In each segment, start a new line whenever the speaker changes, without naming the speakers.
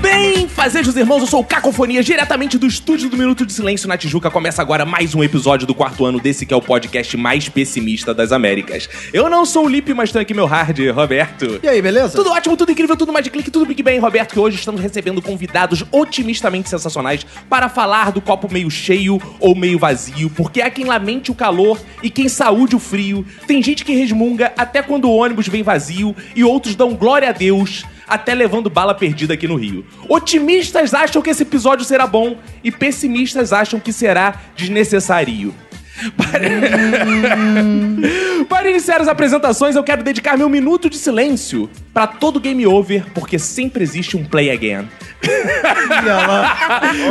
Bem, fazejos irmãos, eu sou o Cacofonia, diretamente do estúdio do Minuto de Silêncio na Tijuca. Começa agora mais um episódio do quarto ano desse que é o podcast mais pessimista das Américas. Eu não sou o Lipe, mas tenho aqui meu hard, Roberto.
E aí, beleza?
Tudo ótimo, tudo incrível, tudo mais de clique, tudo Big Bang, Roberto, que hoje estamos recebendo convidados otimistamente sensacionais para falar do copo meio cheio ou meio vazio, porque há quem lamente o calor e quem saúde o frio, tem gente que resmunga até quando o ônibus vem vazio e outros dão glória a Deus até levando bala perdida aqui no Rio. Otimistas acham que esse episódio será bom e pessimistas acham que será desnecessário. Para iniciar as apresentações, eu quero dedicar meu minuto de silêncio para todo game over, porque sempre existe um play again.
Olha lá.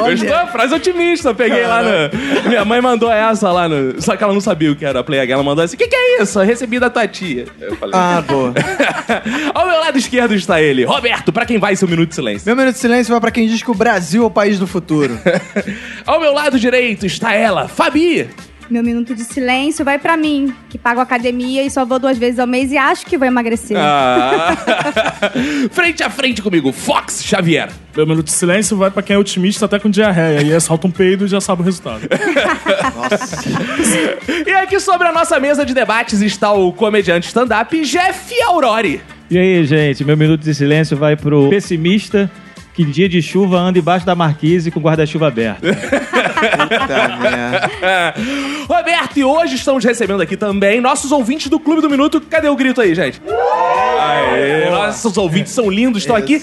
Gostou? Frase otimista. Peguei lá no. Minha mãe mandou essa lá no. Só que ela não sabia o que era play again. Ela mandou assim: O que, que é isso? Eu Recebi da tua tia. Eu falei:
Ah, boa. Ah.
Ao meu lado esquerdo está ele, Roberto, para quem vai seu minuto de silêncio.
Meu minuto de silêncio vai pra quem diz que o Brasil é o país do futuro.
Ao meu lado direito está ela, Fabi.
Meu minuto de silêncio vai pra mim, que pago academia e só vou duas vezes ao mês e acho que vou emagrecer.
Ah. frente a frente comigo, Fox Xavier.
Meu minuto de silêncio vai pra quem é otimista até com diarreia e aí solta um peido e já sabe o resultado.
E aqui sobre a nossa mesa de debates está o comediante stand-up Jeff Aurori.
E aí, gente, meu minuto de silêncio vai pro pessimista que em dia de chuva anda embaixo da marquise com o guarda-chuva aberto.
Puta merda.
Roberto, e hoje estamos recebendo aqui também nossos ouvintes do Clube do Minuto. Cadê o grito aí, gente? Aê, nossos ouvintes são lindos, estão aqui.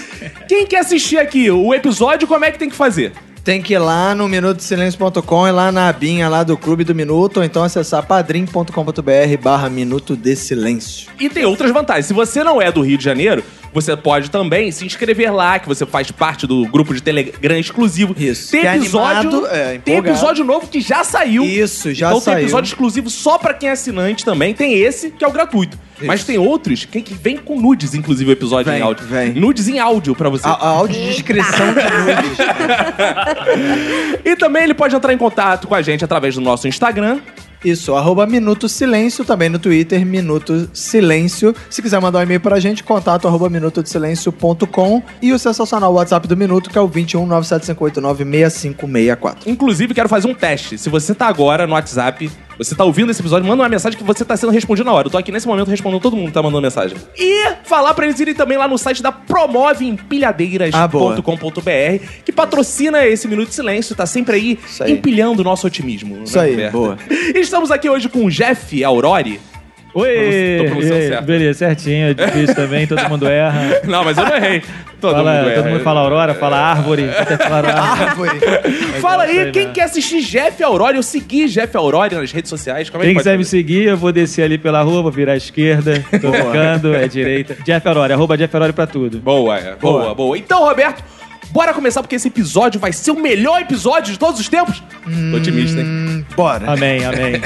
Quem quer assistir aqui o episódio, como é que tem que fazer?
Tem que ir lá no minutosilencio.com e lá na abinha lá do Clube do Minuto, ou então acessar padrim.com.br barra Minuto de Silêncio.
E tem outras vantagens. Se você não é do Rio de Janeiro, você pode também se inscrever lá, que você faz parte do grupo de Telegram exclusivo.
Isso.
Tem
Que é
episódio,
animado, é,
tem
empolgado.
episódio novo que já saiu.
Isso, já
então tem
saiu.
episódio exclusivo só pra quem é assinante também. Tem esse, que é o gratuito. Mas tem outros que, que vem com nudes, inclusive, o episódio
Vem,
em áudio.
vem. Ah,
Nudes em áudio pra você.
A, a audiodescrição de nudes.
E também ele pode entrar em contato com a gente através do nosso Instagram.
Isso, arroba Minuto Silêncio, também no Twitter, Minuto Silêncio. Se quiser mandar um e-mail pra gente, contato arroba minutodesilencio.com e o sensacional WhatsApp do Minuto, que é o 21 975896564.
Inclusive, quero fazer um teste. Se você tá agora no WhatsApp, você tá ouvindo esse episódio, manda uma mensagem que você tá sendo respondido na hora. Eu tô aqui nesse momento respondendo todo mundo que tá mandando mensagem. E falar pra eles irem também lá no site da
Ah, boa.
promoveempilhadeiras.com.br, que patrocina esse Minuto de Silêncio, tá sempre aí,
Isso aí.
empilhando o nosso otimismo. né,
Isso aí,
Roberto?
boa.
Estamos aqui hoje com o Jeff Aurori.
Oi!
Tô pronunciando
E aí,
certo.
Beleza, certinho, é difícil também, todo mundo erra.
Não, mas eu não errei. Todo
fala,
mundo erra. É.
todo mundo fala aurora, fala árvore, até falar árvore.
Árvore.
Fala
Sei
aí,
lá.
quem quer assistir Jeff Aurori, eu seguir Jeff Aurori nas redes sociais, como é que
Quem
pode
quiser me
fazer?
seguir, eu vou descer ali pela rua, vou virar à esquerda, tô tocando, é direita. Jeff Aurora, arroba Jeff Aurora pra tudo.
Boa, é. boa, boa, Então, Roberto, bora começar porque esse episódio vai ser o melhor episódio de todos os tempos. Tô otimista, hein?
Hum, Bora.
Amém, amém.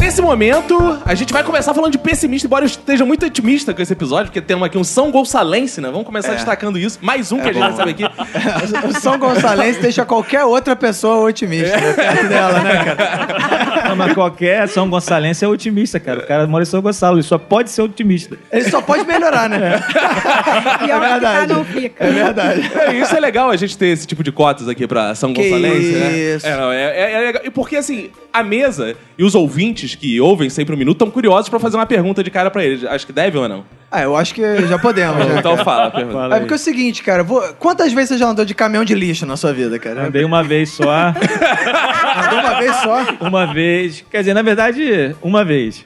Nesse momento, a gente vai começar falando de pessimista, embora eu esteja muito otimista com esse episódio, porque temos aqui um São Gonçalense, né? Vamos começar
É.
destacando isso. Mais um que a gente sabe aqui.
O São Gonçalves deixa qualquer outra pessoa otimista né,
É.
perto dela, né, cara?
Não, mas qualquer São Gonçalense é otimista, cara. O cara mora em São Gonçalo, ele só pode ser otimista.
Ele só pode melhorar, né?
e a hora que tá, não fica.
É verdade.
É, Isso é legal a gente ter esse tipo de cotas aqui pra São
Que
Gonçalense,
isso.
né? É, não, é, é- é legal. E porque assim, a mesa e os ouvintes que ouvem sempre um minuto estão curiosos pra fazer uma pergunta de cara pra eles. Acho que deve ou não?
Ah, eu acho que já podemos, né?
Então
cara?
fala, pergunta.
É
Fala aí.
porque é o seguinte, cara, vou- quantas vezes você já andou de caminhão de lixo na sua vida, cara?
Andei uma vez só,
Andou uma vez só?
uma vez. Quer dizer, na verdade, uma vez.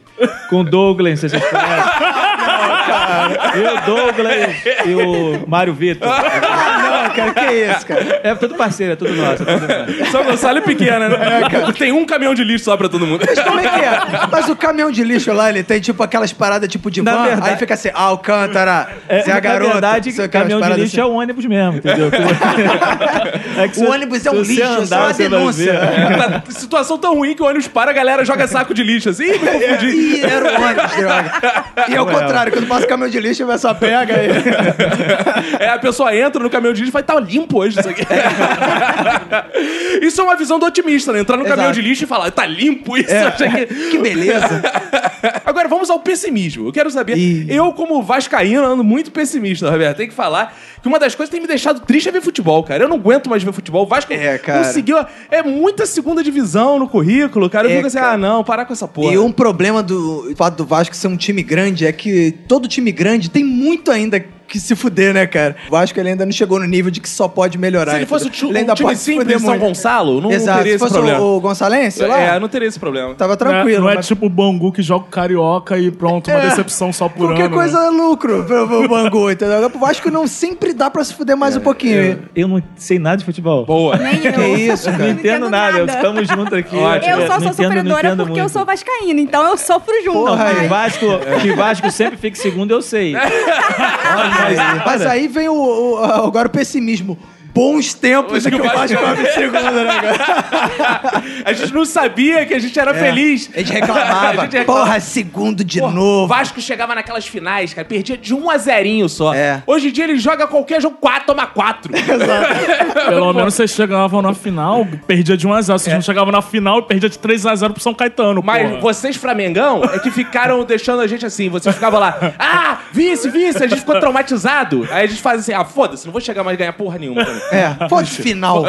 Com Douglas, vocês conhecem? cara. Eu, Douglas e o Mário Vitor.
Ah, não, cara, que isso, cara?
É tudo parceiro, é tudo nosso. É tudo nosso.
São Gonçalo é pequena, né? Tem um caminhão de lixo só pra todo mundo.
Mas como é que é? Mas o caminhão de lixo lá, ele tem tipo aquelas paradas tipo de
Na
van,
verdade-
aí fica assim, Alcântara,
É,
Zé Garoto.
Na verdade,
sei o que, umas
caminhão de
paradas assim.
lixo é o ônibus mesmo, entendeu? É que
O ônibus é um
se você
lixo, é só uma
você vai
denúncia.
ver.
Tá- situação tão ruim que o ônibus para, a galera joga saco de lixo assim. Ih, me
assim.
confundi.
Ih, era o ônibus, droga. E ao
é,
contrário, quando passa o caminhão de lixo, vai só pega aí.
É, a pessoa entra no caminhão de lixo e fala, tá limpo hoje isso aqui. isso é uma visão do otimista, né? Entrar no caminhão de lixo e falar, tá limpo isso.
É.
É.
achei que-
Que beleza.
Agora vamos ao pessimismo. Eu quero saber.
Ih.
Eu, como Vascaíno, ando muito pessimista, Roberto. Tem que falar que uma das coisas que tem me deixado triste é ver futebol, cara. Eu não aguento mais ver futebol. O Vasco
É, cara.
conseguiu. É muita segunda divisão no currículo, cara. Eu
É,
fico assim,
cara.
ah, não, parar com essa porra.
E um problema do fato do Vasco ser um time grande é que todo time grande tem muito ainda que se fuder, né, cara? O Vasco ele ainda não chegou no nível de que só pode melhorar.
Se ele fosse o,
entendeu?
ti-
Ele
um
ainda
time
pode se
simples
fuder
de São
muito.
Gonçalo, não
Exato.
teria
Se
esse
fosse
problema.
o, o Gonçalense, lá,
É, não teria esse problema.
tava
Não é-
tranquilo.
Não é,
mas-
tipo o Bangu que joga o Carioca e pronto, uma decepção só por
Qualquer
né?
ano. né?
coisa é lucro pro, pro Bangu, entendeu? Agora pro Vasco não sempre dá pra se fuder mais
É,
um pouquinho.
Eu não sei nada de futebol.
Boa.
Nem eu.
Que isso, cara?
não entendo nada, estamos juntos aqui.
Ótimo.
Eu
Não
só sou
entendo, não
sofredora
entendo
porque eu
muito.
sou vascaína, então eu sofro junto.
Porra,
mas-
Que Vasco, que Vasco sempre fica em segundo, eu sei.
Mas, mas aí vem o, o- agora o pessimismo. Bons
Hoje
tempos em que o Vasco vai
me segunda, né, cara? A gente não sabia que a gente
É.
era feliz.
A gente reclamava.
A gente reclamava.
Porra, segundo de
Porra, O
novo.
Vasco chegava naquelas finais, cara, perdia de 1 a 0 só.
É.
Hoje em dia ele joga qualquer jogo 4, toma 4.
Pelo menos vocês chegavam na final, perdia de 1x0. Vocês não chegavam na final e perdia de 3x0 pro São Caetano.
Mas
porra.
vocês, Flamengão, é que ficaram deixando a gente assim. Vocês ficavam lá, ah, vice, vice, a gente ficou traumatizado. Aí a gente faz assim, ah, foda-se, não vou chegar mais a ganhar porra nenhuma também.
É, foda-se final.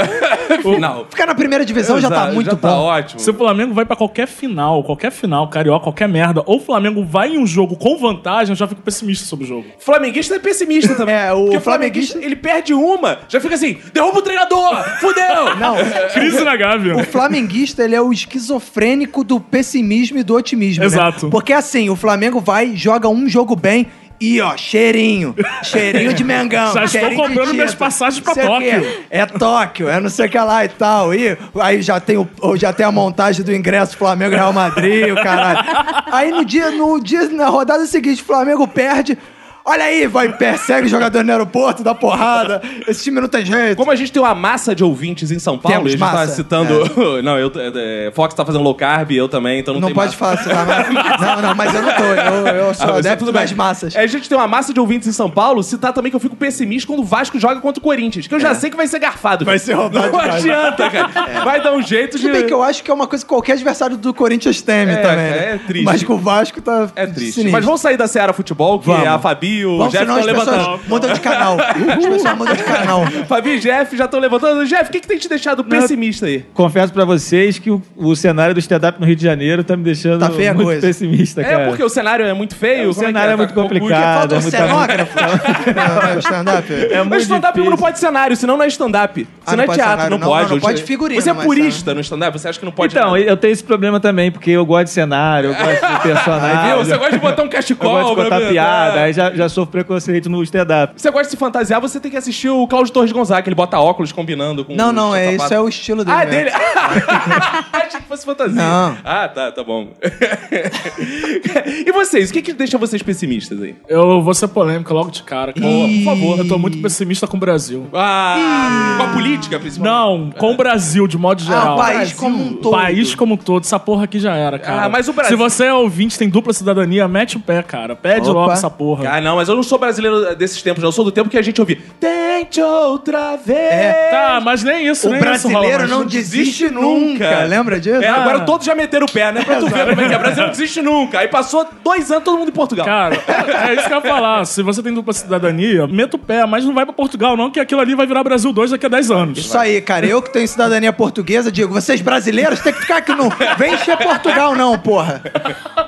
Final.
Ficar na primeira divisão já tá muito
já Tá
bom.
ótimo.
Se o Flamengo vai pra qualquer final, qualquer final, carioca, qualquer merda, ou o Flamengo vai em um jogo com vantagem, eu já fico pessimista sobre o jogo.
Flamenguista é pessimista também.
É, o
Porque
flamenguista-
ele perde uma, já fica assim, derruba o treinador, fudeu.
Não,
Crise na Gávea.
o flamenguista ele é o esquizofrênico do pessimismo e do otimismo. né?
Exato.
Porque assim, o Flamengo vai, joga um jogo bem. E ó, cheirinho. Cheirinho de Mengão.
Já estou
cheirinho de
comprando
título,
minhas passagens pra
não sei o quê.
Tóquio.
É Tóquio, é não sei o que lá e tal. E aí já tem, o, ou já tem a montagem do ingresso Flamengo e Real Madrid, o caralho. Aí no dia, no dia, na rodada seguinte, o Flamengo perde. Olha aí, vai, persegue o jogador no aeroporto, dá porrada. Esse time não tem jeito.
Como a gente tem uma massa de ouvintes em São Paulo,
Temos
a gente tá
massa.
citando. Não, eu. é, Fox tá fazendo low carb, eu também, então não,
Não
tem
pode
massa.
falar assim, tá? Mas- Não, não, mas eu não tô. Eu, eu sou
Ah, mas
adepto
tudo bem.
das massas.
A gente tem uma massa de ouvintes em São Paulo, citar também que eu fico pessimista quando o Vasco joga contra o Corinthians, que eu já
É.
sei que vai ser garfado.
Vai
velho.
ser roubado
Não
demais.
né?
adianta, cara. Vai dar um jeito de.
É. Tudo bem que eu acho que é uma coisa que qualquer adversário do Corinthians teme
É,
também.
cara,
né?
é triste.
Mas com o Vasco tá
É triste.
sinistro.
Mas vamos sair da Seara Futebol, que é
Vamos.
a Fabi e o
Vamos,
Jeff
senão
estão
as
levantando.
pessoas mudam de canal. As pessoas mudam de canal.
Fabi e Jeff já estão levantando. Jeff, o que, que tem te deixado pessimista aí?
Confesso pra vocês que o, o cenário do stand-up no Rio de Janeiro tá me deixando
Tá feia a
muito
coisa.
pessimista, cara.
É porque o cenário é muito feio? Como
o
que
cenário é,
Tá
muito
com-
complicado.
Falta
é
um
muito-
cenógrafo. né? Não, não, stand-up.
É
Mas
muito
stand-up
difícil.
não pode cenário, senão não é stand-up.
Ah,
Senão
não
é
pode
teatro,
cenário,
não,
não,
pode.
não, não pode
Você-
figurino,
Você é
mas
purista no stand-up? Você acha que não pode
Então,
nada?
eu tenho esse problema também, porque eu gosto de cenário, eu gosto de personagem.
Viu? Você gosta de né? botar um
Ah, eu
cachecol, Ah.
gosto de
pra-
contar piada, aí já, já sofro preconceito no stand-up.
Você gosta de se fantasiar, você tem que assistir o Cláudio Torres Gonzaga, que ele bota óculos combinando com
Não, não,
o
é,
sapato.
isso é o estilo dele.
Ah, é
mesmo.
dele? Ah, Achei que fosse fantasia.
Não.
Ah, tá, tá bom. e vocês? O que que deixa vocês pessimistas aí?
Eu vou ser polêmico logo de cara, cara.
Ih.
Por favor, eu tô muito pessimista com o Brasil.
Ah, com a política, principalmente?
Não, com o Brasil, de modo
Ah,
geral.
o país como um todo.
País como um todo, essa porra aqui já era, cara.
Ah, mas o Brasil-
Se você é ouvinte, tem dupla cidadania, mete o pé, cara. Pede
Opa.
logo essa porra.
Ah, não, mas eu não sou brasileiro desses tempos, não. Eu sou do tempo que a gente ouvia. Tente outra vez.
Tá, mas nem isso,
O
nem isso,
brasileiro
rola,
não
mas-
desiste nunca. Lembra disso?
É,
Ah,
agora todos já meteram o pé, né? Pra tu ver como é que é. Brasil não desiste nunca. Aí passou dois anos todo mundo em Portugal.
Cara, é isso que eu ia falar. Se você tem dupla cidadania, meta o pé, mas não vai pra Portugal, não, que aquilo ali vai virar Brasil 2 daqui a 10 anos.
Isso aí, cara. Eu que tenho cidadania portuguesa, digo, vocês brasileiros têm que ficar aqui no. Vem encher Portugal, não, porra.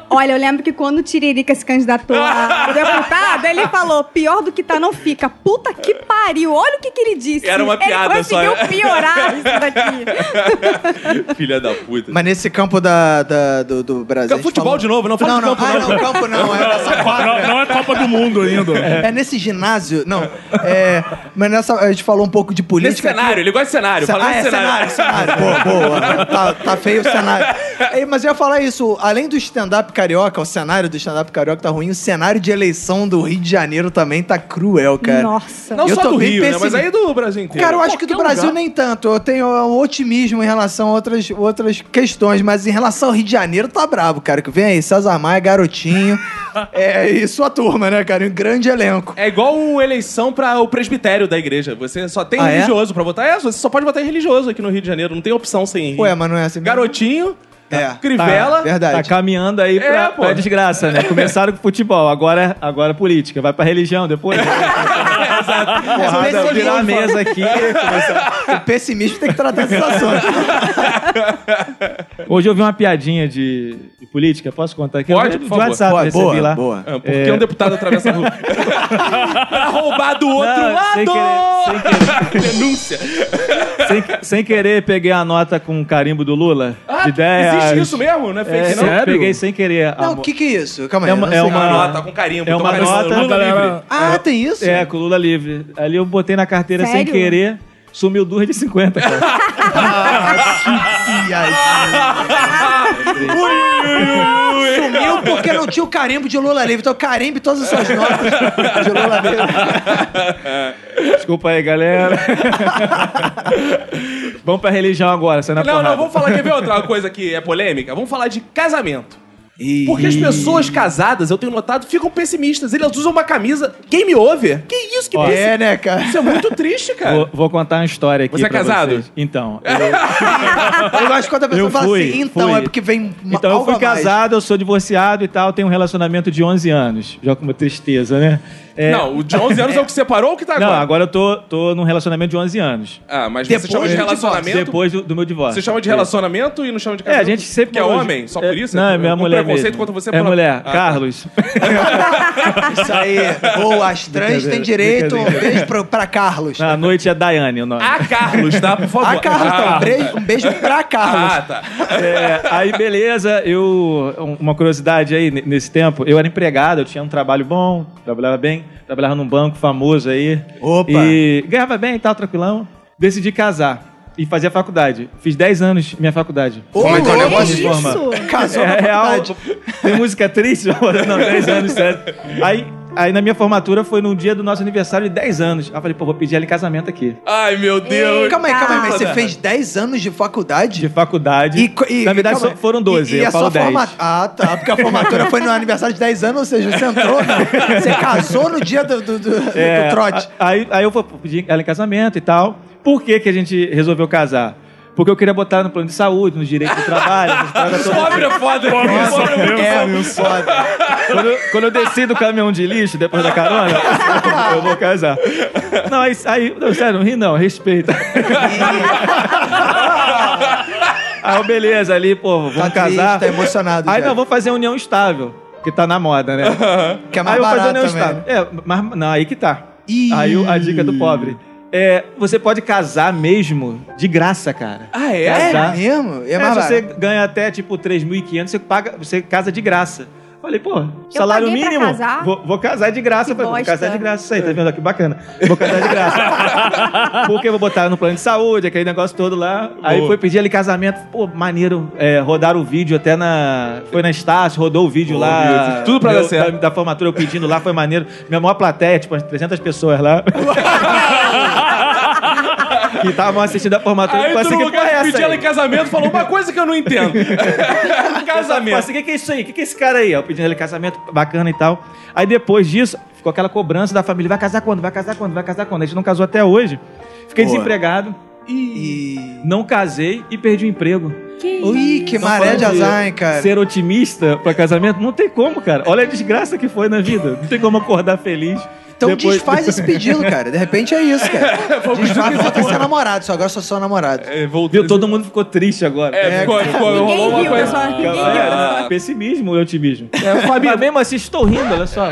Olha, eu lembro que quando o Tiririca se candidatou a deputado, ele falou: pior do que tá não fica. Puta que pariu, olha o que, que ele disse.
Era uma piada
ele
só,
conseguiu
né?
piorar isso daqui.
Filha da puta.
Mas nesse campo da, da- do, do Brasil. a gente
Futebol
falou-
de novo, não fala
Não,
de
não,
campo,
ah,
não.
não, campo não, é essa quadra.
Não, não é Copa do Mundo ainda.
É nesse ginásio, não. É, mas nessa, a gente falou um pouco de política.
Nesse cenário, ele gosta de cenário. Fala
ah, é
nesse
cenário,
cenário.
cenário. Boa, boa. Tá, tá feio o cenário. Ei, mas eu ia falar isso. Além do stand-up carioca, o cenário do stand-up carioca tá ruim, o cenário de eleição do Rio de Janeiro também tá cruel, cara.
Nossa.
Não
Eu
só
tô
do
bem
Rio, né? Mas
pessimista.
aí do Brasil inteiro.
Cara, eu acho que do
Qualquer
Brasil
lugar.
nem tanto. Eu tenho um otimismo em relação a outras, outras questões, mas em relação ao Rio de Janeiro, tá bravo, cara. Que vem aí, César Maia, garotinho. é, e sua turma, né, cara? Um grande elenco.
É igual o eleição pra o presbitério da igreja. Você só tem
Ah, é?
religioso pra votar. É, você só pode votar em religioso aqui no Rio de Janeiro. Não tem opção sem.
Ué, mas não é assim mesmo?
Garotinho,
É.
Crivella.
Verdade.
Tá caminhando aí pra,
É, pô.
pra desgraça, né? Começaram com futebol, agora, agora política. Vai pra religião depois. Porrada,
Especialista.
virar a mesa aqui.
O pessimista tem que tratar essas ações.
Hoje eu vi uma piadinha de, de política, posso contar aqui?
Pode,
Eu-
por
de
favor.
WhatsApp,
Boa,
eu recebi
boa,
Tá, lá.
boa.
É, porque um deputado atravessa a rua. pra roubar do outro
Não, sem
lado! Denúncia.
Sem, sem querer, peguei a nota com o carimbo do Lula. de 10
Ah, existe
reais.
isso mesmo? Não é fake,
É,
não?
sério? Peguei sem querer. a
Não, o
mo-
que que é isso? Calma aí.
É uma-
eu não
é
sei.
uma-
Ah, não, tá com carimbo.
É
então
uma
parece
nota-
Lula livre.
Ah, tem isso?
É, com o Lula livre. Ali eu botei na carteira sem
Sério?
querer, sumiu duas de 50, cara.
Ah.
Sumiu porque não tinha o carimbo de Lula livre. Então carimbo todas as suas notas de Lula livre.
Desculpa aí, galera. Vamos pra religião agora, sai na
Não,
porrada.
não, vamos falar, quer ver outra coisa que é polêmica? Vamos falar de casamento. Porque as pessoas casadas, eu tenho notado, ficam pessimistas. Eles usam uma camisa game over. Que isso, que pessi-
É, né, cara?
Isso é muito triste, cara.
Vou, vou contar uma história aqui
Você é
pra
casado?
vocês. Então,
Eu gosto quando a pessoa
Eu
fala
fui,
assim, então,
fui.
é porque vem uma,
Então, eu
algo a
fui
mais.
casado, eu sou divorciado e tal, tenho um relacionamento de 11 anos. Já com uma tristeza, né? É,
Não, o de 11 anos é o que separou ou o que tá
não,
agora?
agora eu tô, tô num relacionamento de 11 anos.
Ah, mas você
Depois
chama de
do divórcio.
relacionamento?
Depois do, do meu divórcio.
Você chama de relacionamento e não chama de
É,
casamento?
a gente sempre...
Que é homem, só por isso?
Não, é
Um
minha mulher
preconceito
mesmo.
contra você
É
pela-
mulher,
Ah, tá.
Carlos.
Isso aí. Boa, as trans têm
Brincadeira,
direito. Um
brincadeira.
beijo pra, pra Carlos.
Na noite é Daiane o nome.
A Carlos, tá? Por favor.
Ah,
A Carlos, tá. Um beijo, um beijo pra Carlos.
Ah, tá.
É, aí, beleza, eu. um- Uma curiosidade aí, ne- nesse tempo, eu era empregado, eu tinha um trabalho bom, trabalhava bem, trabalhava num banco famoso aí.
Opa!
E ganhava bem e tal, tranquilão. Decidi casar e fazer a faculdade. Fiz 10 anos minha faculdade.
Ô,
Como é que é o
louco,
negócio?
Isso.
Casou na
É real.
faculdade.
Tem música triste, não, 10 anos, sério. Aí, aí na minha formatura foi no dia do nosso aniversário de 10 anos. Aí eu falei, pô, vou pedir ela em casamento aqui.
Ai, meu Deus.
Calma aí, calma aí. Mas você
Cara.
fez 10 anos de faculdade?
Ah, De faculdade.
E co- e-
na verdade,
calma
só
aí.
foram 12,
E- e
eu
a
falo
sua
10.
forma- Ah, tá. Porque a formatura foi no aniversário de 10 anos, ou seja, você entrou, né? Você casou no dia do, do, do- do
É,
trote.
a- Aí, aí eu vou pedir ela em casamento e tal. Por que, que a gente resolveu casar? Porque eu queria botar no plano de saúde, no direito do trabalho, nas paradas todas.
Pobre é foda. Pobre é
Nossa,
foda.
é,
um
meu foda.
Quando eu, quando eu desci do caminhão de lixo depois da carona, eu vou casar. Não, aí, aí não, sério, não ri não, respeita. Aí, eu, beleza, ali, pô, vamos
Tá triste,
casar.
tá emocionado.
aí
já.
não, vou fazer a união estável, que tá na moda, né?
Que é
aí
mais
eu vou fazer
barato
o Neo
também.
Estado. É, mas não, aí que tá.
Ih.
Aí o- a dica do pobre. É, você pode casar mesmo de graça, cara.
Ah, é?
É
Casar.
mesmo? É
É,
mais
se você
barato.
ganha até tipo 3.500, você paga, você casa de graça. Falei, pô, salário
paguei pra
mínimo.
casar.
Vou, vou casar de graça,
Que
Eu falei, vou
bosta.
casar de graça. Isso aí, tá vendo? Olha Que bacana. Vou casar de graça. Porque eu vou botar no plano de saúde, aquele negócio todo lá. Aí
Boa.
foi pedir ali casamento. Pô, maneiro. É, rodaram o vídeo até na. Foi na Estácio, rodou o vídeo lá.
Tudo pra
Meu-
dar certo.
Da, da formatura eu pedindo lá, foi maneiro. Minha maior plateia, tipo, umas 300 pessoas lá. que estavam assistindo a formatura.
Aí
Eu falei
tu
assim,
no
que porra é
lugar de
essa
pedir
aí?
ela em casamento falou uma coisa que eu não entendo.
Pô, assim,
casamento.
o que, que é isso aí? O que, que é esse cara aí? Eu pedindo ele casamento bacana e tal. Aí depois disso, ficou aquela cobrança da família: vai casar quando? Vai casar quando? Vai casar quando? A gente não casou até hoje. Fiquei
Boa.
desempregado,
Ih,
não casei e perdi o emprego.
Ui, que
Então,
maré
falando
de azar, hein, cara.
Ser otimista pra casamento não tem como, cara. Olha a desgraça que foi na vida. Não tem como acordar feliz.
Então
Depois-
desfaz esse pedido, cara. De repente é isso, cara.
Vamos
desfaz
pedir
volta a ser namorado, só agora sou só namorado.
É, vou-
Viu? Todo mundo ficou triste agora.
É, ficou, ficou, rolou
Ninguém
uma
riu,
coisa.
pessoal. Ninguém riu.
né?
Ah, pessimismo e otimismo.
É,
Mas mesmo assim, estou rindo, olha só.
Ah,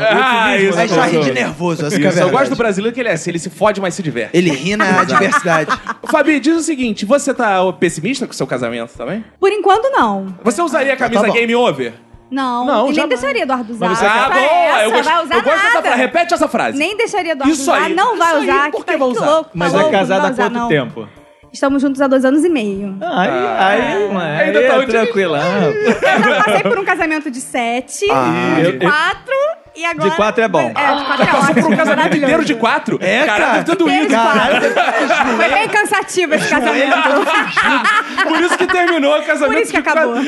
Otimismo,
isso.
né,
Mas já ri de
professor?
nervoso, essa que é a
Isso, eu
verdade.
gosto do brasileiro que ele é assim, ele se fode, mas se diverte.
Ele ri na adversidade.
Fabi, diz o seguinte, você tá ó, pessimista com o seu casamento também?
Por enquanto, não.
Você
Ah,
usaria a camisa
tá bom.
Game Over?
Não.
Não,
e nem
jamais.
deixaria Eduardo usar.
você ah,
Vai
bom,
essa,
eu gosto,
vai usar
eu gosto dessa
nada.
frase. Repete essa frase.
Nem deixaria Eduardo
Isso
usar.
aí,
não vai
isso aí,
usar.
por que
que tá
vai
muito
usar?
Louco, tá
Mas
louco, não
é casada
vai
há
usar,
quanto
não.
tempo?
Estamos juntos há dois anos e meio.
Aí, aí, mano,
Ainda
aí
tá
Ah, é
otimista.
tranquilão.
Eu já passei por um casamento de sete,
eu-
de quatro, e agora...
Ah, De quatro é
É,
bom.
de quatro é
Por
ótimo.
um casamento
maravilhoso.
inteiro de quatro?
É, cara.
tudo
Inteiro
isso.
de
Caralho,
quatro. Foi bem cansativo esse casamento.
Por isso que terminou o casamento
Por isso que
de quatro.
acabou.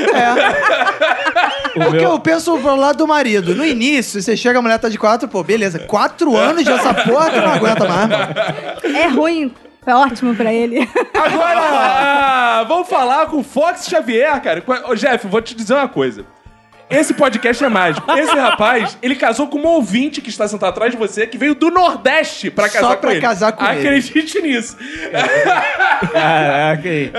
Porque eu penso pro lado do marido. No início, você chega, a mulher tá de quatro, pô, beleza. Quatro anos dessa porra que não aguenta mais, mano.
É ruim. Foi ótimo pra ele.
Agora, ah, vamos falar com o Fox Xavier, cara. Qua- Ô, Jeff, vou te dizer uma coisa. Esse podcast é mágico. Esse rapaz, ele casou com um ouvinte que está sentado atrás de você, que veio do Nordeste pra
Só
casar com
pra
ele.
casar com ele. É.
Acredite nisso.
Caraca, aí.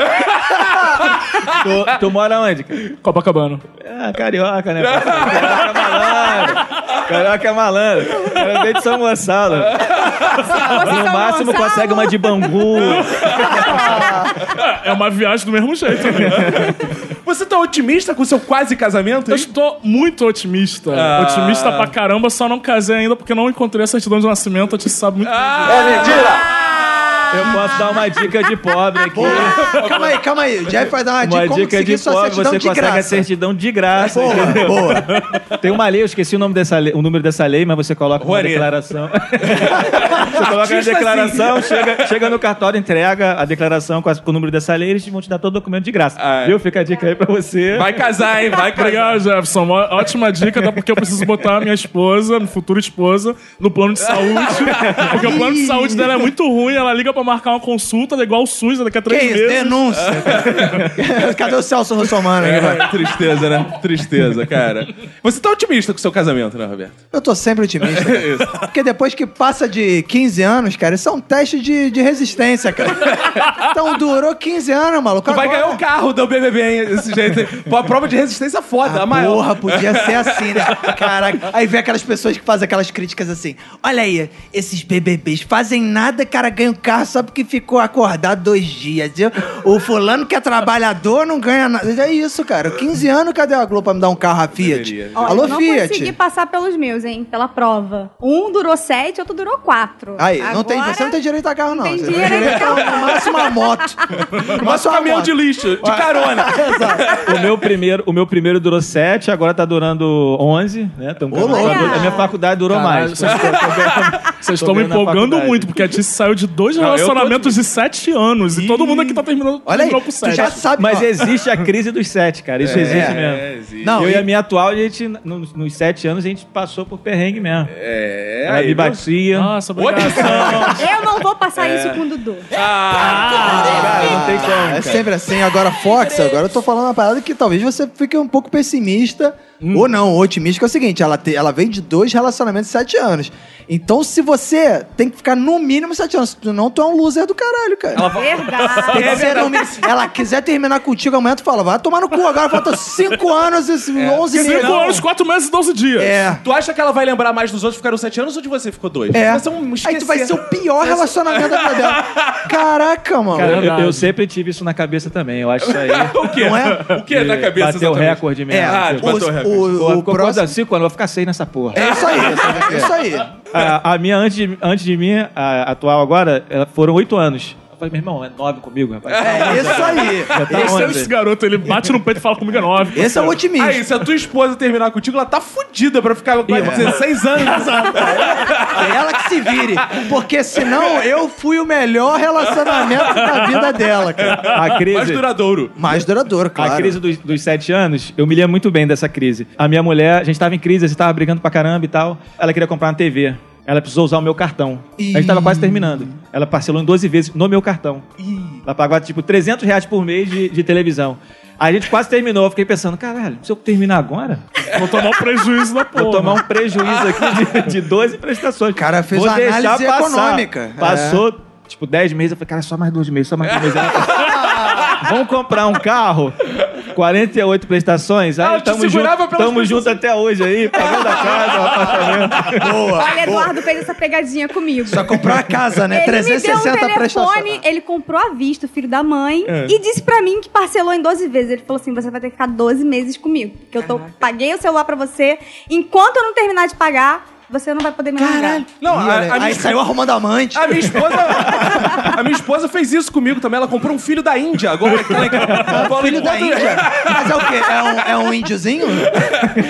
tu, tu mora onde, cara?
Copacabana.
Ah, carioca, né? parceiro? Carioca malandro. Carioca é malandro. Eu dei de São Gonçalo. No máximo consegue uma de Bangu.
É uma viagem do mesmo jeito. né?
Você tá otimista com o seu quase casamento?
Eu
hein?
estou muito otimista.
Ah.
Otimista pra caramba, só não casei ainda porque não encontrei a certidão de nascimento. A gente sabe muito
Ah,
Eu posso dar uma dica de pobre aqui.
Calma aí, calma aí. O Jeff vai dar uma dica,
Uma
como
dica
conseguir
de
sua
pobre,
certidão
você
de
consegue
graça.
a certidão de graça.
Boa, boa.
Tem uma lei, eu esqueci o, nome dessa lei- o número dessa lei, mas você coloca na
Rouanet.
declaração. você coloca na
Artista
declaração, chega, chega no cartório, entrega a declaração com, as- com o número dessa lei, eles vão te dar todo o documento de graça.
Ah, é.
Viu? Fica a dica aí pra você.
Vai casar, hein? Vai casar.
Obrigado, Jefferson. Uma Ótima dica, até porque eu preciso botar a minha esposa, minha futura esposa, no plano de saúde. Porque o plano de saúde dela é muito ruim, ela liga pra marcar uma consulta, ela é igual o SUS, daqui a
Que
três
isso, né?
meses.
denúncia. Cadê o Celso Russomano? aí, vai?
É, tristeza, né? Tristeza, cara. Você tá otimista com o seu casamento, né, Roberto?
Eu tô sempre otimista. cara. Porque depois que passa de 15 anos, cara, isso é um teste de, de resistência, cara. Então durou 15 anos, maluco.
Tu vai
agora-
ganhar um o carro do BBB, hein? Desse jeito. hein? Pô, a prova de resistência é foda, a maior.
Ah, Porra, podia ser assim, né? Caraca. Aí vem aquelas pessoas que fazem aquelas críticas assim. Olha aí, esses BBBs fazem nada, cara, ganha um carro só porque ficou acordado dois dias. viu? O fulano que é trabalhador não ganha nada. É isso, cara. 15 anos, cadê a Globo pra me dar um carro a Fiat?
Olha,
Alô,
eu não
Fiat.
consegui passar pelos meus, hein? Pela prova. Um durou sete, outro durou quatro.
Aí, não tem,
Agora-
você não tem direito a carro, não.
tem
você tem
dinheiro então. a
direito a
carro,
no máximo uma moto. No
Mas o
máximo uma
caminhão
moto.
de lixo, de carona.
O meu primeiro, o meu primeiro durou 7, agora tá durando 11, né? Tamo
Ô, Ah.
com-
louco.
a minha faculdade durou
Caralho,
mais.
vocês estão- Vocês
Tô
estão me
vendo na
empolgando
faculdade.
muito, porque a Tice saiu de dois
eu tô
relacionamentos de sete anos. E todo mundo aqui tá terminando
Olha aí,
terminou com
tu
sete.
já sabe.
Mas
ó.
existe a crise dos 7, cara.
É,
Isso existe mesmo.
Não,
eu
e-
e a minha atual, a gente, no- nos sete anos, a gente passou por perrengue mesmo.
É,
Ela me batia.
Nossa,
Olha
obrigado.
Eu não vou passar isso com o Dudu.
Ah,
Cara, não tem como.
Ah, É sempre assim. Agora, Fox, agora eu tô falando uma parada que talvez você fique um pouco pessimista. Ou não, otimista, que é o seguinte: ela, te- ela vem de dois relacionamentos de sete anos. Então, se você tem que ficar no mínimo sete anos, tu não, tu é um loser do caralho, cara. Ela...
É Verdade.
Tem que ser no mínimo. ela quiser terminar contigo amanhã, tu fala, vai tomar no cu agora, falta cinco anos e onze meses.
Cinco anos, quatro meses e doze dias.
É.
Tu acha que ela vai lembrar mais dos outros que ficaram sete anos ou de você que ficou dois?
É.
Você é um
Aí tu vai
esquecer.
ser o pior relacionamento da vida dela. Caraca, mano.
Cara, eu,
Verdade.
eu sempre tive isso na cabeça também. Eu acho isso aí.
O quê?
Não é?
O quê na cabeça?
Bateu o
exatamente?
recorde mesmo.
É,
Ah,
Tipo,
bateu o
o-
recorde.
o-
Pô,
o
ficou
próximo-
próximo... cinco anos, eu vou ficar seis nessa porra.
É isso aí, é isso aí.
A, a minha, antes de, antes de mim, a atual agora, ela- foram oito anos. Eu falei, meu irmão, é nove comigo, rapaz.
Ah,
É isso aí.
Tá
Esse, é
onde?
esse garoto, ele bate no peito e fala comigo é nove.
Esse é o otimismo.
Aí, se a tua esposa terminar contigo, ela tá fudida pra ficar com 16 anos casada.
É ela que se vire. Porque senão eu fui o melhor relacionamento da vida dela, cara.
A
Mais
crise...
duradouro.
Mais duradouro, claro.
A crise dos, dos sete anos, eu me lembro muito bem dessa crise. A minha mulher, a gente tava em crise, a gente tava brigando pra caramba e tal. Ela queria comprar uma TV. Ela precisou usar o meu cartão. A gente tava quase terminando. Ela parcelou em 12 vezes no meu cartão. Ela pagava, tipo, 300 reais por mês de, de televisão. Aí a gente quase terminou. Eu fiquei pensando, caralho, se eu terminar agora,
Vou tomar um prejuízo da porra.
vou tomar um prejuízo aqui de, de 12 prestações. O
cara fez
vou
uma
deixar
análise
passar.
econômica. É.
Passou, tipo, 10 meses. Eu falei, cara, só mais 2 meses, só mais 2 meses. Ela falou, Vamos comprar um carro, 48 prestações.
Ela
Aí
te
tamo junto,
segurava pelas
tamo junto até hoje aí, pagando a casa, o apartamento.
Olha, Eduardo fez essa pegadinha comigo.
Só comprar a casa, né?
Ele me
360
deu um telefone,
prestações.
ele comprou à vista, o filho da mãe, e disse pra mim que parcelou em 12 vezes. Ele falou assim: você vai ter que ficar 12 meses comigo. Porque eu tô, paguei o celular pra você. Enquanto eu não terminar de pagar, você não vai poder me largar.
Não,
Ih,
a-
olha,
a minha-
aí saiu arrumando amante.
A minha esposa. a minha esposa fez isso comigo também. Ela comprou um filho da Índia agora. tá
Filho da
um
Índia. Mas é o quê? É um, é um índiozinho?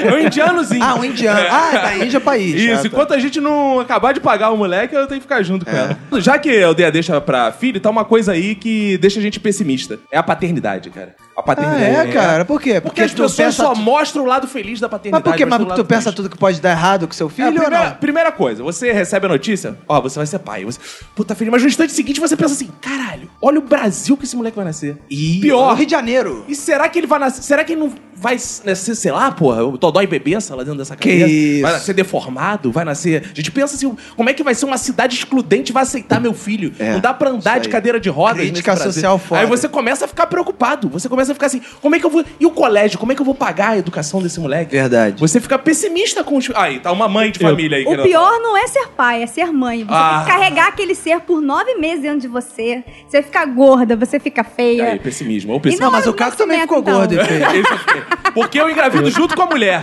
É um indianozinho.
Ah, um indiano. Ah, é da Índia é país. Ah,
Isso,
tá.
enquanto a gente não acabar de pagar o moleque, eu tenho que ficar junto com
É.
ela. Já que eu dei a deixa pra filho, tá uma coisa aí que deixa a gente pessimista. É a paternidade, cara. A
Ah,
paternidade.
é, cara? Por quê?
Porque, as
tu
pessoas
pensa
só
tu-
mostram o lado feliz da paternidade.
Mas por quê? Mas
o lado
tu pensa
triste-
tudo que pode dar errado com seu
É, a
filho ou
primeira,
não?
primeira coisa, você recebe a notícia, ó, você vai ser pai. Você, puta filho, mas no instante seguinte você pensa assim: caralho, olha o Brasil que esse moleque vai nascer. E
O
pior,
Rio de Janeiro.
E será que ele vai nascer? Será que ele não vai nascer, sei lá, porra, o Todói Bebença lá dentro dessa cabeça?
isso.
Vai nascer deformado? Vai nascer. A gente pensa assim, como é que vai ser uma cidade excludente vai aceitar meu filho?
É,
não dá pra andar
isso
de
aí.
cadeira de rodas. nesse
Crítica
Brasil.
social foda.
Aí você começa a ficar preocupado. Você começa a ficar assim, como é que eu vou. E o colégio? Como é que eu vou pagar a educação desse moleque?
Verdade.
Você fica pessimista com os. Aí, tá uma mãe de
Eu-
família aí. que
O
não-
pior não é ser pai, é ser mãe. Você
Ah.
tem que carregar aquele ser por nove meses dentro de você. Você fica gorda, você fica feia.
Aí, pessimismo. Ou
é. E
pessimismo.
Não, mas
é
o Caco
nascimento,
também ficou
então.
gordo. ele fez.
é Esse eu fiquei. Porque eu engravido junto com a mulher.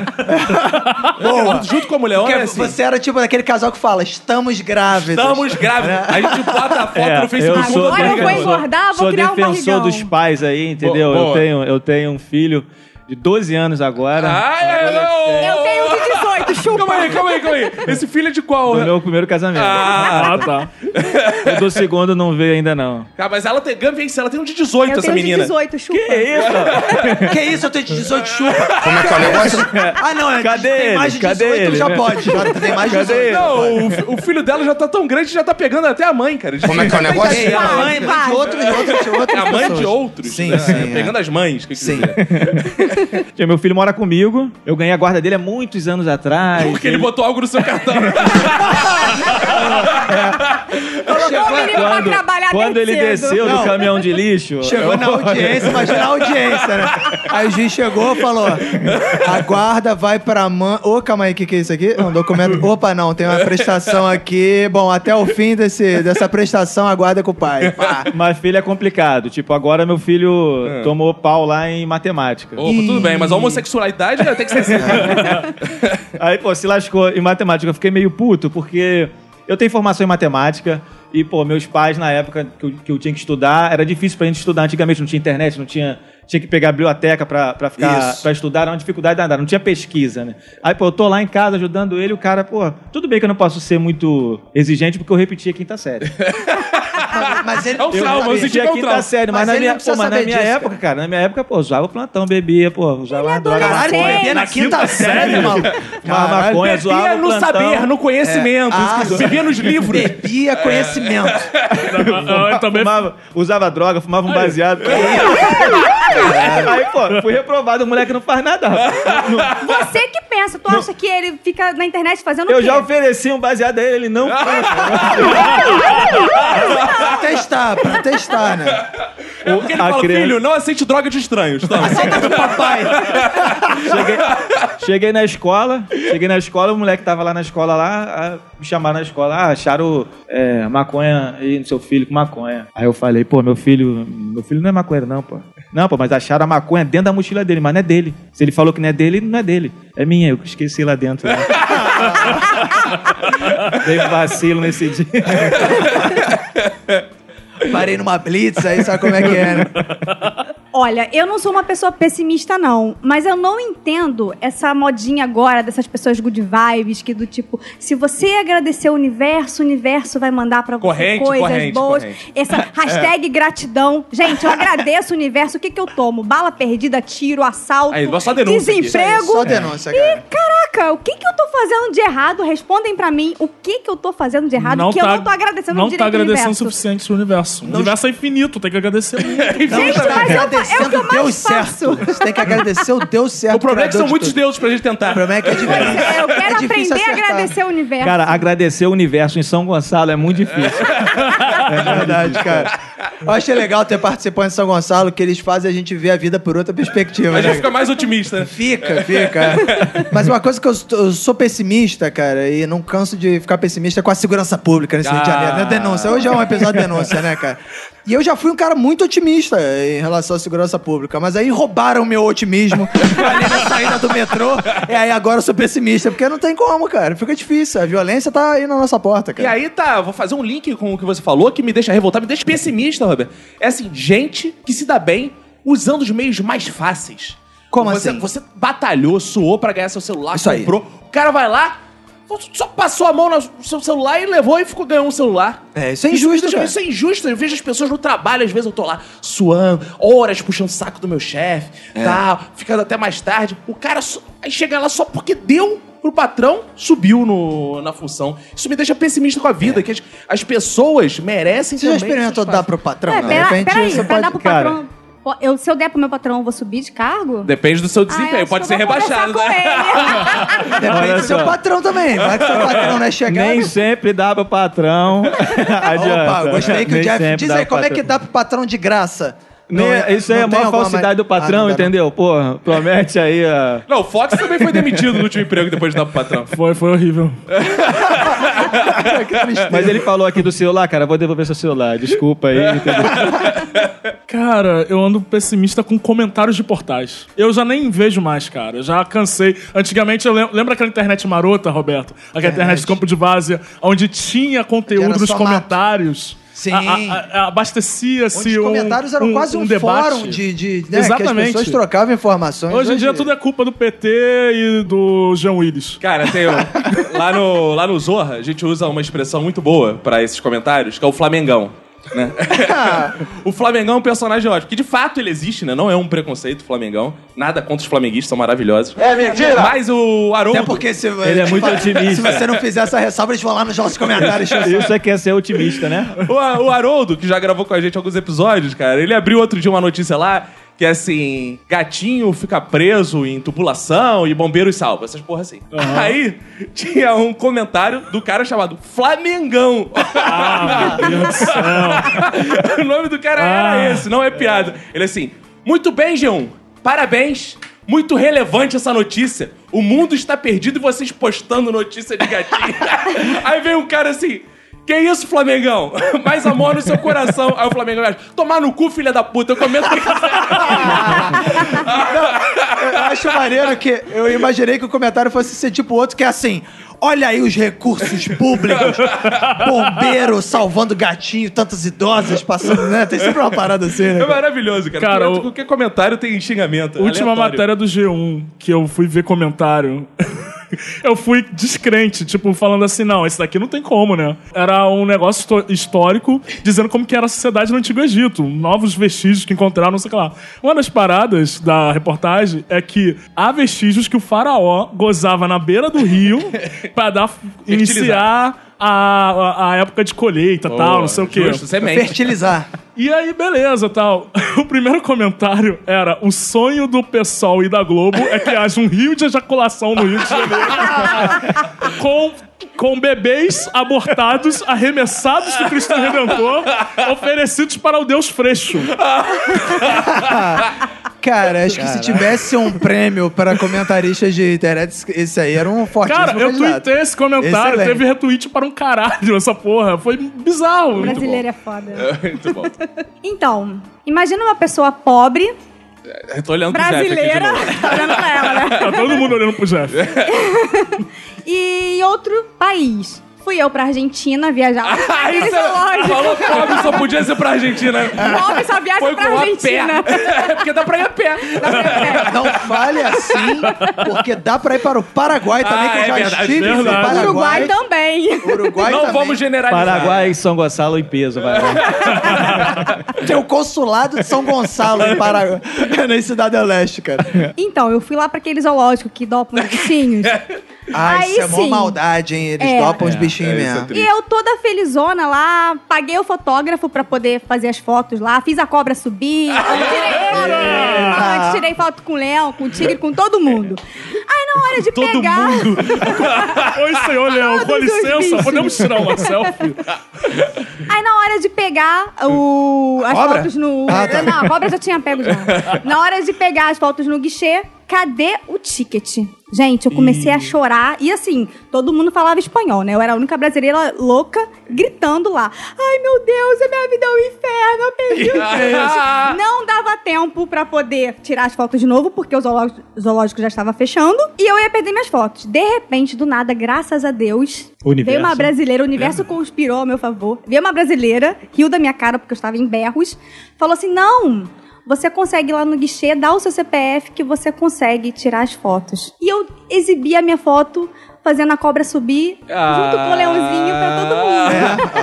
Eu engravido junto com a mulher.
Porque
Olha assim.
Você era tipo daquele casal que fala, estamos grávidos.
Estamos grávidos. A gente bota a foto
É,
no Facebook.
eu sou
mundo
Agora eu vou
americano.
defensor. engordar, vou
sou
criar um
defensor
barrigão.
dos pais aí, entendeu?
Boa, boa.
Eu, tenho, eu tenho um filho de 12 anos agora.
Ai, ai, não.
Eu tenho de 18,
Calma aí,
chupa.
calma aí, calma aí. Esse filho é de qual?
do meu primeiro casamento.
Ah,
Ah, tá.
O do segundo não veio ainda, não.
Cara, Ah, mas ela tem ganvence, ela tem um de 18,
Eu
essa
tenho de
menina.
18, chupa.
Que isso? Eu tenho 18 chupa.
Como é que é o negócio?
Ah, não. é-
Cadê
tem mais de
ele? Cadê
18,
ele?
já pode. Já tem mais de 18.
Não, o, fi- o filho dela já tá tão grande que já tá pegando até a mãe, cara.
Como é que é o negócio?
É a mãe, mãe de
Vai.
outros, de outros, de
É
outros.
a mãe de outros.
Sim,
né?
sim,
É,
é.
Pegando as mães, que eu quis
Sim.
dizer.
Tinha- Meu filho mora comigo. Eu ganhei a guarda dele há muitos anos atrás.
Porque ele botou algo no seu cartão.
Colocou o menino pra trabalhar
quando
desde
ele
cedo.
desceu
Não.
do caminhão de lixo.
Chegou na audiência, imagina a audiência, né? Aí o juiz chegou e falou: a guarda vai pra mãe. Ô, calma aí, o que, que é isso aqui? É um documento. Opa, não, tem uma prestação aqui. Bom, até o fim desse, dessa prestação, a guarda é com o pai. Pá.
Mas filho é complicado. Tipo, agora meu filho
É.
tomou pau lá em matemática.
Opa, tudo bem, mas a homossexualidade né, tem que ser assim.
Aí, pô, se lascou em matemática. Eu fiquei meio puto, porque eu tenho formação em matemática. E, pô, meus pais, na época que eu, que eu tinha que estudar, era difícil pra gente estudar. Antigamente não tinha internet, não tinha. Tinha que pegar a biblioteca pra, pra ficar.
Isso.
para estudar, era uma dificuldade danada, não tinha pesquisa, né? Aí, pô, eu tô lá em casa ajudando ele, o cara, pô, tudo bem que eu não posso ser muito exigente, porque eu repeti a quinta série.
Mas ele
É um
Eu
trauma,
não
eu senti
entendi
que é um
aqui
trauma.
tá sério, mas,
Mas
na
ele
minha,
não precisa
pô, mas na
saber
minha
disso,
época, cara. na minha época, pô, usava plantão, bebia, pô, usava uma droga,
adolescente.
maconha,
Bebia na quinta série, maluco.
uma maconha,
Bebia
zoava
no
o plantão.
saber, no conhecimento.
Ah, sim.
bebia nos livros.
Bebia conhecimento.
Ah, eu também
Fumava- usava droga, fumava um baseado. Aí, pô, fui reprovado, o moleque não faz nada, rapaz.
Você que pensa, tu acha que ele fica na internet fazendo o
Eu
quê?
já ofereci um baseado a ele, ele não
Pra testar, pra testar, né?
Porque ele
A
fala,
criança-
filho, não aceite droga de estranhos. Tá?
Cheguei, cheguei na escola, cheguei na escola, o moleque tava lá na escola lá, a- me chamaram na escola, ah, acharam é, maconha e no seu filho com maconha. Aí eu falei, pô, meu filho, meu filho não é maconheiro, não, pô. Não, pô, mas acharam a maconha dentro da mochila dele, mas não é dele. Se ele falou que não é dele, não é dele. É minha, eu esqueci lá dentro. né? Dei um vacilo nesse dia.
Parei numa blitz, aí sabe como é que é, né?
Olha, eu não sou uma pessoa pessimista, não. Mas eu não entendo essa modinha agora dessas pessoas good vibes, que do tipo, se você agradecer o universo, o universo vai mandar pra você
Corrente,
coisas
corrente,
boas.
corrente.
Essa hashtag gratidão. Gente, eu agradeço o universo. O que, que eu tomo? Bala perdida, tiro, assalto,
Aí, só denúncia aqui.
desemprego.
É Só denúncia, cara.
Caraca, o que, que eu tô fazendo de errado? Respondem pra mim o que, que eu tô fazendo de errado que eu não tô agradecendo
Não
direito
tá
ao
agradecendo o
universo.
suficiente o universo. O universo é infinito, tem que agradecer muito.
Gente,
Você tá
mas eu-
agradecendo
é o que eu mais
Deus
faço.
certo. Você tem que agradecer o Deus certo.
O problema é que são
criador de
muitos
tudo.
deuses pra gente tentar.
O problema é que é
Pois
difícil.
é, eu quero
É difícil
aprender a
acertar.
agradecer o universo.
Cara, agradecer o universo em São Gonçalo é muito difícil.
É verdade, cara. Eu achei legal ter participantes de São Gonçalo, que eles fazem a gente ver a vida por outra perspectiva.
A gente
Né?
fica mais otimista.
Fica, fica. é. Mas uma coisa que eu, sou- eu sou pessimista, cara, e não canso de ficar pessimista é com a segurança pública nesse Rio de
Ah.
Janeiro. Né? Denúncia. Hoje é um episódio de denúncia, né, cara? E eu já fui um cara muito otimista em relação à segurança pública, mas aí roubaram meu otimismo ali na saída do metrô. E aí agora eu sou pessimista, porque não tem como, cara. Fica difícil. A violência tá aí na nossa porta,
E
cara.
aí tá, vou fazer um link com o que você falou que me deixa revoltado, me deixa pessimista, Roberto. É assim, gente que se dá bem usando os meios mais fáceis.
Como
você,
assim?
Você batalhou, suou pra ganhar seu celular,
Isso aí.
comprou. O cara vai lá, só passou a mão no seu celular e levou e ficou, ganhou um celular.
É, isso é injusto,
isso,
cara.
isso é injusto. Eu vejo as pessoas no trabalho, às vezes eu tô lá suando, horas puxando o saco do meu chefe, tal, ficando até mais tarde. O cara só- aí chega lá só porque deu pro patrão, subiu no, na função. Isso me deixa pessimista com a vida, que as, as pessoas merecem
Você já
também
experimentou
essas
dar
fases.
pro patrão?
É,
De
pera,
repente
peraí,
você
pra
pode-
dar pro
cara.
patrão. Pô, eu- se eu der pro meu patrão, eu vou subir de cargo?
Depende do seu
Ah, eu
desempenho,
acho
pode
que
ser
eu vou conversar
rebaixado,
com
né?
ele. Ah,
Depende
Olha
do seu
só.
patrão também. Vai que seu patrão não é chegado.
Nem sempre dá pra patrão. Adianta.
Opa, gostei que o
Nem
Jeff
sempre
diz
dá
aí
pra
como é que
patrão.
dá pro patrão de graça.
Né,
Não é-
isso aí
não
é a
tem
maior
alguma
falsidade
mais-
do
Ah,
patrão,
não dá, não.
entendeu? Porra, promete aí a.
Não, o Fox também foi demitido no último emprego depois de dar pro patrão.
Foi, foi horrível.
Mas ele falou aqui do celular, cara, vou devolver seu celular, desculpa aí. entendeu?
Cara, eu ando pessimista com comentários de portais. Eu já nem vejo mais, cara. Eu já cansei. Antigamente, eu lem- lembra aquela internet marota, Roberto? Aquela internet do campo de várzea, onde tinha
Que
conteúdo
era
nos
só mato.
comentários.
Sim.
A- a- a-
Onde
Abastecia-se
os
um
comentários eram quase um,
debate.
fórum de, de né, que as
Exatamente.
pessoas trocavam informações.
Hoje em dia tudo é culpa do PT e do Jean Willis.
Cara, tem um- lá no lá no Zorra, a gente usa uma expressão muito boa pra esses comentários, que é o Flamengão. né? o Flamengão é um personagem ótimo, que de fato ele existe, né? Não é um preconceito o Flamengão. Nada contra os flamenguistas, são maravilhosos. É mentira! Mas o Haroldo...
Até porque se,
Ele é muito
se
otimista.
você não fizer essa ressalva, eles vão lá nos nossos comentários.
Isso é que é ser otimista, né?
O, o Haroldo, que já gravou com a gente alguns episódios, cara, ele abriu outro dia uma notícia lá que é assim: gatinho fica preso em tubulação e bombeiros salva, essas porra assim. Aí tinha um comentário do cara chamado Flamengão.
Ah,
o nome do cara
Ah.
era esse, não é piada. Ele assim: muito bem, G1, parabéns. Muito relevante essa notícia. O mundo está perdido e vocês postando notícia de gatinho. Aí vem um cara assim. Que isso, Flamengão? Mais amor no seu coração. Aí o Flamengão acha, tomar no cu, filha da puta. Eu comento o que quiser.
Eu acho maneiro que eu imaginei que o comentário fosse ser tipo outro, que é assim. Olha aí os recursos públicos. Bombeiro salvando gatinho, tantas idosas passando, né? Tem sempre uma parada assim, né?
É
cara?
maravilhoso, cara.
Cara,
Porque
o-
Qualquer comentário tem xingamento. é
Última
aleatório.
matéria do G1 que eu fui ver comentário. Eu fui descrente, tipo, falando assim, não, esse daqui não tem como, né? Era um negócio histó- histórico dizendo como que era a sociedade no Antigo Egito, novos vestígios que encontraram, não sei o que lá. Uma das paradas da reportagem é que há vestígios que o faraó gozava na beira do rio pra dar, iniciar a, a, a época de colheita e tal, não sei o quê.
Justo, é semente.
Fertilizar.
E aí, beleza, tal. O primeiro comentário era: o sonho do pessoal e da Globo é que haja um rio de ejaculação no Rio de Janeiro. com, com bebês abortados, arremessados do Cristo Redentor, oferecidos para o Deus Freixo.
Cara, acho que se tivesse um prêmio para comentaristas de internet, esse aí era um fortíssimo
Cara, eu
candidato.
tuitei esse comentário,
Excelente.
teve retweet para um caralho essa porra. Foi bizarro.
O
muito bom.
brasileiro é foda.
Muito bom.
Então, imagina uma pessoa pobre,
Eu tô olhando pro Jeff aqui de
brasileira,
novo.
tá olhando pra ela, né?
Tá todo mundo olhando pro Jeff.
E em outro país. Fui eu pra Argentina viajar.
Aí
Isso
você
é lógico.
Ah, falou que pobre só podia ser pra Argentina.
Pobre só viaja
Foi
pra
com a pé. É,
Argentina.
Porque dá pra ir a pé.
É, Não fale assim, porque dá pra ir para o Paraguai também,
Ah,
que eu
é
já
verdade,
estive no
verdade.
Paraguai.
Uruguai também.
Uruguai
Não
também.
vamos generalizar.
Paraguai e São Gonçalo em peso, vai lá.
Tem o consulado de São Gonçalo em Paraguai, na Cidade do Leste, cara.
Então, eu fui lá pra aquele zoológico que dopa os bichinhos.
É.
Ah,
Aí
isso é mó
sim.
maldade, hein? Eles
É.
dopam os bichinhos mesmo.
E eu toda felizona lá, paguei o fotógrafo pra poder fazer as fotos lá, fiz a cobra subir, eu tirei foto,
Eita!
eu tirei foto com o Léo, com o Tigre, com todo mundo. Aí na hora de
Todo
pegar,
mundo. Oi, senhor Léo, com
Todos os
licença,
bichos.
podemos tirar uma selfie?
aí na hora de pegar o, as
Cobra?
fotos no...
Ah, tá.
Não, a cobra eu já tinha pego já. Na hora de pegar as fotos no guichê, cadê o ticket? Gente, eu comecei a chorar e assim, todo mundo falava espanhol, né? Eu era a única brasileira louca gritando lá. Ai, meu Deus, a minha vida é um inferno, eu perdi o
Ah,
Não dava tempo pra poder tirar as fotos de novo, porque o zoológico, zoológico já estava fechando. E eu ia perder minhas fotos. De repente, do nada, graças a Deus,
Universo.
veio uma brasileira, o
É.
universo conspirou ao meu favor. Veio uma brasileira, riu da minha cara porque eu estava em berros, falou assim: não. Você consegue ir lá no guichê, dá o seu CPF que você consegue tirar as fotos. E eu exibi a minha foto fazendo a cobra subir junto
Ah.
com o leãozinho pra todo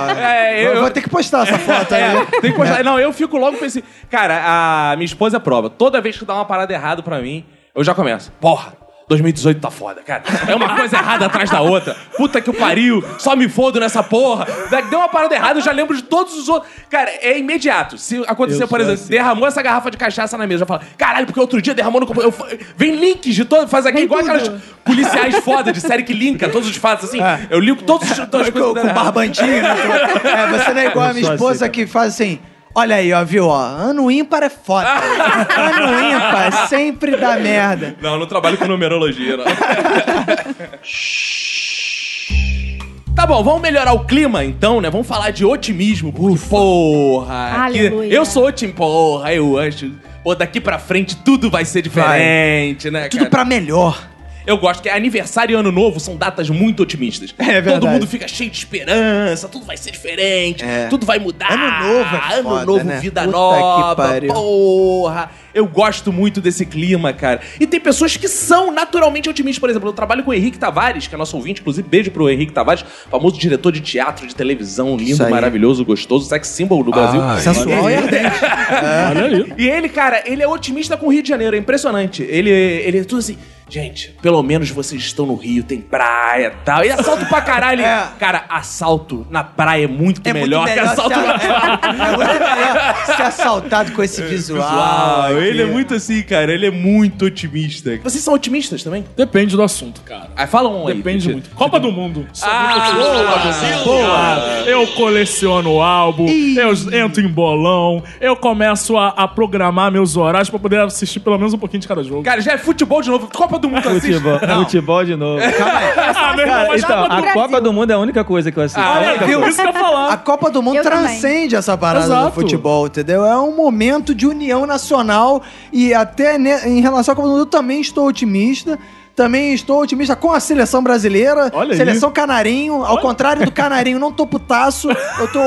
mundo.
É,
Eu
eu,
vou ter que postar essa foto aí.
É, tem que postar. Não, eu fico logo com esse. Cara, a minha esposa prova. Toda vez que dá uma parada errada pra mim, eu já começo. Porra! 2018 tá foda, cara. É uma coisa errada atrás da outra. Puta que o pariu, só me fodo nessa porra. Da- Deu uma parada errada, eu já lembro de todos os outros. Cara, é imediato. Se acontecer,
Eu
por
sou
exemplo, derramou essa garrafa de cachaça na mesa, eu já falo, caralho, porque outro dia derramou no computador. Eu fa- Vem links de todo, faz aqui
Vem
igual
tudo.
aquelas policiais foda de série que linka todos os fatos, assim. Eu linko todos os. todas as
Com,
coisas
com
dando errado.
barbantinho, né? É, você não é igual a
Eu
minha
sou
esposa
assim,
que faz assim. Olha aí, ó, viu, ó. Ano ímpar é foda. ano ímpar é sempre dá merda.
Não, eu não trabalho com numerologia, não. Tá bom, vamos melhorar o clima então, né? Vamos falar de otimismo, porque, porra, que-
Aleluia.
eu sou otim, porra, eu acho. Pô, daqui pra frente tudo vai ser diferente, né,
É Tudo
cara?
pra melhor.
Eu gosto que é aniversário e ano novo são datas muito otimistas.
É verdade.
Todo mundo fica cheio de esperança, tudo vai ser diferente,
É.
tudo vai mudar.
Ano novo é
ano
foda,
novo,
né?
vida
Puta que
nova.
pariu.
Porra! Eu gosto muito desse clima, cara. E tem pessoas que são naturalmente otimistas. Por exemplo, eu trabalho com o Henrique Tavares, que é nosso ouvinte, inclusive, beijo pro Henrique Tavares, famoso diretor de teatro, de televisão,
Isso
lindo,
aí.
maravilhoso, gostoso, sex symbol do Brasil.
Ah,
é
Sensual e ardente.
Olha aí.
E ele, cara, ele é otimista com o Rio de Janeiro, é impressionante. Ele, ele é tudo assim. Gente, pelo menos vocês estão no Rio, tem praia e tal. E assalto pra caralho.
É.
Cara, assalto na praia é muito
É
melhor,
muito
que
melhor,
assalto
ser,
na
é, é muito melhor ser assaltado com esse visual.
Uau, ele é
aqui.
muito assim, cara. Ele é muito otimista. Vocês são otimistas também?
Depende do assunto, cara.
Ah, fala um aí.
Depende
Peter.
muito. Copa do Mundo. Sou
Ah,
muito otimista. Boa. Eu coleciono álbum, eu entro em bolão, eu começo a, a programar meus horários pra poder assistir pelo menos um pouquinho de cada jogo.
Cara, já é futebol de novo. Copa do
É
Mundo assiste.
Futebol, futebol de novo.
ah, meu irmão,
Cara,
mas
então,
Copa do-
a Copa do Mundo é a única coisa que eu assisto.
Ah,
A
olha,
única
viu?
coisa.
isso que eu ia falar.
A Copa do Mundo
Eu também.
transcende essa parada do
Exato.
futebol, entendeu? É um momento de união nacional e até ne- em relação à Copa do Mundo eu também estou otimista. Também estou otimista com a seleção brasileira,
Olha aí.
seleção canarinho. Ao contrário do canarinho, não tô putaço, eu tô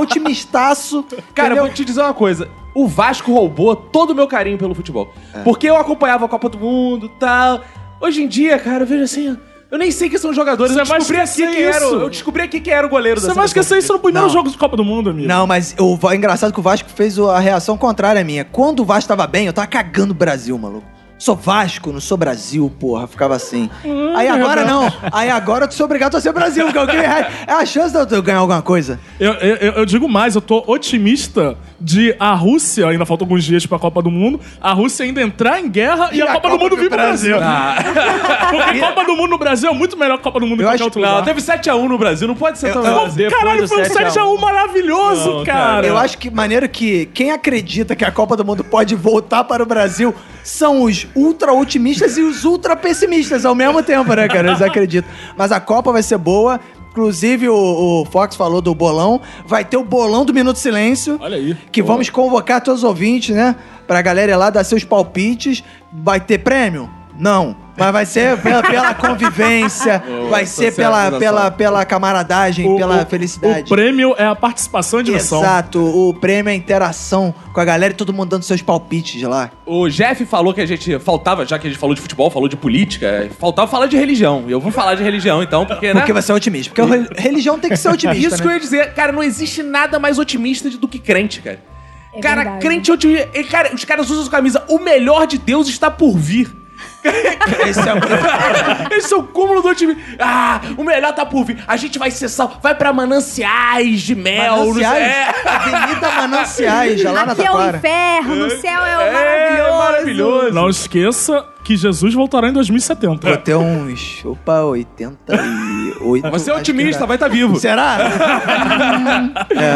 ot otimistaço.
Cara, eu
entendeu?
vou te dizer uma coisa. O Vasco roubou todo o meu carinho pelo futebol.
É.
Porque eu acompanhava a Copa do Mundo e tal. Hoje em dia, cara, eu vejo assim... Eu nem sei quem são os jogadores.
Você
eu
vai
descobri aqui
esquecer
quem era, o-
é isso.
eu descobri aqui quem era o goleiro
Você
da
vai
seleção.
esquecer isso no primeiro
Não.
jogo de Copa do Mundo, amigo.
Não, mas o Va- é engraçado que o Vasco fez a reação contrária à minha. Quando o Vasco tava bem, eu tava cagando o Brasil, maluco. Sou Vasco, não sou Brasil, porra. Ficava assim. Aí agora não. Aí agora eu sou obrigado a ser Brasil, porque alguém é é a chance de eu ganhar alguma coisa.
Eu, eu- eu- eu digo mais, eu tô otimista de a Rússia, ainda faltam alguns dias pra Copa do Mundo, a Rússia ainda entrar em guerra e, a, Copa, do Mundo vir pro Brasil. Porque Copa do Mundo no Brasil é muito melhor que a Copa do Mundo em
Eu
qualquer
acho-
outro
Não,
lugar.
teve 7x1 no Brasil. Não pode ser tão...
Pô,
Depois
Caralho,
do
foi um
7 a 1.
7x1 maravilhoso,
Não, cara.
cara.
Eu acho que maneiro que quem acredita que a Copa do Mundo pode voltar para o Brasil são os ultra otimistas e os ultra pessimistas ao mesmo tempo, né, cara? Eles acreditam. Mas a Copa vai ser boa. Inclusive, o, o Fox falou do bolão. Vai ter o bolão do Minuto Silêncio.
Olha aí.
Que vamos convocar todos os ouvintes, né? Pra galera ir lá dar seus palpites. Vai ter prêmio? Não. Mas vai ser pela, pela convivência,
tá
vai ser pela, pela, pela camaradagem, pela felicidade.
O prêmio é a participação e a diversão.
Exato, o prêmio é a interação com a galera e todo mundo dando seus palpites lá.
O Jeff falou que a gente faltava, já que a gente falou de futebol, falou de política, é, faltava falar de religião. Eu vou falar de religião então, porque, né?
Porque você é otimista. Porque a religião tem que ser otimista.
Isso
né?
que eu ia dizer, cara, não existe nada mais otimista do que crente, cara.
É
cara,
verdade.
crente é otimista. E, Cara, os caras usam a camisa, o melhor de Deus está por vir.
Esse é o-
Esse é o cúmulo do otimismo. Ah, o melhor tá por vir. A gente vai ser salvo. Vai pra mananciais de mel. não sei-
Mananciais?
É.
Avenida Mananciais, lá na
Aqui é o
Taquara.
inferno, o céu é o
É,
maravilhoso.
maravilhoso.
Não esqueça que Jesus voltará em 2070.
Vou ter uns, opa, 88.
Você é
acho que
otimista,
dá.
vai tá vivo.
Será?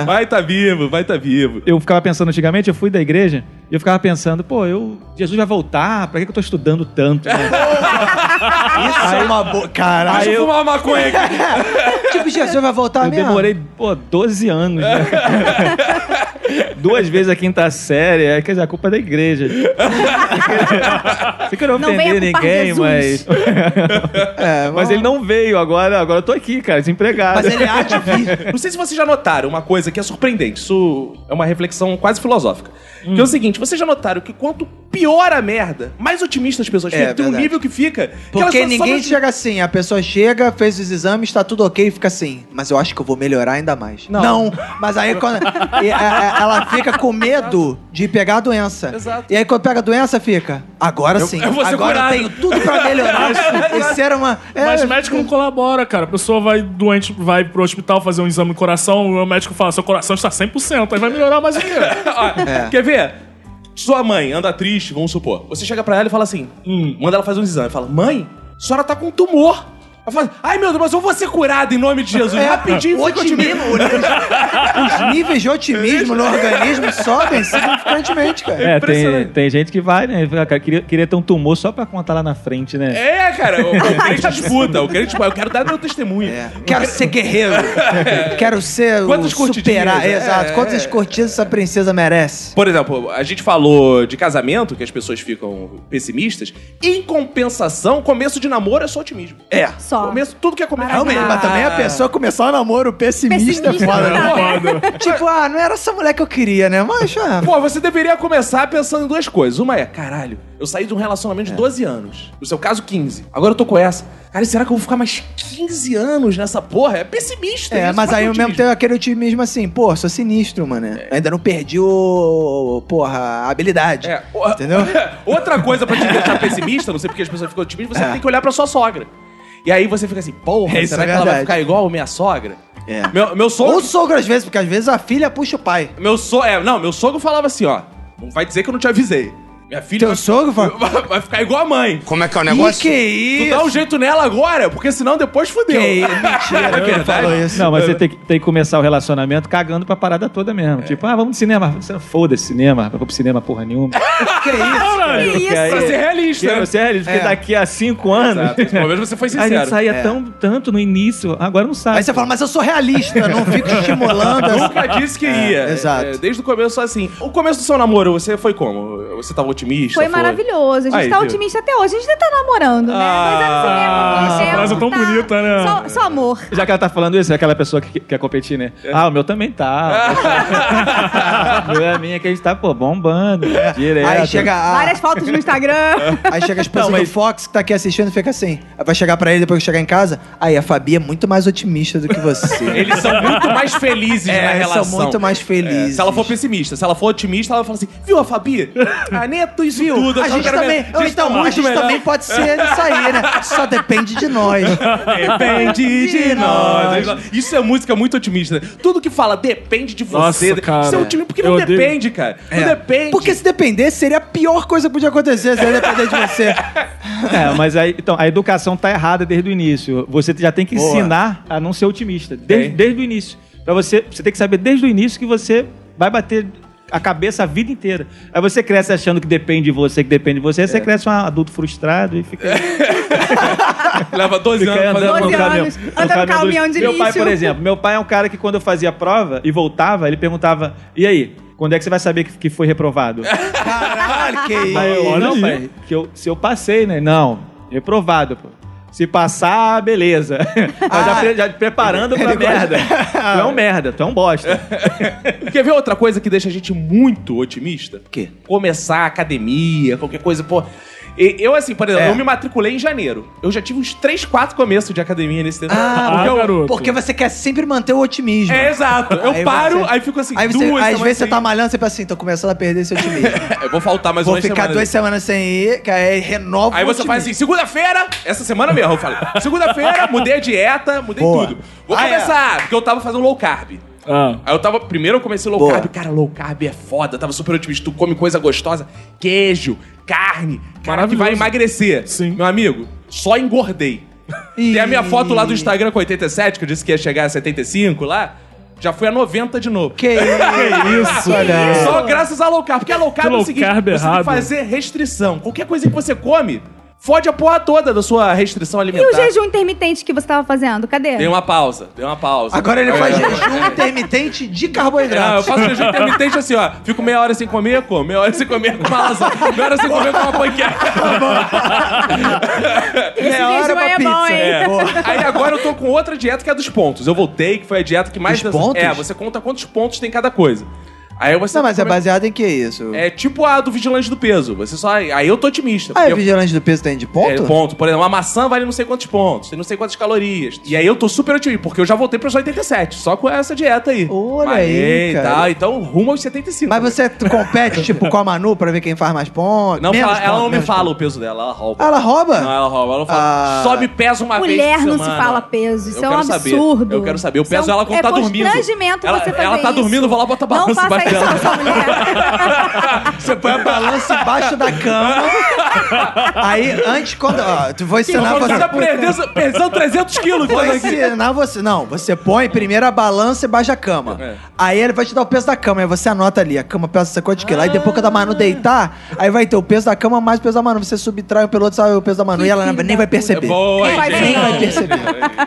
Vai tá vivo, vai tá vivo.
Eu ficava pensando antigamente, eu fui da igreja e eu ficava pensando, pô, eu. Jesus vai voltar? Pra que que eu tô estudando tanto?
É,
né?
Isso é uma boa. Caralho.
Deixa eu fumar uma maconha aqui.
Tipo, Jesus vai voltar
Eu
mesmo?
demorei, pô, 12 anos, né? Duas vezes a quinta série, aí, quer dizer, a culpa é da igreja. Você quer não
Não venha
ofender
culpar
ninguém, mas.
Jesus. Tá
É,
Mas ele não veio, agora, agora eu tô aqui, cara, desempregado.
é
Mas ele há de vir.
Não sei se vocês já notaram uma coisa que é surpreendente. Isso é uma reflexão quase filosófica. Que
Hum.
é o seguinte: vocês já notaram que quanto pior a merda, mais otimistas as pessoas
É,
ficam. Tem um
verdade.
nível que fica. que elas
Porque
só- só
ninguém
não-
chega assim. A pessoa chega, fez os exames, tá tudo ok e fica assim. Mas eu acho que eu vou melhorar ainda mais. Não. mas aí quando. e, é, é, ela fica com medo de pegar a doença.
Exato.
E aí quando pega a doença, fica. Agora sim.
eu vou ser
agora eu
curado."
tenho tudo pra melhorar. Esse era uma. é,
Mas o médico não colabora, cara. A pessoa vai doente, vai pro hospital fazer um exame no coração, o médico fala, seu coração está 100%, aí vai melhorar mais um o quê?
É.
Ó, Quer ver? Sua mãe anda triste, vamos supor. Você chega pra ela e fala assim: manda ela fazer um exame. Fala, mãe, a senhora tá com tumor. Ela fala, ai meu Deus, mas eu vou ser curada em nome de Jesus.
É,
Rapidinho,
o
fica otimista.
otimismo, os níveis de otimismo no organismo sobem significantemente, cara.
É, tem,
Impressionante.
tem gente que vai, né? Fala, Cara, queria, queria ter um tumor só pra contar lá na frente, né?
É, cara, o, o crente disputa. O crente, tipo, eu quero dar meu testemunho.
É. Quero ser guerreiro. Quero ser. o
Quantas
superar.
curtidinhas?
Exato.
É,
Quantas
é.
curtidas essa princesa merece?
Por exemplo, a gente falou de casamento, que as pessoas ficam pessimistas. Em compensação, começo de namoro é só otimismo. É.
Só.
Começo, tudo que é começo.
Não, mas também a pessoa começar o namoro pessimista, é
Pessimista,
foda.
não dá,
né?
né?
Tipo, ah, não era essa mulher que eu queria, né? Mas, ah,
Pô, você deveria começar pensando em duas coisas. Uma é, caralho, eu saí de um relacionamento
É.
de 12 anos. No seu caso, 15. Agora eu tô com essa. Cara, será que eu vou ficar mais 15 anos nessa porra? É pessimista.
É,
isso,
mas
não
aí ao
otimismo.
mesmo tempo aquele otimismo assim, pô, sou sinistro, mano. Ainda não perdi o. Porra, a habilidade.
É, o-
Entendeu?
Outra coisa pra te deixar pessimista, não sei porque as pessoas ficam otimistas, você tem que olhar pra sua sogra. E aí você fica assim, porra,
É, isso
será
é
que ela vai
verdade.
ficar igual a minha sogra?
É.
Meu, meu
Ou
sogro.
sogro às vezes, porque às vezes a filha puxa o pai.
Meu so, é, não, meu sogro falava assim, ó. Não vai dizer que eu não te avisei. Minha filha.
Teu
vai-
sogro fala-
vai, vai ficar igual a mãe.
Como é que é o
E
negócio?
que
Tu
isso?
dá um jeito nela agora, porque senão depois fudeu.
Que isso? Mentira, que ele falou isso.
Não, mas você tem que, tem que começar o relacionamento cagando pra parada toda
É.
mesmo. Tipo, ah, vamos no cinema. Você não foda-se cinema, eu vou pro cinema porra nenhuma.
Que isso?
Que
Porque aí-
Pra
É isso?
É
ser realista.
Porque, sério, porque
É.
daqui a cinco anos.
Exato. Pelo menos você foi
A gente
sincero.
saía
É.
tão, tanto no início, agora não sai.
Aí você fala, mas eu sou realista, não fico estimulando.
Nunca disse que ia.
exato.
É, desde o começo, assim. O começo do seu namoro, você foi como? Você tava otimista?
Foi maravilhoso. A gente
Aí,
tá
viu?
otimista até hoje. A gente ainda tá namorando, né? Dois anos e meio
Ah,
aconteceu,
essa frase é tão
tá?
bonita, né?
Só, só amor.
Já que ela tá falando isso, é aquela pessoa que que quer competir, né?
É.
Ah, o meu também tá. O meu é a minha que a gente tá, pô, bombando. Direto.
Aí chega a,
Várias fotos no Instagram.
É.
aí chega as pessoas
Não, mas-
do Fox que tá aqui assistindo e fica assim. Aí Vai chegar pra ele depois que chegar em casa. Aí a Fabi é muito mais otimista do que você.
Eles são muito mais felizes
É,
na
eles são
relação.
muito mais felizes.
É, se ela for pessimista, se ela for otimista, ela fala assim: viu a Fabi? Ah, Neto, isso
Viu?
tudo.
a
essa
gente
cara
também,
merece- gente
então,
tá
a
muito
gente
melhor."
também pode ser isso aí, né? Só depende de nós.
Depende de
De
nós.
nós.
Isso é música muito otimista. né? Tudo que fala depende de você.
Nossa, cara.
Isso é otimismo, porque não
Eu odeio.
depende, cara. Não
É.
depende.
Porque se depender, seria a pior coisa que podia acontecer, se depender de você.
É, mas aí, então, a educação tá errada desde o início. Você já tem que
Boa.
ensinar a não ser otimista, desde,
Tem.
desde o início. Pra você, você tem que saber desde o início que você vai bater a cabeça a vida inteira. Aí você cresce achando que depende de você, que depende de você, aí você cresce um adulto frustrado e fica,
Leva 12
fica
anos
andando
fazendo.
no
12
caminhão.
anos, anda no caminhão de
Meu pai,
lixo.
por exemplo, meu pai é um cara que quando eu fazia prova e voltava, ele perguntava: "E aí, quando é que você vai saber que, que foi reprovado?"
Caralho, que isso.
Aí eu,
Olha
não,
aí.
pai, que eu, se eu passei, né? Não. Reprovado, pô. Se passar, beleza. Mas
Ah.
já, pre- já te preparando pra merda. Tu é um merda, tu é um bosta.
Quer ver outra coisa que deixa a gente muito otimista? O quê? Começar a academia, qualquer coisa, pô. E- Eu, assim, por exemplo,
É.
eu me matriculei em janeiro. Eu já tive uns 3, 4 começos de academia nesse tempo.
Ah,
Ah, porque,
garoto.
porque você quer sempre manter o otimismo.
É, exato. Eu
Aí
paro,
você-
aí fico assim,
Aí você,
duas
às
semanas
vezes você
sem-
tá malhando, você pensa assim, tô começando a perder esse otimismo.
Eu vou faltar mais
Vou
umas
ficar
semanas.
duas semanas sem ir, que aí renova
Aí
o
você
otimismo.
faz assim, segunda-feira, essa semana mesmo, eu falei. Segunda-feira, mudei a dieta, mudei
Boa.
tudo. Vou
Ah, é.
começar, porque eu tava fazendo low carb.
Ah.
Aí eu tava. Primeiro eu comecei low
Boa.
carb. Cara, low carb é foda. Eu tava super otimista. Tu come coisa gostosa, queijo, carne. Cara, que
Maravilhoso.
vai emagrecer.
Sim.
Meu amigo, só engordei. Tem a minha foto lá do Instagram com 87, que eu disse que ia chegar a 75 lá. Já fui a 90 de novo.
Que isso, olha.
Só graças à low carb. Porque a low carb
Que
é o
low
seguinte,
carb
você tem que
errado. né?
fazer restrição. Qualquer coisa que você come, fode a porra toda da sua restrição
E
alimentar.
o jejum intermitente que você tava fazendo? Cadê?
Dei uma pausa, dei uma pausa.
Agora ele faz
É.
jejum intermitente de
Não, eu
carboidrato.
faço jejum intermitente assim, ó. Fico meia hora sem comer, como. Meia hora sem comer, com uma lasanha. Meia hora sem comer, com uma panqueca.
Esse
Meia hora
jejum
pra
aí é bom,
pizza.
hein?
É.
Boa.
Aí agora eu tô com outra dieta que é dos pontos. Eu voltei, que foi a dieta que mais...
Dos pontos?
É, você conta quantos pontos tem cada coisa. Aí você...
Não, mas é
come-
baseado em que isso?
É tipo a do vigilante do peso. Você só... Aí eu tô otimista.
Ah,
porque
é
eu-
vigilante do peso tem de
É,
ponto?
ponto. Por exemplo, uma maçã vale não sei quantos pontos, tem não sei quantas calorias. E aí eu tô super otimista, porque eu já voltei pra só 87, só com essa dieta aí.
Olha
Malhei
aí,
e
cara.
tal, então rumo aos 75.
Mas você t- compete, tipo, com a Manu pra ver quem faz mais pontos?
Não,
Menos
fala- ela
pontos,
não me
menos
fala
pontos.
o peso dela, ela rouba.
Ah, ela rouba?
Não, ela rouba. Ela não fala.
Ah.
Só me pesa uma vez.
Mulher
por
não se
semana.
fala peso, isso
Eu
é um
quero saber,
absurdo.
Eu quero saber. Eu
Isso é
peso
um-
ela quando
é
tá dormindo.
constrangimento
ela,
você fazer
Ela tá
isso.
dormindo, eu vou lá botar balança
Não faça
embaixo dela.
isso com sua mulher.
Você põe a balança embaixo da cama. aí, antes, quando. Ó, tu vou ensinar
Você
você.
tá perdendo, perdendo 300 quilos.
Vou
fazendo aqui.
ensinar você. é Não, você põe primeiro a balança embaixo da cama.
É.
Aí ele vai te dar o peso da cama. Aí você anota ali, a cama pesa sei quantos quilos. Aí depois quando a
Ah.
Manu deitar, aí vai ter o peso da cama mais o peso da Manu. Você subtrai um pelo outro, sai o peso da Manu.
Que
e ela
filho
nem
da
vai
puta.
perceber.
Boa,
Não vai
engenheiro.
ver, não.
Vai perceber.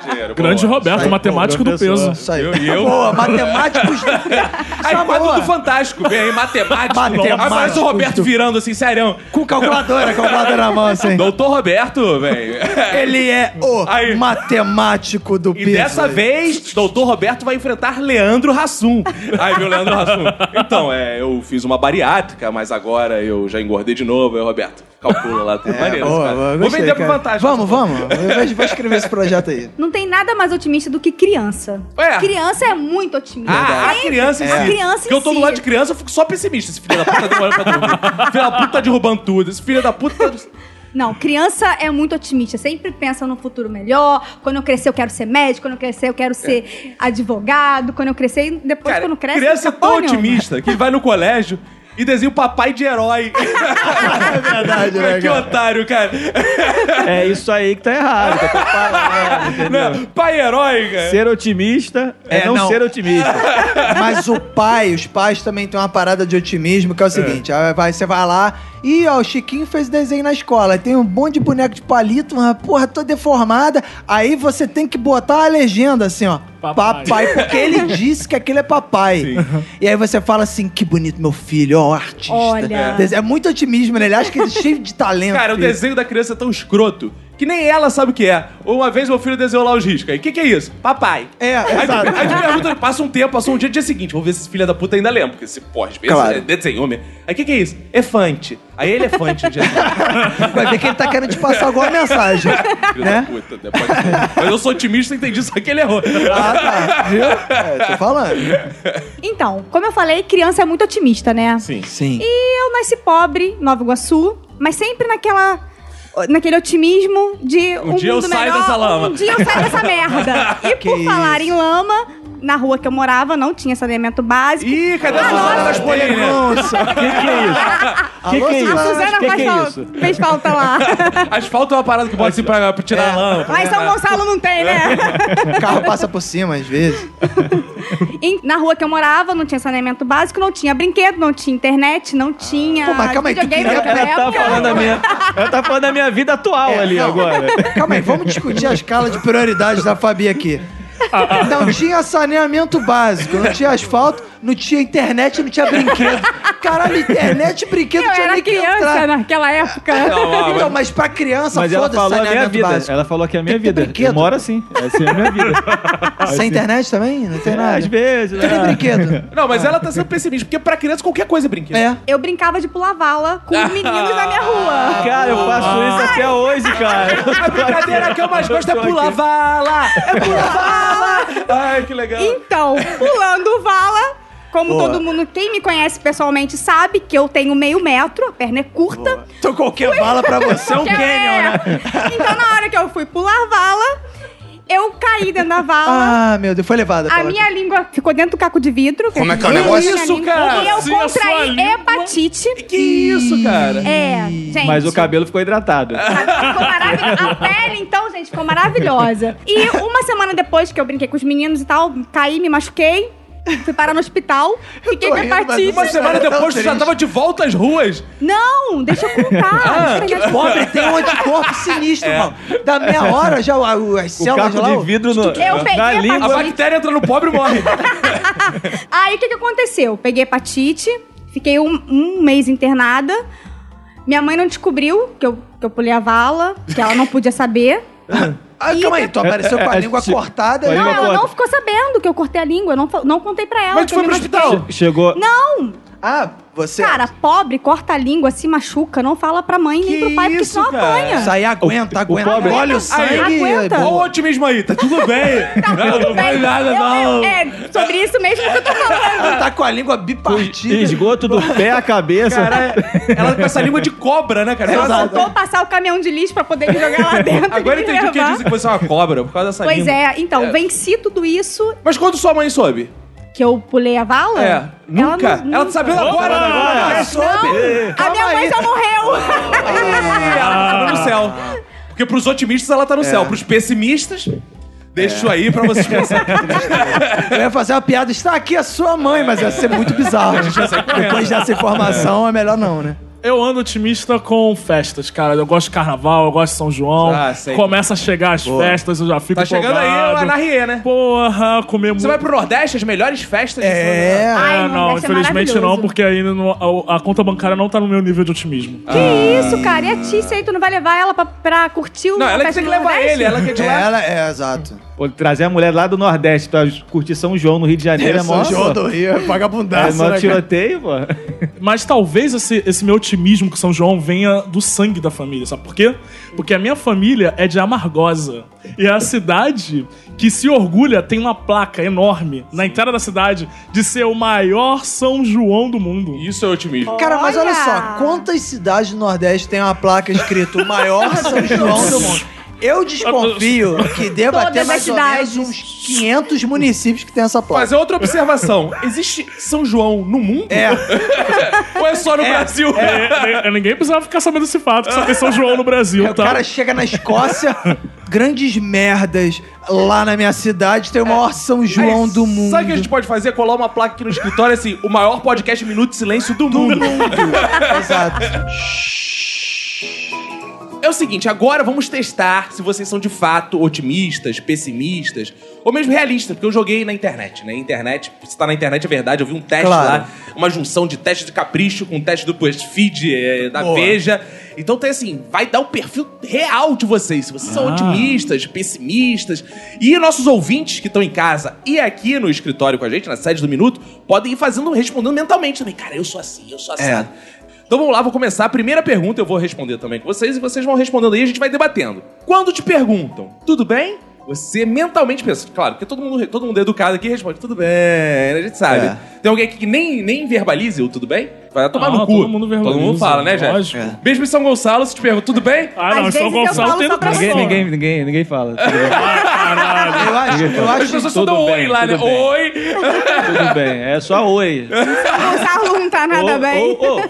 Engenheiro,
Grande
boa.
Roberto, matemático do peso.
Isso aí.
Eu e eu.
Boa, matemáticos. Isso é
Aí
uma
quadro
boa.
do Fantástico, vem aí, matemático.
Matemático.
Aí aparece o Roberto virando assim, serião.
Com calculadora, calculadora na mão, assim.
Doutor Roberto, velho.
Ele é o
Aí.
matemático do
E
peso.
dessa vez, Doutor Roberto vai enfrentar Leandro Hassum. Aí, meu Leandro Hassum. Então, é, eu fiz uma bariátrica, mas agora eu já engordei de novo. Aí, Roberto, calcula lá. Tudo
É,
maneiro,
boa,
cara.
boa,
Vou
gostei,
vender pro
cara.
Fantástico.
Vamos, vamos. Eu vou- vou escrever esse projeto aí.
Não tem nada mais otimista do que criança.
É.
Criança é muito otimista.
Ah, a
Sempre
criança em si.
É. a criança em
Porque eu tô do
si.
lado de criança, eu fico só pessimista. Esse filho da puta tá demorando pra dormir. Filho da puta tá derrubando tudo. Esse filho da puta... tá-
Não, criança é muito otimista. Sempre pensa no futuro melhor. Quando eu crescer, eu quero ser médico. Quando eu crescer, eu quero ser advogado. Quando eu crescer, e depois
É. Cara,
quando cresce.
criança é
não quer
tão
porra nenhuma.
otimista que vai no colégio e desenha o papai de herói.
É verdade,
que otário, cara.
É isso aí que tá errado. tá preparado, entendeu?
Não, pai herói, cara.
Ser otimista é,
É,
não,
não.
ser otimista.
Mas o pai, os pais também têm uma parada de otimismo, que é o seguinte: aí vai, você vai lá e ó, o Chiquinho fez desenho na escola. Tem um monte de boneco de palito, uma porra toda deformada. Aí você tem que botar a legenda assim, ó.
Papai.
Papai, porque ele disse que aquele é papai. E aí você fela assim: que bonito meu filho, ó, artista.
Olha.
Dese- É muito otimismo, né? Ele acha que ele é cheio de talento.
Cara, o
filho.
desenho da criança é tão escroto que nem ela sabe o que é. Uma vez meu filho desenhou lá os riscos. Aí, o que, que é isso? Papai.
É,
Aí,
exato.
tu- aí tu pergunta, passa um tempo, passou um dia, dia seguinte, vou ver se esse filho da puta ainda lembra, porque se pode,
Claro.
esse é desenho, mesmo. Aí, o que, que é isso? Elefante. Aí, é elefante. no dia seguinte.
Vai ver que ele tá querendo te passar alguma mensagem.
Filho da
né?
puta, né? Pode ser. Mas eu sou otimista, entendi só que ele errou.
Ah, tá. Viu? É, tô falando.
Então, como eu falei, criança é muito otimista, né?
Sim.
Sim.
E eu nasci pobre, Nova Iguaçu, mas sempre naquela. Naquele otimismo de um,
dia eu
mundo
saio
melhor,
dessa lama.
Um dia eu saio dessa merda. E
Que
por falar
isso.
em lama, na rua que eu morava não tinha saneamento básico.
Ih, cadê a Suzana das Polinas?
O que, que é isso? O que, que é
a
isso?
Suzana
O que, que
faz
é
fal-
isso?
fez falta lá.
Asfalto é uma parada que bota assim pra, pra tirar a lama.
Mas São Gonçalo não tem, né?
O carro passa por cima, às vezes.
Em- na rua que eu morava não tinha saneamento básico, não tinha brinquedo, não tinha internet, não tinha.
Pô, mas calma aí, tu
videogame
queria-
naquela
Ela tá,
época.
falando da minha, ela tá falando da minha vida atual
É,
ali
não.
agora.
Calma aí, vamos discutir a escala de prioridades da Fabi aqui. Não tinha saneamento básico, não tinha asfalto, não tinha internet, não tinha brinquedo. Caralho, internet, brinquedo,
Eu
tinha
era
nem que entrar.
criança né? naquela época.
Então, mas pra criança,
Mas ela
foda-se
falou a minha
saneamento
vida.
básico.
Ela falou que é a
Tem
minha
que ter
vida.
brinquedo.
Eu moro assim. Essa é a minha vida.
Ah, Sem internet também? Não tem nada.
Às vezes,
Tudo é
né?
brinquedo.
Não, mas ela tá sendo pessimista, porque pra criança qualquer coisa é brinquedo.
É.
Eu brincava de pular vala com os meninos da minha rua.
Cara, eu faço isso até hoje, cara.
A brincadeira que eu mais gosto é pular vala. É pular vala. Ai, que legal.
Então, pulando vala, como todo mundo, quem me conhece pessoalmente sabe que eu tenho meio metro, a perna é curta.
Então qualquer bala pra você é um
Porque-
canyon, né?
Então, na hora que eu fui pular vala, eu caí dentro da vala.
Ah, meu Deus, foi levada.
A
pela-
minha língua ficou dentro do caco de vidro.
Como é que é o
Minha
negócio?
Isso,
língua-
cara!
E eu
Sim, a sua
contraí
língua.
hepatite.
Que isso, cara?
É, gente. Ah,
Mas o cabelo ficou hidratado.
Ficou maravilhosa. A pele, então, gente, ficou maravilhosa. E uma semana depois que eu brinquei com os meninos e tal, caí, me machuquei, fui parar no hospital, fiquei com
rindo, mas
hepatite.
Uma semana depois tu já tava de volta às ruas.
Não, deixa eu
Ah,
contar. Deixa eu pegar-
Pobre tem um anticorpo sinistro, mano. Da meia hora, já a- as
O
células
caco
lá...
de
o-
vidro no,
É, Eu peguei
na
a
A
língua.
parte-
bactéria entra no pobre e morre.
Aí o que, que aconteceu? Peguei hepatite, fiquei um, um mês internada. Minha mãe não descobriu que eu, que eu pulei a vala, que ela não podia saber.
Ah, calma aí, tu apareceu com a
É, é,
língua
tipo,
cortada.
com a
né?
Não, ela
corta.
não ficou sabendo que eu cortei a língua, eu não, fa- não contei pra ela.
Mas tu
que
foi
eu
pro
me machuquei.
hospital.
Chegou.
Não,
Ah, você...
Cara, pobre corta a língua, se machuca, não fala pra mãe nem pro pai, porque
isso,
senão
cara?
apanha.
Isso aí aguenta, aguenta.
pobre-
Olha o sangue.
aguenta.
Olha o otimismo aí, tá tudo bem. não, não vai nada,
Eu-
não.
eu- é, sobre isso mesmo que eu tô falando.
Ela tá com a língua bipartida.
Esgoto do pé à cabeça.
Ela tá com essa língua de cobra, né, cara?
Eu
Ela-
voltou passar o caminhão de lixo pra poder me jogar lá dentro.
Agora
e
eu
me
entendi o que
levar.
disse que você é uma cobra, por causa dessa
Pois
língua.
é, então, venci tudo isso
Mas quando sua mãe soube?
que eu pulei a vala.
É,
ela
nunca. Ela,
não-
tá sabendo agora.
Ela soube.
A minha mãe já morreu.
Ela tava no céu. Porque pros otimistas ela tá no céu. Pros pessimistas, deixa isso aí pra vocês pensarem. Tá
Eu ia fazer uma piada, está aqui a sua mãe, mas ia ser muito bizarro. Depois dessa informação, é melhor não, né?
Eu ando otimista com festas, cara. Eu gosto de carnaval, eu gosto de São João.
Ah, sei.
Começa a chegar as festas, eu já fico
Tá chegando aí
empolgado.
a Narrie, né?
Porra, comer muito.
Você vai pro Nordeste, as melhores festas. de
É.
Ai, não,
É, não,
deve ser
infelizmente
maravilhoso.
não, porque ainda não- a, a conta bancária não tá no meu nível de otimismo.
Que isso, cara? E a Tícia aí, tu não vai levar ela pra, pra curtir o
Ah. Não, ela que
Festa
tem que
do
levar
Nordeste?
ele, ela que é de lá.
Ela é, exato.
Pô, trazer a mulher lá do Nordeste pra curtir São João no Rio de Janeiro é, mó.
João do Rio, é
É
vagabundaço,
mó
né, cara?
tiroteio, pô.
Mas talvez esse, esse meu otimismo com São João venha do sangue da família, sabe por quê? Porque a minha família é de Amargosa. E é a cidade que se orgulha tem uma placa enorme na entrada da cidade de ser o maior São João do mundo.
Isso é otimismo.
Cara, mas olha
Olha!
só, quantas cidades do Nordeste tem uma placa escrito o maior São João do mundo? Eu desconfio que deva
Todas
ter
as
mais ou menos
cidades.
uns 500 municípios que tem essa placa.
Fazer é outra observação. Existe São João no mundo?
É,
Ou é só no Brasil?
É, é, ninguém precisava ficar sabendo esse fato, que só tem São João no Brasil,
É, o
tá?
cara chega na Escócia, grandes merdas, lá na minha cidade tem o maior São João
É. Aí,
do mundo.
Sabe o que é a gente pode fazer? Colar uma placa aqui no escritório assim, o maior podcast Minuto de Silêncio do, mundo.
Exato.
É o seguinte, agora vamos testar se vocês são de fato otimistas, pessimistas ou mesmo realistas, porque eu joguei na internet, né? Internet, se tá na internet é verdade, eu vi um teste
Claro.
lá, uma junção de teste de capricho com teste do BuzzFeed, é, da
Boa.
Veja. Então tem assim, vai dar o perfil real de vocês, se vocês são
Ah.
otimistas, pessimistas. E nossos ouvintes que estão em casa e aqui no escritório com a gente, na sede do Minuto, podem ir fazendo, respondendo mentalmente também. Cara, eu sou assim, eu sou
É.
assado. Então vamos lá, vou começar. A primeira pergunta eu vou responder também com vocês e vocês vão respondendo aí, a gente vai debatendo. Quando te perguntam, tudo bem? Você mentalmente pensa, claro, porque todo mundo, todo mundo é educado aqui e responde, tudo bem, a gente sabe.
É.
Tem alguém aqui que nem, nem verbalize o tudo bem? Vai tomar
Ah,
no cu.
todo mundo verbaliza,
Todo mundo fala, né, Jéssica?
lógico.
É. Mesmo em São Gonçalo, se te pergunta, tudo bem?
Ah, não,
Às vezes
São
eu
Gonçalo
falo
tem
só pra
Ninguém,
Só.
ninguém, ninguém, ninguém fala.
Eu acho, eu
As
acho
pessoas só
tudo
dão oi
bem,
lá, né?
tudo bem.
Oi!
Tudo bem, é só oi.
O Gonçalo não tá nada
Ô,
bem.
ô, ô, ô.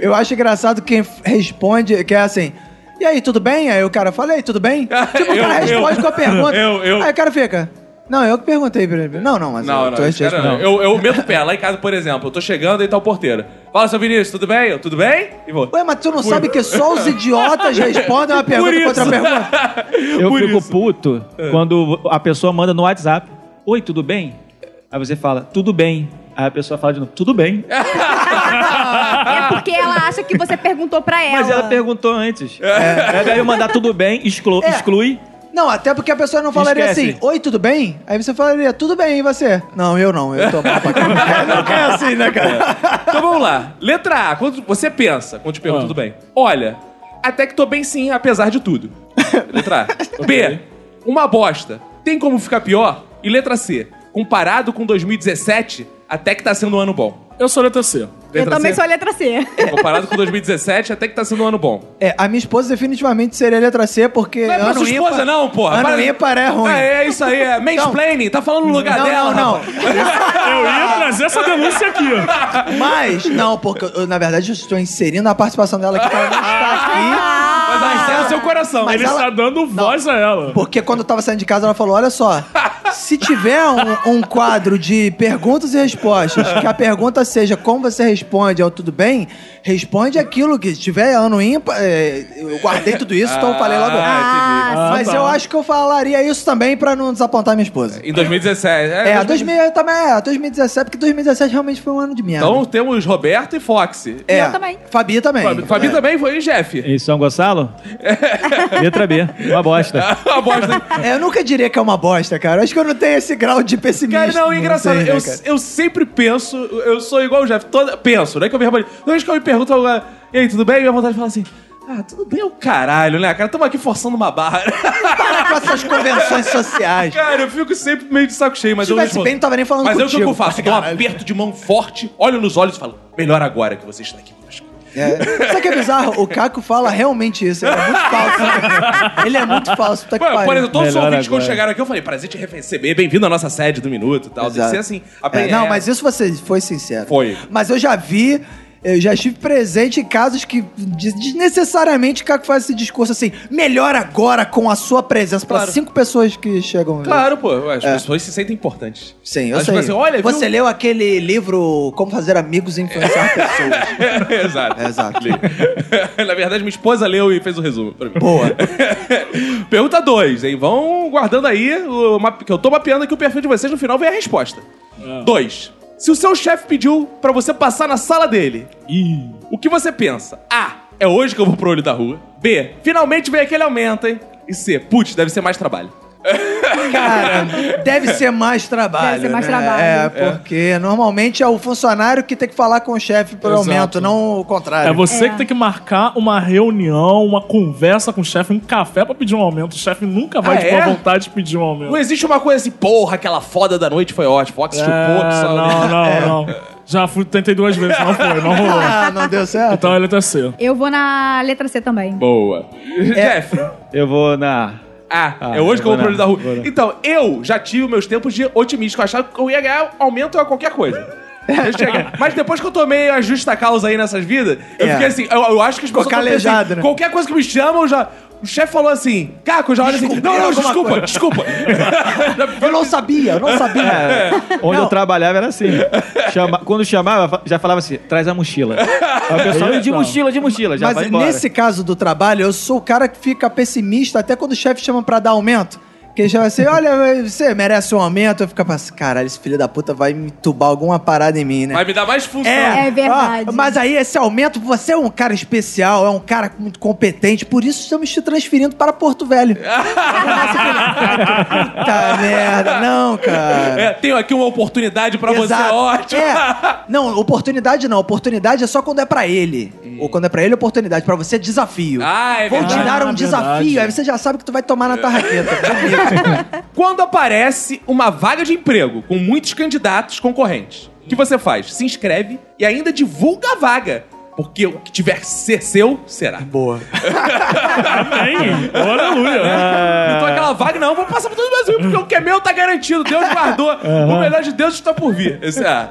Eu acho engraçado quem f- responde, que é assim. E aí, tudo bem? Aí o cara fala, e aí, tudo bem? Tipo, o
Eu,
cara
eu.
responde com a pergunta.
Eu, eu.
Aí o cara fica. Não, eu que perguntei pra ele. Não, não, mas
Não,
eu
não,
tô
esse cara
respondendo.
não. Eu, eu meto o pé lá em casa, por exemplo. Eu tô chegando e tá o porteiro. Fala, seu Vinícius, tudo bem? Eu, tudo bem? E vou.
Ué, mas tu não sabe que só os idiotas respondem uma pergunta com outra pergunta?
Eu
Por
fico
isso.
puto quando a pessoa manda no WhatsApp: Oi, tudo bem? Aí você fala: Tudo bem. Aí a pessoa fala de novo, tudo bem.
É porque ela acha que você perguntou pra ela.
Mas ela perguntou antes. É. Daí eu mandar tudo bem, exclu-
É.
exclui.
Não, até porque a pessoa não falaria
Esquece.
assim, oi, tudo bem? Aí você falaria, tudo bem, e você? Não, eu não, eu tô mal pra caralho. Não é assim, né, cara?
Então vamos lá. Letra A. Quando você pensa, quando te pergunta,
Ah.
tudo bem. Olha, até que tô bem sim, apesar de tudo. Letra A. B. Uma bosta. Tem como ficar pior? E letra C. Comparado com 2017, até que tá sendo um ano bom.
Eu sou letra C.
Eu
Letra
também
C.
sou a letra C.
Comparado com 2017, até que tá sendo um ano bom.
É, a minha esposa definitivamente seria a letra C, porque...
Não é pra
ano
sua esposa,
ímpar-
não, porra.
Ano
Para-
ímpar é ruim. Então-
Ah, é isso aí, é mansplaining. Tá falando no lugar
Não,
dela.
não, não.
rapaz.
Eu ia trazer essa denúncia aqui.
Mas, não, porque eu, na verdade eu estou inserindo a participação dela aqui, que tá ela não está aqui.
Mas aí você é o seu coração.
Mas
Ele
ela-
está dando voz a ela.
Porque quando eu tava saindo de casa, ela falou: olha só, se tiver um, um quadro de perguntas e respostas, que a pergunta seja como você responde ao tudo bem, responde aquilo que se tiver ano ímpar. é, eu guardei tudo isso, então eu falei logo.
Ah,
Mas
tá.
eu acho que eu falaria isso também pra não desapontar minha esposa.
Em 2017.
É, 2000 também é, 2017, porque 2017 realmente foi um ano de merda.
Então temos Roberto e Foxy.
é,
Eu também.
Fabi também. É,
Fabi, Fabi também foi, hein, Jeff?
Em São Gonçalo?
É.
Letra B. Uma bosta.
Uma bosta, hein?
É, eu nunca diria que é uma bosta, cara. Eu acho que eu não tenho esse grau de pessimismo.
Cara, não, é engraçado.
sei, né,
eu,
cara?
eu sempre penso, eu sou igual o Jeff, toda, penso, né? Que eu me rebelde. Toda vez que eu me pergunto, eu, ah, e aí, tudo bem? Minha vontade de falar assim. Ah, tudo bem é o caralho, né, cara? Tamo aqui forçando uma barra.
Para com essas convenções sociais.
cara, eu fico sempre meio de saco cheio, mas
Se
eu
tivesse
respondo.
bem, não tava nem falando
Mas eu o que eu
contigo.
faço? Dou um aperto de mão forte, olho nos olhos e falo, melhor agora que você está aqui conosco.
É. Sabe o que é bizarro? O Caco fala realmente isso. Ele é muito falso. Ele é muito falso. Tá que
Ué, por
pariu.
exemplo, todos os
Melhor
ouvintes que
agora.
chegaram aqui, eu falei, prazer te receber, bem-vindo à nossa sede do Minuto e tal.
Exato.
Tem que ser assim. a-
É, não,
é-
mas isso você foi sincero.
Foi.
Mas eu já vi, eu já estive presente em casos que des- desnecessariamente o Caco faz esse discurso assim, melhor agora com a sua presença para
Claro.
cinco pessoas que chegam.
Claro, pô, ué,
É.
as pessoas se sentem importantes.
Sim, eu
Elas
sei.
ficam assim, olha,
você
viu?
leu aquele livro Como Fazer Amigos e Influenciar Pessoas.
Exato.
É, exato.
Na verdade, minha esposa leu e fez o resumo pra mim.
Boa.
Pergunta 2, hein? Vão guardando aí, o map- que eu tô mapeando aqui o perfil de vocês, no final vem a resposta.
Ah.
2. Se o seu chefe pediu pra você passar na sala dele,
Ih.
o que você pensa? A. É hoje que eu vou pro olho da rua. B. Finalmente veio aquele aumento, hein? E C. Putz, deve ser mais trabalho.
Cara, deve ser mais trabalho.
Deve ser mais
né?
trabalho.
É, porque normalmente é o funcionário que tem que falar com o chefe pelo
Exato.
aumento, não o contrário.
É você que tem que marcar uma reunião, uma conversa com o chefe, um café pra pedir um aumento. O chefe nunca vai
Ah,
de boa
é?
vontade pedir um aumento.
Não existe uma coisa assim, porra, aquela foda da noite foi ótimo. Fox
É,
chupou, que só...
não,
É.
não, não. Já fui, tentei duas vezes, não foi, não rolou.
Ah, não deu certo?
Então é letra C.
Eu vou na letra C também.
Boa.
É,
Jeff.
Eu vou na...
Ah,
Ah,
é hoje que eu vou pro
vou
olho da
não,
rua.
vou não.
Então, eu já tive meus tempos de otimista. Eu achava que eu ia ganhar aumento a qualquer coisa.
É.
Eu chegava. Mas depois que eu tomei a justa causa aí nessas vidas, eu
É.
fiquei assim, eu, eu acho que as pessoas.
Ficou
tão pensando, assim,
calejado, né?
Qualquer coisa que me chamam, eu já. O chefe falou assim, Caco, eu já olha assim. Não, não,
é alguma
desculpa,
coisa."
desculpa.
Eu não sabia, eu não
É.
sabia.
Onde
Não.
eu trabalhava era assim. Chama- Quando chamava, fa- já falava assim, traz a mochila. Aí o pessoal, de mochila, de mochila, já vai
Mas
embora.
nesse caso do trabalho, eu sou o cara que fica pessimista até quando o chefe chama pra dar aumento. Que ele chama assim, olha, você merece um aumento. Eu fico pensando, caralho, esse filho da puta vai me tubar alguma parada em mim, né?
Vai me dar mais função.
É verdade.
ó, mas aí, esse aumento, você é um cara especial, é um cara muito competente, por isso estamos te transferindo para Porto Velho. Puta merda, não, cara.
É, tenho aqui uma oportunidade pra você,
Exato.
ótimo.
É. Não, oportunidade não. Oportunidade é só quando é pra ele. Ou quando é pra ele, oportunidade. Pra você, é desafio.
Ah, é
Vou te
verdade.
dar um
Ah, verdade.
desafio. Aí você já sabe que tu vai tomar na tua raqueta.
Quando aparece uma vaga de emprego com muitos candidatos concorrentes, o que você faz? Se inscreve e ainda divulga a vaga. Porque o que tiver que ser seu, será.
Boa.
Amém! Aleluia!
Então aquela vaga, não, vou passar por todo o Brasil, porque o que é meu tá garantido. Deus guardou. O melhor de Deus está por vir. Esse é A.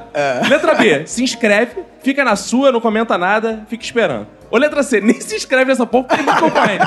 Letra B, se inscreve, fica na sua, não comenta nada, fica esperando. Ou letra C, nem se inscreve nessa porra porque tem muito concorrente.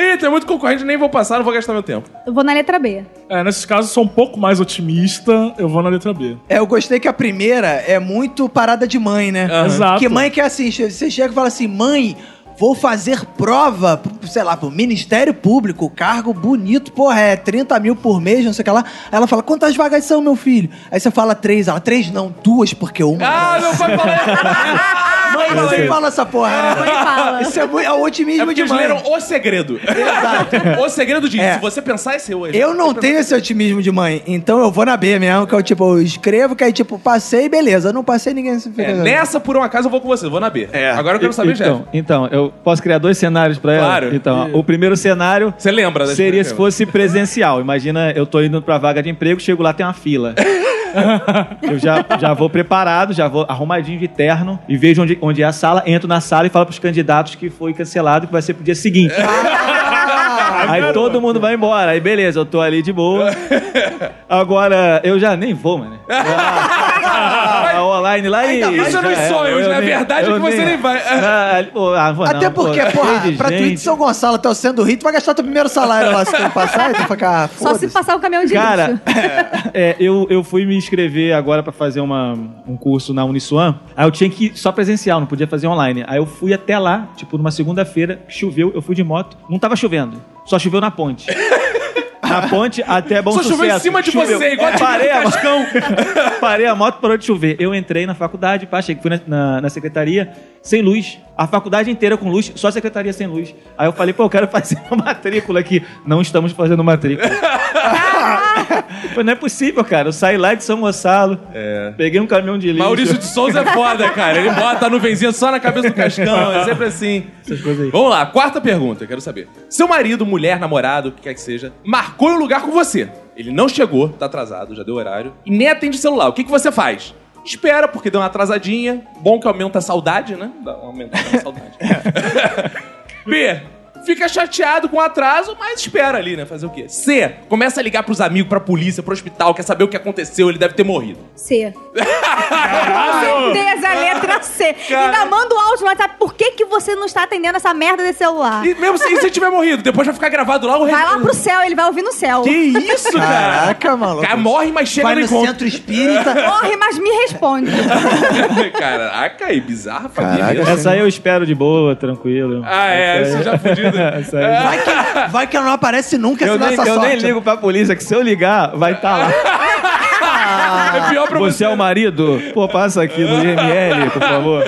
Ih, tem muito concorrente, nem vou passar, não vou gastar meu tempo.
Eu vou na letra B.
É, nesses casos, sou um pouco mais otimista, eu vou na letra B.
É, eu gostei que a primeira é muito parada de mãe, né?
Exato.
Porque mãe que é assim, che- você chega e fala assim, mãe, Vou fazer prova, pro- sei lá, pro Ministério Público, cargo bonito, porra, é 30 mil por mês, não sei o que lá. Aí ela fala, quantas vagas são, meu filho? Aí você fala três, ela, três não, duas, porque uma.
Ah, meu pai falou
mãe, você fala essa porra, né?
Mãe fala.
Isso é, muito, é o
Ah, É
otimismo
porque
de
eles
mãe.
leram O Segredo.
Exato.
O Segredo diz,
É.
se você pensar, é seu. hoje.
Eu não tenho esse otimismo de mãe, então eu vou na B mesmo, que eu, tipo, eu escrevo, que aí, tipo, passei, beleza. Não passei, ninguém se fica...
É, nessa, por um acaso, eu vou com você. Vou na B. Agora eu quero saber,
então,
Jeff.
então, eu posso criar dois cenários pra ela?
Claro.
Então, ó, o primeiro cenário
Você lembra? das
seria
primeiras
se fosse presencial. Imagina, eu tô indo pra vaga de emprego, chego lá, tem uma fila. eu já, já vou preparado, já vou arrumadinho de terno e vejo onde, onde é a sala, entro na sala e falo pros candidatos que foi cancelado e que vai ser pro dia seguinte. Aí todo mundo vai embora. Aí beleza, eu tô ali de boa. Agora, eu já nem vou, mano. A online lá e.
Isso
já
nos
era.
sonhos,
Eu
na
nem-
verdade, é
eu
que você
nem-
nem vai.
Ah, pô, ah, vou
Até
não, pô,
porque,
cheio
porra,
de
pra tu ir
gente.
de São Gonçalo até o centro do Rio, tu vai gastar teu primeiro salário lá se tu não passar, e tu fica, ah,
Só se
foda-se.
passar o caminhão de
Cara,
lixo.
é, eu, eu fui me inscrever agora pra fazer uma, um curso na Uniswan. Aí eu tinha que ir só presencial, não podia fazer online. Aí eu fui até lá, tipo, numa segunda-feira, choveu, eu fui de moto. Não tava chovendo, só choveu na ponte. Na ponte até bom
Só
sucesso.
choveu em cima de você, igual a
Parei a
Cascão.
Parei a moto, parou de chover. Eu entrei na faculdade, pá, cheguei, fui na, na- na secretaria, sem luz. A faculdade inteira com luz, só a secretaria sem luz. Aí eu falei, pô, eu quero fazer uma matrícula aqui. Não estamos fazendo matrícula. Pô, não é possível, cara. Eu saí lá de São Gonçalo, peguei um caminhão de lixo.
Maurício de Souza é foda, cara. Ele bota a nuvenzinha só na cabeça do Cascão. É sempre assim.
Essas coisas aí.
Vamos lá, quarta pergunta, quero saber. Seu marido, mulher, namorado, o que quer que seja, marcou um lugar com você. Ele não chegou, tá atrasado, já deu horário, e nem atende o celular. O que, que você faz? Espera, porque deu uma atrasadinha. Bom que aumenta a saudade, né? Dá uma aumentada na saudade. B. Fica chateado com o atraso, mas espera ali, né? Fazer o quê? C. Começa a ligar pros amigos, pra polícia, pro hospital, quer saber o que aconteceu, ele deve ter morrido.
C. Com certeza, letra C. Ainda manda o áudio no WhatsApp. Por que, que você não está atendendo essa merda desse celular?
E mesmo se, e se tiver morrido, depois vai ficar gravado lá o
Vai lá
resto.
pro céu, ele vai ouvir no céu.
Que isso, cara?
Caraca, maluco.
Cara, morre, mas chega
Vai
no
no
encontro.
centro espírita.
Corre, mas me responde.
Caraca, e bizarra família.
Caraca.
Essa aí eu espero de boa, tranquilo.
Ah, é,
Essa
você
aí-
já fudido.
Essa aí-
Vai que, vai que ela não aparece nunca
Eu,
se dá
nem,
essa
eu
sorte.
nem ligo pra polícia, que se eu ligar, vai estar lá.
Ah.
É pior Ah, pra
Você
você.
é o marido? Pô, passa aqui no IML, por favor.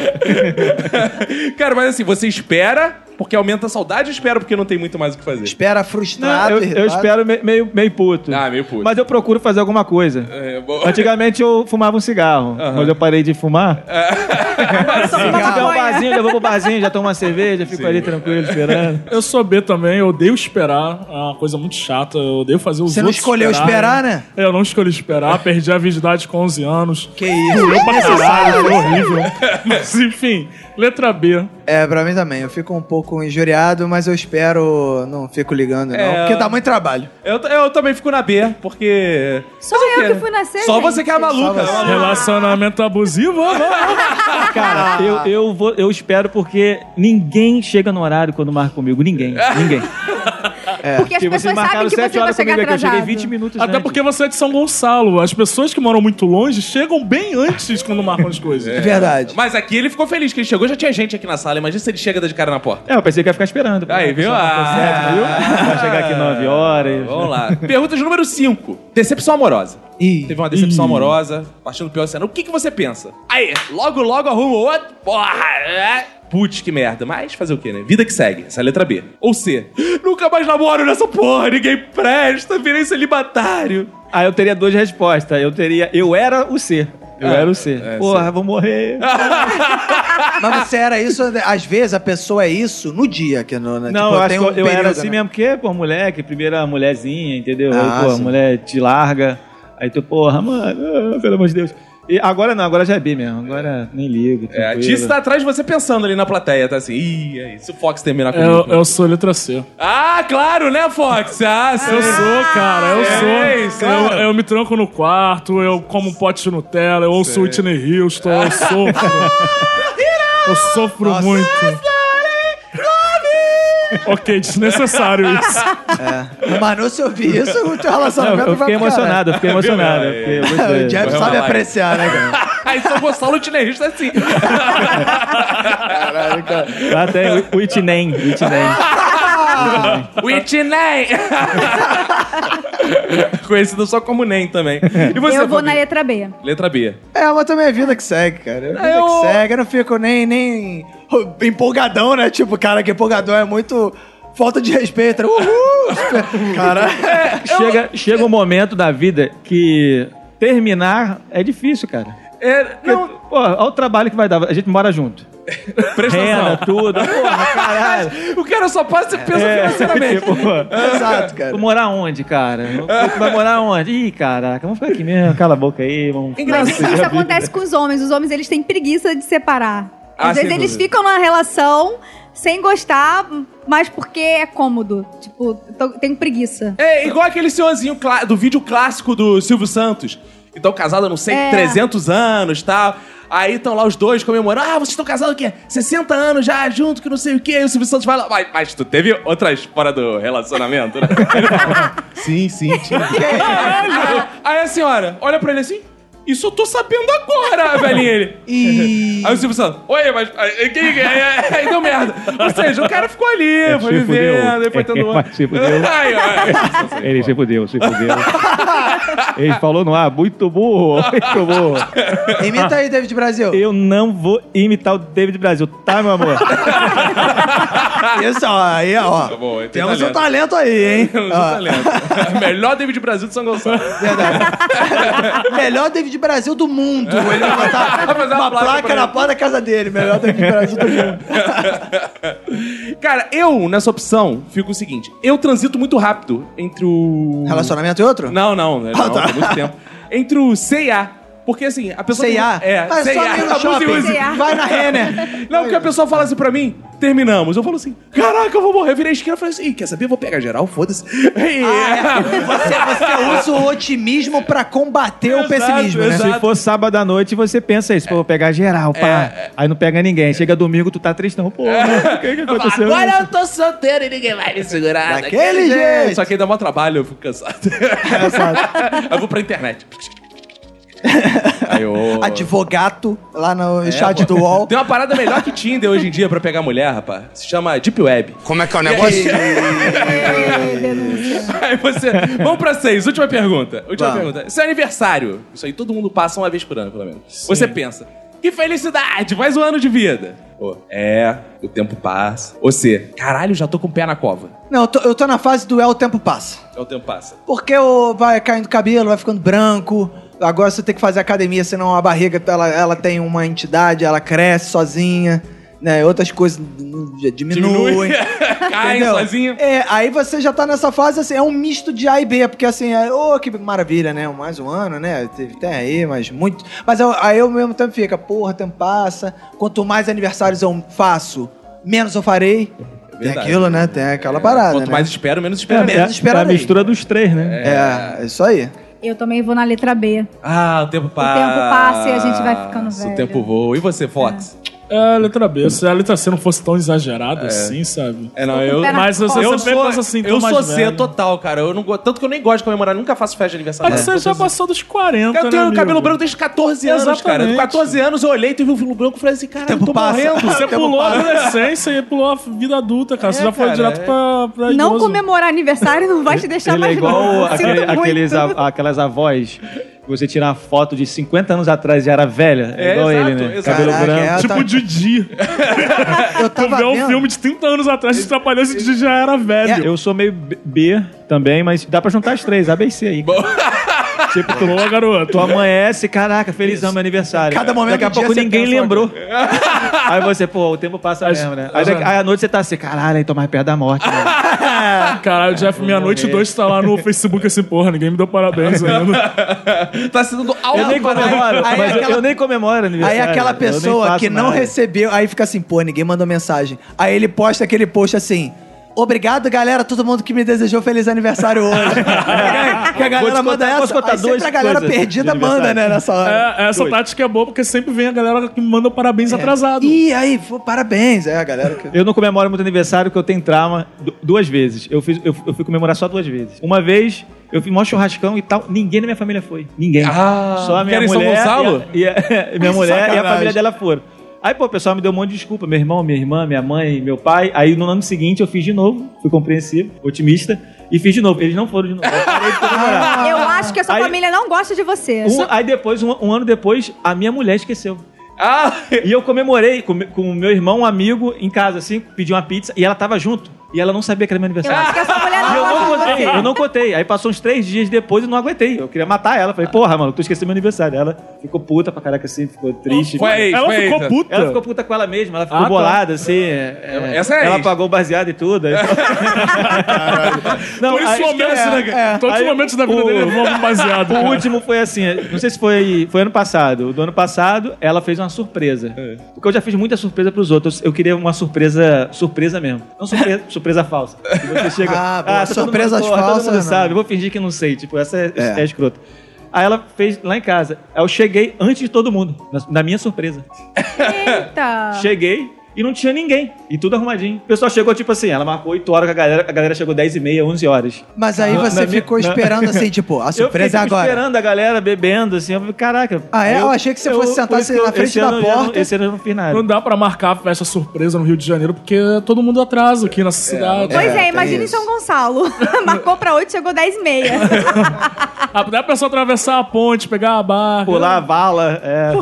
Cara, mas assim, você espera porque aumenta a saudade, espera porque não tem muito mais o que fazer.
Espera
Não,
frustrado.
eu, eu
irritado.
espero me- meio, meio puto.
Ah, meio puto.
Mas eu procuro fazer alguma coisa.
É, bom.
Antigamente eu fumava um cigarro, mas eu parei de fumar.
É.
Só
Se
uma
tiver um
maconha.
barzinho, eu vou pro barzinho, já tomo uma cerveja, fico ali tranquilo esperando.
Eu sou B também, eu odeio esperar. É uma coisa muito chata, eu odeio fazer os
Você não
outros
escolheu esperar, né?
Eu não escolhi esperar, perdi a virgindade com 11 anos.
Que isso.
Doeu pra caralho, foi horrível. Mas enfim, letra B.
É, pra mim também. Eu fico um pouco injuriado, mas eu espero... Não fico ligando, não.
É,
Porque dá muito trabalho.
Eu, t- eu também fico na B, porque.
Só
Mas o
eu
quê,
que
né?
fui nascer,
Só
gente.
você que é maluca.
Só você.
Relacionamento abusivo, ó, ó, ó.
Cara, eu, eu, vou, eu espero porque ninguém chega no horário quando marca comigo. Ninguém, ninguém.
Porque as
Porque
pessoas sabem
vocês marcaram
que você
7
vai
horas
chegar
comigo aqui, eu
atrasado.
cheguei um, 20 minutos
Até
antes.
porque você é de São Gonçalo. As pessoas que moram muito longe chegam bem antes quando marcam as coisas.
É verdade.
Mas aqui ele ficou feliz que ele chegou, já tinha gente aqui na sala. Imagina se ele chega e dá de cara na porta.
É, eu pensei que ia ficar esperando.
Aí, viu?
tá
Ah.
Certo, viu? Vai chegar aqui 9 horas.
Vamos lá. Pergunta de número 5. Decepção amorosa.
Ih.
Teve uma decepção amorosa, partindo do pior cenário. O que, que você pensa? Aí, logo, logo arruma outro. Porra! é. Putz, que merda. Mas fazer o quê, né? Vida que segue. Essa é a letra B. Ou C. Nunca mais namoro nessa porra. Ninguém presta. Virei celibatário.
Ah, eu teria duas respostas. Eu teria. Eu era o C. Eu era o C. Porra, vou morrer.
Ah,
Mas
Ah!
você era isso... Às vezes a pessoa é isso no dia. Que no, né?
Não,
Tipo,
eu acho
tem
que eu,
um
eu
período,
era assim
né?
mesmo, porque, pô, moleque, primeira mulherzinha, entendeu?
Ah,
aí, pô,
sim.
a mulher te larga. Aí tu, porra, mano, ah, pelo amor de Deus. E agora não, agora já é bi mesmo. Agora nem ligo.
É, a
tranquilo.
Tice tá atrás de você pensando ali na plateia. Tá assim, ih, aí, se o Fox terminar comigo.
É, Eu, eu sou letra C.
Ah, claro, né, Fox? Ah, sim.
É.
Eu sou, cara, eu
Sei,
sou.
claro.
Eu, eu me tranco no quarto, eu como um pote de Nutella, eu ouço Whitney Houston, eu sofro. eu sofro
Nossa.
muito. ok, desnecessário isso.
Mas não se ouvir isso, o teu
Não,
relacionamento
eu fiquei
vai pro caralho.
É, emocionado, eu fiquei emocionado. eu fiquei- eu
O
gostei.
Jeff
Vai
sabe
rolar.
apreciar, né, cara?
Aí São Gonçalo Tinerista é assim.
Lá tem o Itinem. Itinem.
Whitney! Conhecido só como NEM também. E você,
Eu vou na
Fabi?
letra B.
letra B.
É, mas também é vida que segue, cara. É vida
eu-
que segue. Eu não fico nem, nem empolgadão, né? Tipo, cara, que empolgadão é muito falta de respeito. né? Uhul! cara,
chega, chega um momento da vida que terminar é difícil, cara.
É,
Porque, pô, olha o trabalho que vai dar. A gente mora junto.
presta
Renda,
atenção.
tudo. Porra, caralho.
O cara só passa e pensa
É.
financeiramente.
Tipo,
exato, cara.
vou morar onde, cara? Tu Vai morar onde? Ih, caraca, vamos ficar aqui mesmo. Cala a boca aí.
Então,
Vamos...
Mas
Engraçado.
isso acontece com os homens. Os homens, eles têm preguiça de separar.
Ah,
Às vezes
sem
eles
dúvida.
ficam na relação sem gostar, mas porque é cômodo. Tipo, tô- tenho preguiça.
É igual aquele senhorzinho clá- do vídeo clássico do Silvio Santos. Então, casado, não sei,
É.
300 anos e tal. Aí estão lá os dois comemorando. Ah, vocês estão casados o quê? 60 anos já, junto, que não sei o quê. Aí o Silvio Santos vai lá. Mas, mas tu teve outras fora do relacionamento, né? Ele fala, sim, sim, sim. Aí a senhora olha pra ele assim. Isso eu tô sabendo agora, velhinho ele. Aí o Silvio Santos, oi, mas. Aí, que- é?" aí- aí- aí deu merda. Ou seja, o cara ficou ali, foi
se fudeu.
vivendo, aí foi tendo. um
É, mas se
tipo,
fudeu.
Ai, ai.
Ele se fudeu, se fudeu. Ele falou no ar, muito burro, muito burro.
Imita aí, David Brasil.
Eu não vou imitar o David Brasil, tá, meu amor?
Isso, ó, aí, ó.
Tá bom, aí tem
Temos um
talento.
talento aí, hein?
Temos um
Ó,
talento. Melhor David Brasil de São Gonçalo.
Melhor David Brasil do mundo. Ele vai botar
Vai fazer uma placa pra
uma, placa
ele.
na porta da casa dele. Melhor David Brasil do mundo.
Cara, eu, nessa opção, fico o seguinte: eu transito muito rápido entre o.
Relacionamento e outro?
Não, não, né? não,
tá.
há muito tempo. Entre o C&A. Porque assim, a pessoa.
C&A?
É,
Mas Ah, só
C&A.
meio no
Abuse e use.
shopping.
C&A.
Vai na Renner.
É, Não, porque a pessoa fala assim pra mim, terminamos. Eu falo assim, caraca, eu vou morrer. Eu virei a esquina e falei assim, "Ih, quer saber? Eu vou pegar geral, foda-se.
Ah, é. Você, você usa o otimismo pra combater o
Exato,
pessimismo, né?
exato.
Se for sábado à noite, você pensa isso, pô, vou pegar geral, pá. Aí não pega ninguém. Chega domingo, tu tá tristão. Pô, mano, o que, que aconteceu?
Agora eu tô solteiro e ninguém vai me segurar.
Daquele jeito. É,
Só que aí dá maior trabalho, eu fico cansado. eu vou pra internet. Aí, ô.
Ah, Advogato lá no
É,
chat do UOL.
Tem uma parada melhor que Tinder hoje em dia pra pegar mulher, rapaz. Se chama Deep Web.
Como é que é o negócio?
Ê, denúncia.
Aí você. Vamos pra seis. Última pergunta. Última
Vamos.
pergunta. Seu aniversário. Isso aí todo mundo passa uma vez por ano, pelo menos. Você pensa. Que felicidade! Mais um ano de vida. Ou, é, o tempo passa. Ou C, caralho, já tô com o pé na cova.
Não, eu tô, eu tô na fase do é o tempo passa.
É o tempo passa.
Porque o, vai caindo cabelo, vai ficando branco. Agora você tem que fazer academia, senão a barriga ela, ela tem uma entidade, ela cresce sozinha, né? Outras coisas diminuem.
Diminui. Cai
Entendeu?
sozinho.
É, aí você já tá nessa fase, assim, é um misto de A e B, porque assim, é, ô, que maravilha, né? Mais um ano, né? Teve- Tem aí, mas muito. Mas eu- aí ao mesmo tempo fica, porra, tempo passa. Quanto mais aniversários eu faço, menos eu farei. Tem
verdade. É,
aquilo, né? Tem aquela parada.
Quanto
né?
mais espero, menos espero.
É, é,
menos
é a
esperarei.
mistura dos três, né?
É, é isso aí.
Eu também vou na letra B.
Ah, o tempo passa.
passa e a gente vai ficando
O
velho.
tempo voa. E você, Fox?
É a letra B. Se a letra C não fosse tão exagerada assim, sabe?
É, não, eu.
pé na
Mas eu
cova.
Eu
sempre
sou,
penso assim, tô
eu
mais
sou C
velho.
total, cara. Eu não, go- tanto que eu nem gosto de comemorar, nunca faço festa de
Mas
aniversário.
que você já passou dos 40,
Eu tenho
né,
cabelo
amigo?
branco desde 14 anos, cara. Com
Exatamente.
14 anos eu olhei, teve um filme branco e falei assim, cara, eu
Tempo
tô
passa.
morrendo.
Você
Tempo
pulou a
passa.
adolescência e pulou a vida adulta, cara.
É,
Você já foi
cara,
direto
é.
pra, pra
Não
idoso.
comemorar aniversário não vai te deixar
Ele é
mais
igual
novo. Sinto
aquele-
muito.
aqueles a- aquelas avós que você tira uma foto de 50 anos atrás e era velha. É,
É,
igual
exato,
ele, né?
exato.
Cabelo
Caraca,
branco.
é,
Tipo
tá-
o Didi.
Eu
Tu
tava
vê um
vendo. É,
filme de 30 anos atrás, se trabalhou esse Didi já era velho. né,
Eu sou meio B- B também, mas dá pra juntar as três, A, B e C aí.
Tipo, boa,
Tu
garoto.
amanhece, caraca, felizão meu aniversário.
Cada momento
Daqui a
do dia
pouco
você
ninguém
pensa uma
lembrou. aí você, pô, o tempo passa mesmo, né? Aí, daqui- aí à noite você tá assim, caralho, aí tô mais perto da morte. Né?
É.
Caralho, Jeff, meia-noite e dois tá lá no Facebook assim, porra, ninguém me deu parabéns ainda.
tá sendo alto.
Eu nem comemoro,
Aí
mas eu-
aquela-
eu nem comemoro
Aí
aniversário.
aquela
eu nem
pessoa
faço
que não
nada.
recebeu, aí fica assim, pô, ninguém mandou mensagem. Aí ele posta aquele post assim: Obrigado, galera, todo mundo que me desejou feliz aniversário hoje. que a
Vou te
galera manda
contar- posso
essa.
contar
Aí sempre
duas
a galera
coisas de
perdida
aniversário?
manda, né, nessa hora.
É, essa
Dois.
tática é boa, porque sempre vem a galera que manda o
É.
parabéns atrasado.
Ih, aí, pô, parabéns. É, a galera que...
Eu não comemoro muito aniversário porque eu tenho trauma du- duas vezes. Eu, fiz, eu, eu fui comemorar só duas vezes. Uma vez, eu fiz mó churrascão e tal. Ninguém da minha família foi. Ninguém.
Ah,
só a minha
querem São
mulher.
Gonçalo?
E a, e a- minha mulher e a
sacanagem.
família dela foram. Aí, pô, o pessoal me deu um monte de desculpa. Meu irmão, minha irmã, minha mãe, meu pai. Aí, no ano seguinte, eu fiz de novo. Fui compreensivo, otimista. E fiz de novo. Eles não foram de novo. Eu parei de comemorar.
Eu acho que a sua
Aí-
família não gosta de você.
Um- aí depois, um, um ano depois, a minha mulher esqueceu.
Ah,
E eu comemorei com, com o meu irmão, um amigo, em casa, assim, pedi uma pizza e ela tava junto. E ela não sabia que era meu
Eu acho
aniversário.
que a sua mulher
E eu
não
não
gosta de
contei,
você.
eu não contei. Aí passou uns três dias depois e não aguentei. Eu queria matar ela. Falei, porra, mano, tu esqueceu meu aniversário. Ela ficou puta pra caraca assim, ficou triste.
Foi aí,
É, Ela
foi aí,
ficou
tá.
puta.
Ela ficou puta com ela mesma, ela ficou
então. Ah, tá.
bolada, assim. é, é,
Essa é a
ela
ex.
pagou baseado e tudo. aí- não,
Todos os
aí-
momentos,
é,
né, cara?
é.
Todos os
Aí
momentos da vida
o-
dele vão baseado.
o
cara.
último foi assim, não sei se foi, foi ano passado. Do ano passado, ela fez uma surpresa.
É.
Porque eu já fiz muita surpresa pros outros. Eu queria uma surpresa, surpresa mesmo. Não surpresa, surpresa falsa. Que Você chega,
Ah, boa.
tá todo mundo-
Surpresas
porra,
falsas,
Todo mundo
não.
sabe, eu vou fingir que não sei. Tipo, essa é,
É.
é escrota. Aí ela fez lá em casa. Aí eu cheguei antes de todo mundo, na, na minha surpresa.
Eita.
Cheguei e não tinha ninguém. E tudo arrumadinho. O pessoal chegou, tipo assim, ela marcou 8 horas com a galera. A galera chegou 10 e meia, 11 horas.
Mas aí
Na-
você
na minha-
ficou
na-
esperando assim, tipo, a surpresa
eu
é
fiquei, tipo,
agora.
esperando a galera bebendo, assim. Eu falei, caraca.
Ah, é? Eu achei que você fosse sentar,
esse-
assim, na frente
esse
da
ano eu já não-
porta.
esse ano eu não fiz nada.
Não dá pra marcar a festa surpresa no Rio de Janeiro, porque todo mundo atrasa aqui nessa cidade.
Pois é,
tem
imagina em
isso.
São Gonçalo. Marcou pra 8, chegou 10 e meia.
Ah, dá pra pessoa atravessar a ponte, pegar a barra,
Pular a vala. É.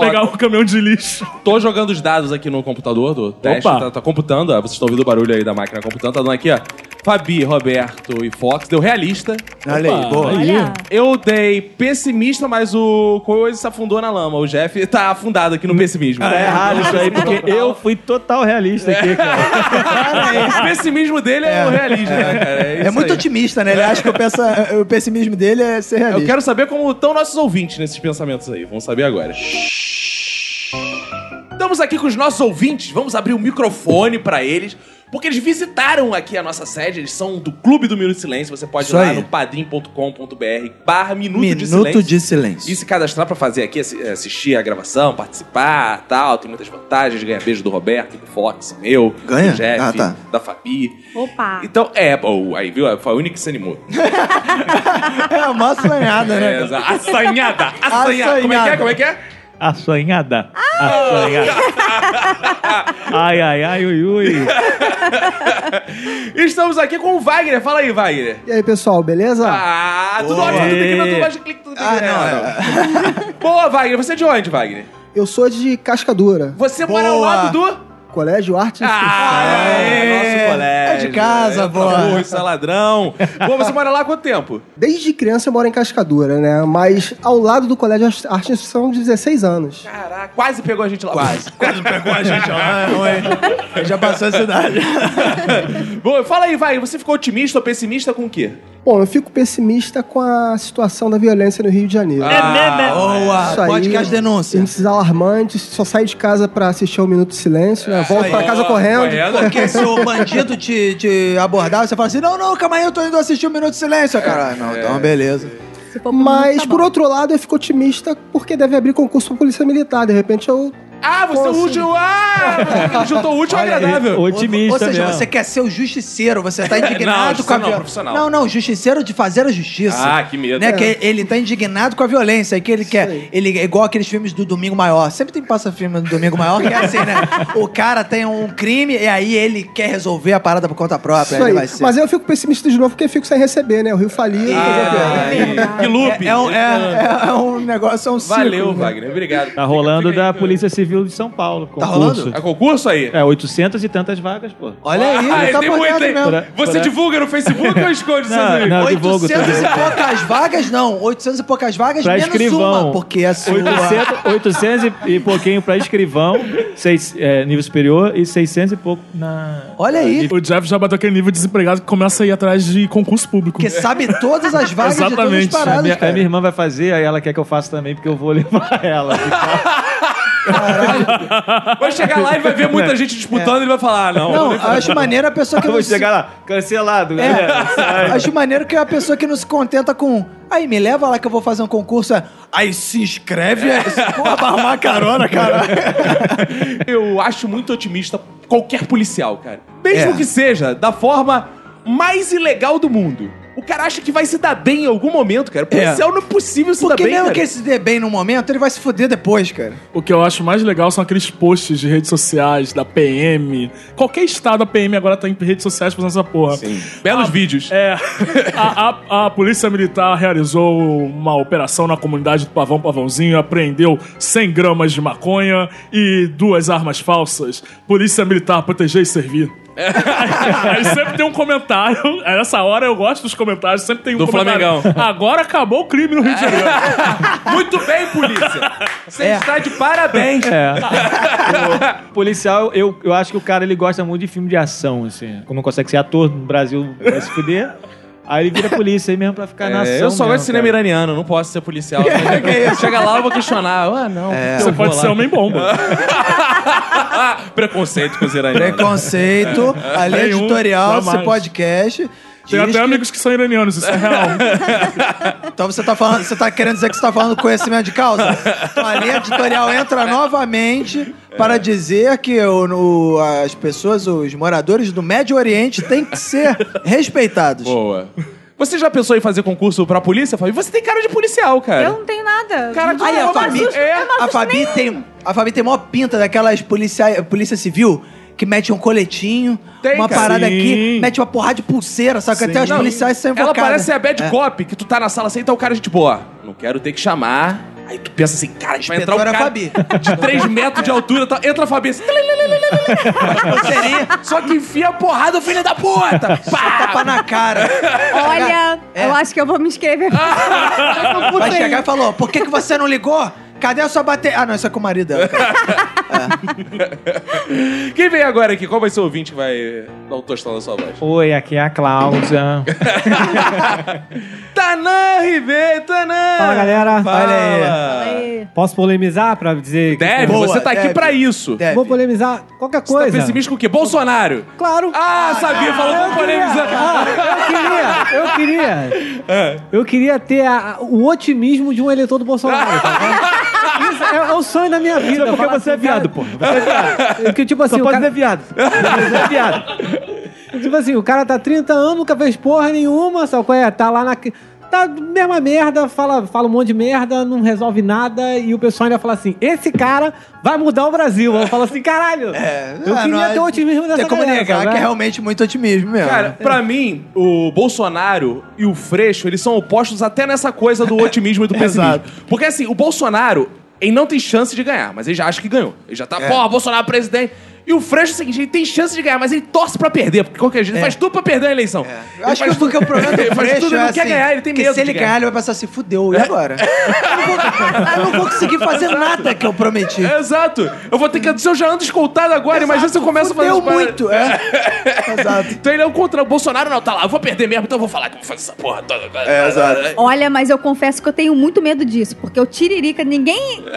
pegar um caminhão de lixo.
Tô jogando os dados aqui no computador do teste.
Opa.
Tá, tá computando, ó. vocês estão ouvindo o barulho aí da máquina computando. Tá dando aqui, ó. Fabi, Roberto e Fox. Deu realista.
Olha aí, boa.
Olha.
Eu dei pessimista, mas o Coisa se afundou na lama. O Jeff tá afundado aqui no
Ah,
pessimismo. né?
é?
Tá errado isso aí, porque eu fui total realista
É.
aqui, cara.
O pessimismo dele é, o realismo, né, cara? É,
É,
isso
muito
aí.
otimista, né? Ele acha que eu penso, o pessimismo dele é ser realista.
Eu quero saber como estão nossos ouvintes nesses pensamentos aí. Vamos saber agora. Estamos aqui com os nossos ouvintes. Vamos abrir o microfone pra eles. Porque eles visitaram aqui a nossa sede, eles são do Clube do Minuto de Silêncio. Você pode
Isso
ir lá
aí.
no padrim.com.br barra um Minuto, de
Minuto
Silêncio.
de silêncio.
E se cadastrar pra fazer aqui, assi- assistir a gravação, participar tal. Tem muitas vantagens. Ganha beijo do Roberto, do Fox, meu,
Ganha?
do Jeff,
Ah, tá.
da Fabi.
Opa.
Então, é, bom, aí viu? Foi a única que se animou.
É uma assanhada, né?
É, exa- assanhada, assanhada. Como é que é?
Assanhada.
Como é que é?
Assanhada. Assanhada. Ai, ai, ai, ui, ui.
Estamos aqui com o Wagner. Fala aí, Wagner.
E aí, pessoal, beleza?
Ah, tudo ótimo, tudo incrível, tudo baixo, clique, tudo
Ah,
incrível.
não,
não, não. Boa, Wagner. Você é de onde, Wagner?
Eu sou de Cascadura,
Você mora ao
Boa.
lado do...
Colégio Arte.
Ah, é, nosso colégio.
É de casa,
Entra
boa.
burro, isso é ladrão. Bom, você mora lá há quanto tempo?
Desde criança eu moro em Cascadura, né? Mas ao lado do Colégio Arte são 16 anos.
Caraca, quase pegou a gente lá. Quase.
Pegou a gente, ó. Ah, oi. Já passou a cidade.
Bom, fala aí, Wagner. Você ficou otimista ou pessimista com o quê?
Bom, eu fico pessimista com a situação da violência no Rio de Janeiro.
Ah. Boa.
Isso aí,
Podcast denúncia.
Índices alarmantes, só saio de casa pra assistir ao Minuto de Silêncio, né? Volto
É, aí.
pra casa
Ó,
correndo.
correndo.
Porque se o bandido te, te abordar, você fala assim: não, não, calma aí, eu tô indo assistir um Minuto de Silêncio. Cara, não, então beleza.
Se for por mim,
Mas,
tá
por
bom.
outro lado, eu fico otimista porque deve abrir concurso pra Polícia Militar. De repente eu
Ah, você é
Pô,
útil. Ah, juntou útil ao agradável.
Otimista
Ou seja,
mesmo.
você quer ser o justiceiro, você tá indignado
Não,
com a
não, é
viol-
profissional.
Não, não, justiceiro de fazer a justiça.
Ah, que medo.
Né,
É.
que ele tá indignado com a violência, que ele quer. Ele é igual aqueles filmes do Domingo Maior. Sempre tem que passa filme do Domingo Maior, que é assim, né? o cara tem um crime e aí ele quer resolver a parada por conta própria.
Isso
Ele
aí.
vai ser.
Mas eu fico pessimista de novo porque fico sem receber, né? O Rio falido.
Ah, e- que loop.
é, é um, é- é um negócio, é um ciclo.
Valeu,
né?
Wagner. Obrigado.
Tá rolando
Fica aí,
da
cara.
Polícia Civil de São Paulo.
Tá
concurso.
rolando?
É concurso aí?
É, 800 e tantas vagas, pô.
Olha aí,
Ah,
ele tá
tem
por
muito,
dentro
hein?
mesmo.
Pra-
Você
pra-
divulga no Facebook ou esconde seus livros?
não, eu divulgo
800
também.
e poucas vagas, não. 800 e poucas vagas,
Pra
menos
escrivão.
uma. Porque a sua...
800, 800 e, e pouquinho pra escrivão, seis, é, nível superior, e 600 e pouco na.
Olha aí.
O Jeff já bateu aquele nível de desempregado que começa a ir atrás de concurso público.
Porque sabe todas as vagas de todas as
Exatamente.
A
paradas,
minha, a
cara.
minha irmã vai fazer, aí ela quer que eu faça também, porque eu vou levar ela.
Vai chegar lá e vai ver muita gente disputando e ele vai falar, ah, não.
Não, acho maneiro a pessoa que
Eu vou
não se-
chegar lá, cancelado, né? galera.
É, acho maneiro que é a pessoa que não se contenta com. Aí me leva lá que eu vou fazer um concurso. é, Aí se inscreve, é, se- porra, pra arrumar carona, cara.
Eu acho muito otimista qualquer policial, cara. Mesmo
É.
que seja da forma mais ilegal do mundo. O cara acha que vai se dar bem em algum momento, cara. Policial não é possível se dar
Porque
bem,
mesmo
cara.
que ele se dê bem no momento, ele vai se fuder depois, cara.
O que eu acho mais legal são aqueles posts de redes sociais, da PM. Qualquer estado, a PM agora tá em redes sociais fazendo essa porra. Sim.
Belos vídeos.
É, a, a- a Polícia Militar realizou uma operação na comunidade do Pavão Pavãozinho, apreendeu 100 gramas de maconha e duas armas falsas. Polícia Militar, proteger e servir. aí, aí sempre tem um comentário. Aí Nessa hora eu gosto dos comentários, sempre tem um
Do
comentário.
Flamengão.
Agora acabou o crime no Rio
É,
de Janeiro.
Muito bem, polícia. Você está de parabéns.
É. O policial, eu, eu acho que o cara ele gosta muito de filme de ação, assim. Como não consegue ser ator no Brasil, vai se fuder. Aí ele vira polícia aí mesmo pra ficar na ação.
É, eu só
É mesmo,
gosto de cinema
cara.
iraniano, não posso ser policial. Chega lá, eu vou questionar. Ah, não.
É.
Você pode ser homem bomba.
Ah, Preconceito com os iranianos.
Preconceito, a linha
Nenhum,
editorial,
jamais.
esse podcast.
Tem
diz
até
que-
amigos que são iranianos, isso é real.
Então você tá falando, você tá querendo dizer que você tá falando conhecimento de causa? Então a linha editorial entra novamente para dizer que o- no- as pessoas, os moradores do Médio Oriente têm que ser respeitados.
Boa. Você já pensou em fazer concurso pra polícia, Fábio? Você tem cara de policial, cara.
Eu não tenho nada.
Cara,
Não-
tu
Aí
é
a
eu não
Fabi,
assusto, eu não
a
assusto
Fabi
nenhum.
tem, a Fabi tem maior pinta daquelas polícia, polícia civil que mete um coletinho,
Tem,
uma
cara.
parada
Sim.
aqui, mete uma porrada de pulseira, sabe? Até os
Não,
policiais são
Ela
invocados. É.
parece a bad cop, que tu tá na sala assim, tá o cara, gente, boa, não quero ter que chamar. Aí tu pensa assim, cara, vai entrar um
Inspetora
cara
é Fabi.
de 3 metros de altura, tá, entra a Fabi assim,
Pulseirinha,
só que enfia a porrada, filha da puta! Pá!
tapa na cara.
Olha,
É.
eu acho que eu vou me inscrever. Tô com
Vai
puta aí.
chegar e falou: por que, que você não ligou? Cadê a sua bateria? Ah, não, isso é com o marido dela. cara.
Quem vem agora aqui? Qual vai ser o ouvinte que vai dar um tostão na sua voz?
Oi, aqui é a Cláudia.
Tanã Ribeiro, Tanã!
Fala, galera.
Fala aí!
Aí.
Posso polemizar pra dizer... que-
Deve,
Boa,
você tá aqui
deve.
pra isso.
Deve.
Vou polemizar qualquer
Você tá
é.
coisa.
pessimista com o quê? Bolsonaro!
Claro.
Ah, sabia, falou com o
Ah, eu queria, eu queria.
É.
Eu queria ter a- a- o otimismo de um eleitor do Bolsonaro. tá vendo? Isso é, é o sonho da minha vida.
porque
falar assim,
você é
cara,
viado, pô. Você
Porque, tipo assim,
Só
o
pode
cara,
ser viado. Você é viado.
tipo assim, o cara tá 30 anos, nunca fez porra nenhuma, sabe qual é? Tá lá na. Tá mesma merda, fala, fala um monte de merda, não resolve nada, e o pessoal ainda fala assim: esse cara vai mudar o Brasil. Eu falo assim, caralho, eu
Ah,
queria
não,
ter o otimismo dessa
Tem como
galera, tá
negar
sabe?
que é realmente muito otimismo mesmo.
né? Cara, pra mim, o Bolsonaro e o Freixo, eles são opostos até nessa coisa do otimismo e do pessimismo. Porque assim, o Bolsonaro, ele não tem chance de ganhar, mas ele já acha que ganhou. Ele já tá, porra, Bolsonaro é presidente. E o Freixo é o seguinte, ele tem chance de ganhar, mas ele torce pra perder, porque qualquer jeito, ele faz tudo pra perder a eleição.
É. Eu acho que, o- que o problema do
ele faz
Freixo
tudo,
é
ele não
assim,
quer ganhar, É. ele tem
que
medo
se ele
de
ganhar, ele vai pensar assim, fudeu, e agora? eu, não
Tá
vou, eu não vou conseguir fazer nada que eu prometi.
É, Exato. Eu vou ter que... Se eu já ando escoltado agora, imagina se eu começo a fazer...
Fudeu
umas paradas-
muito, é. Exato.
Então ele é o contra o Bolsonaro, não, tá lá, eu vou perder mesmo, então eu vou falar que eu vou fazer essa porra toda agora. É, exato.
Olha, mas eu confesso que eu tenho muito medo disso, porque o Tiririca, ninguém, ninguém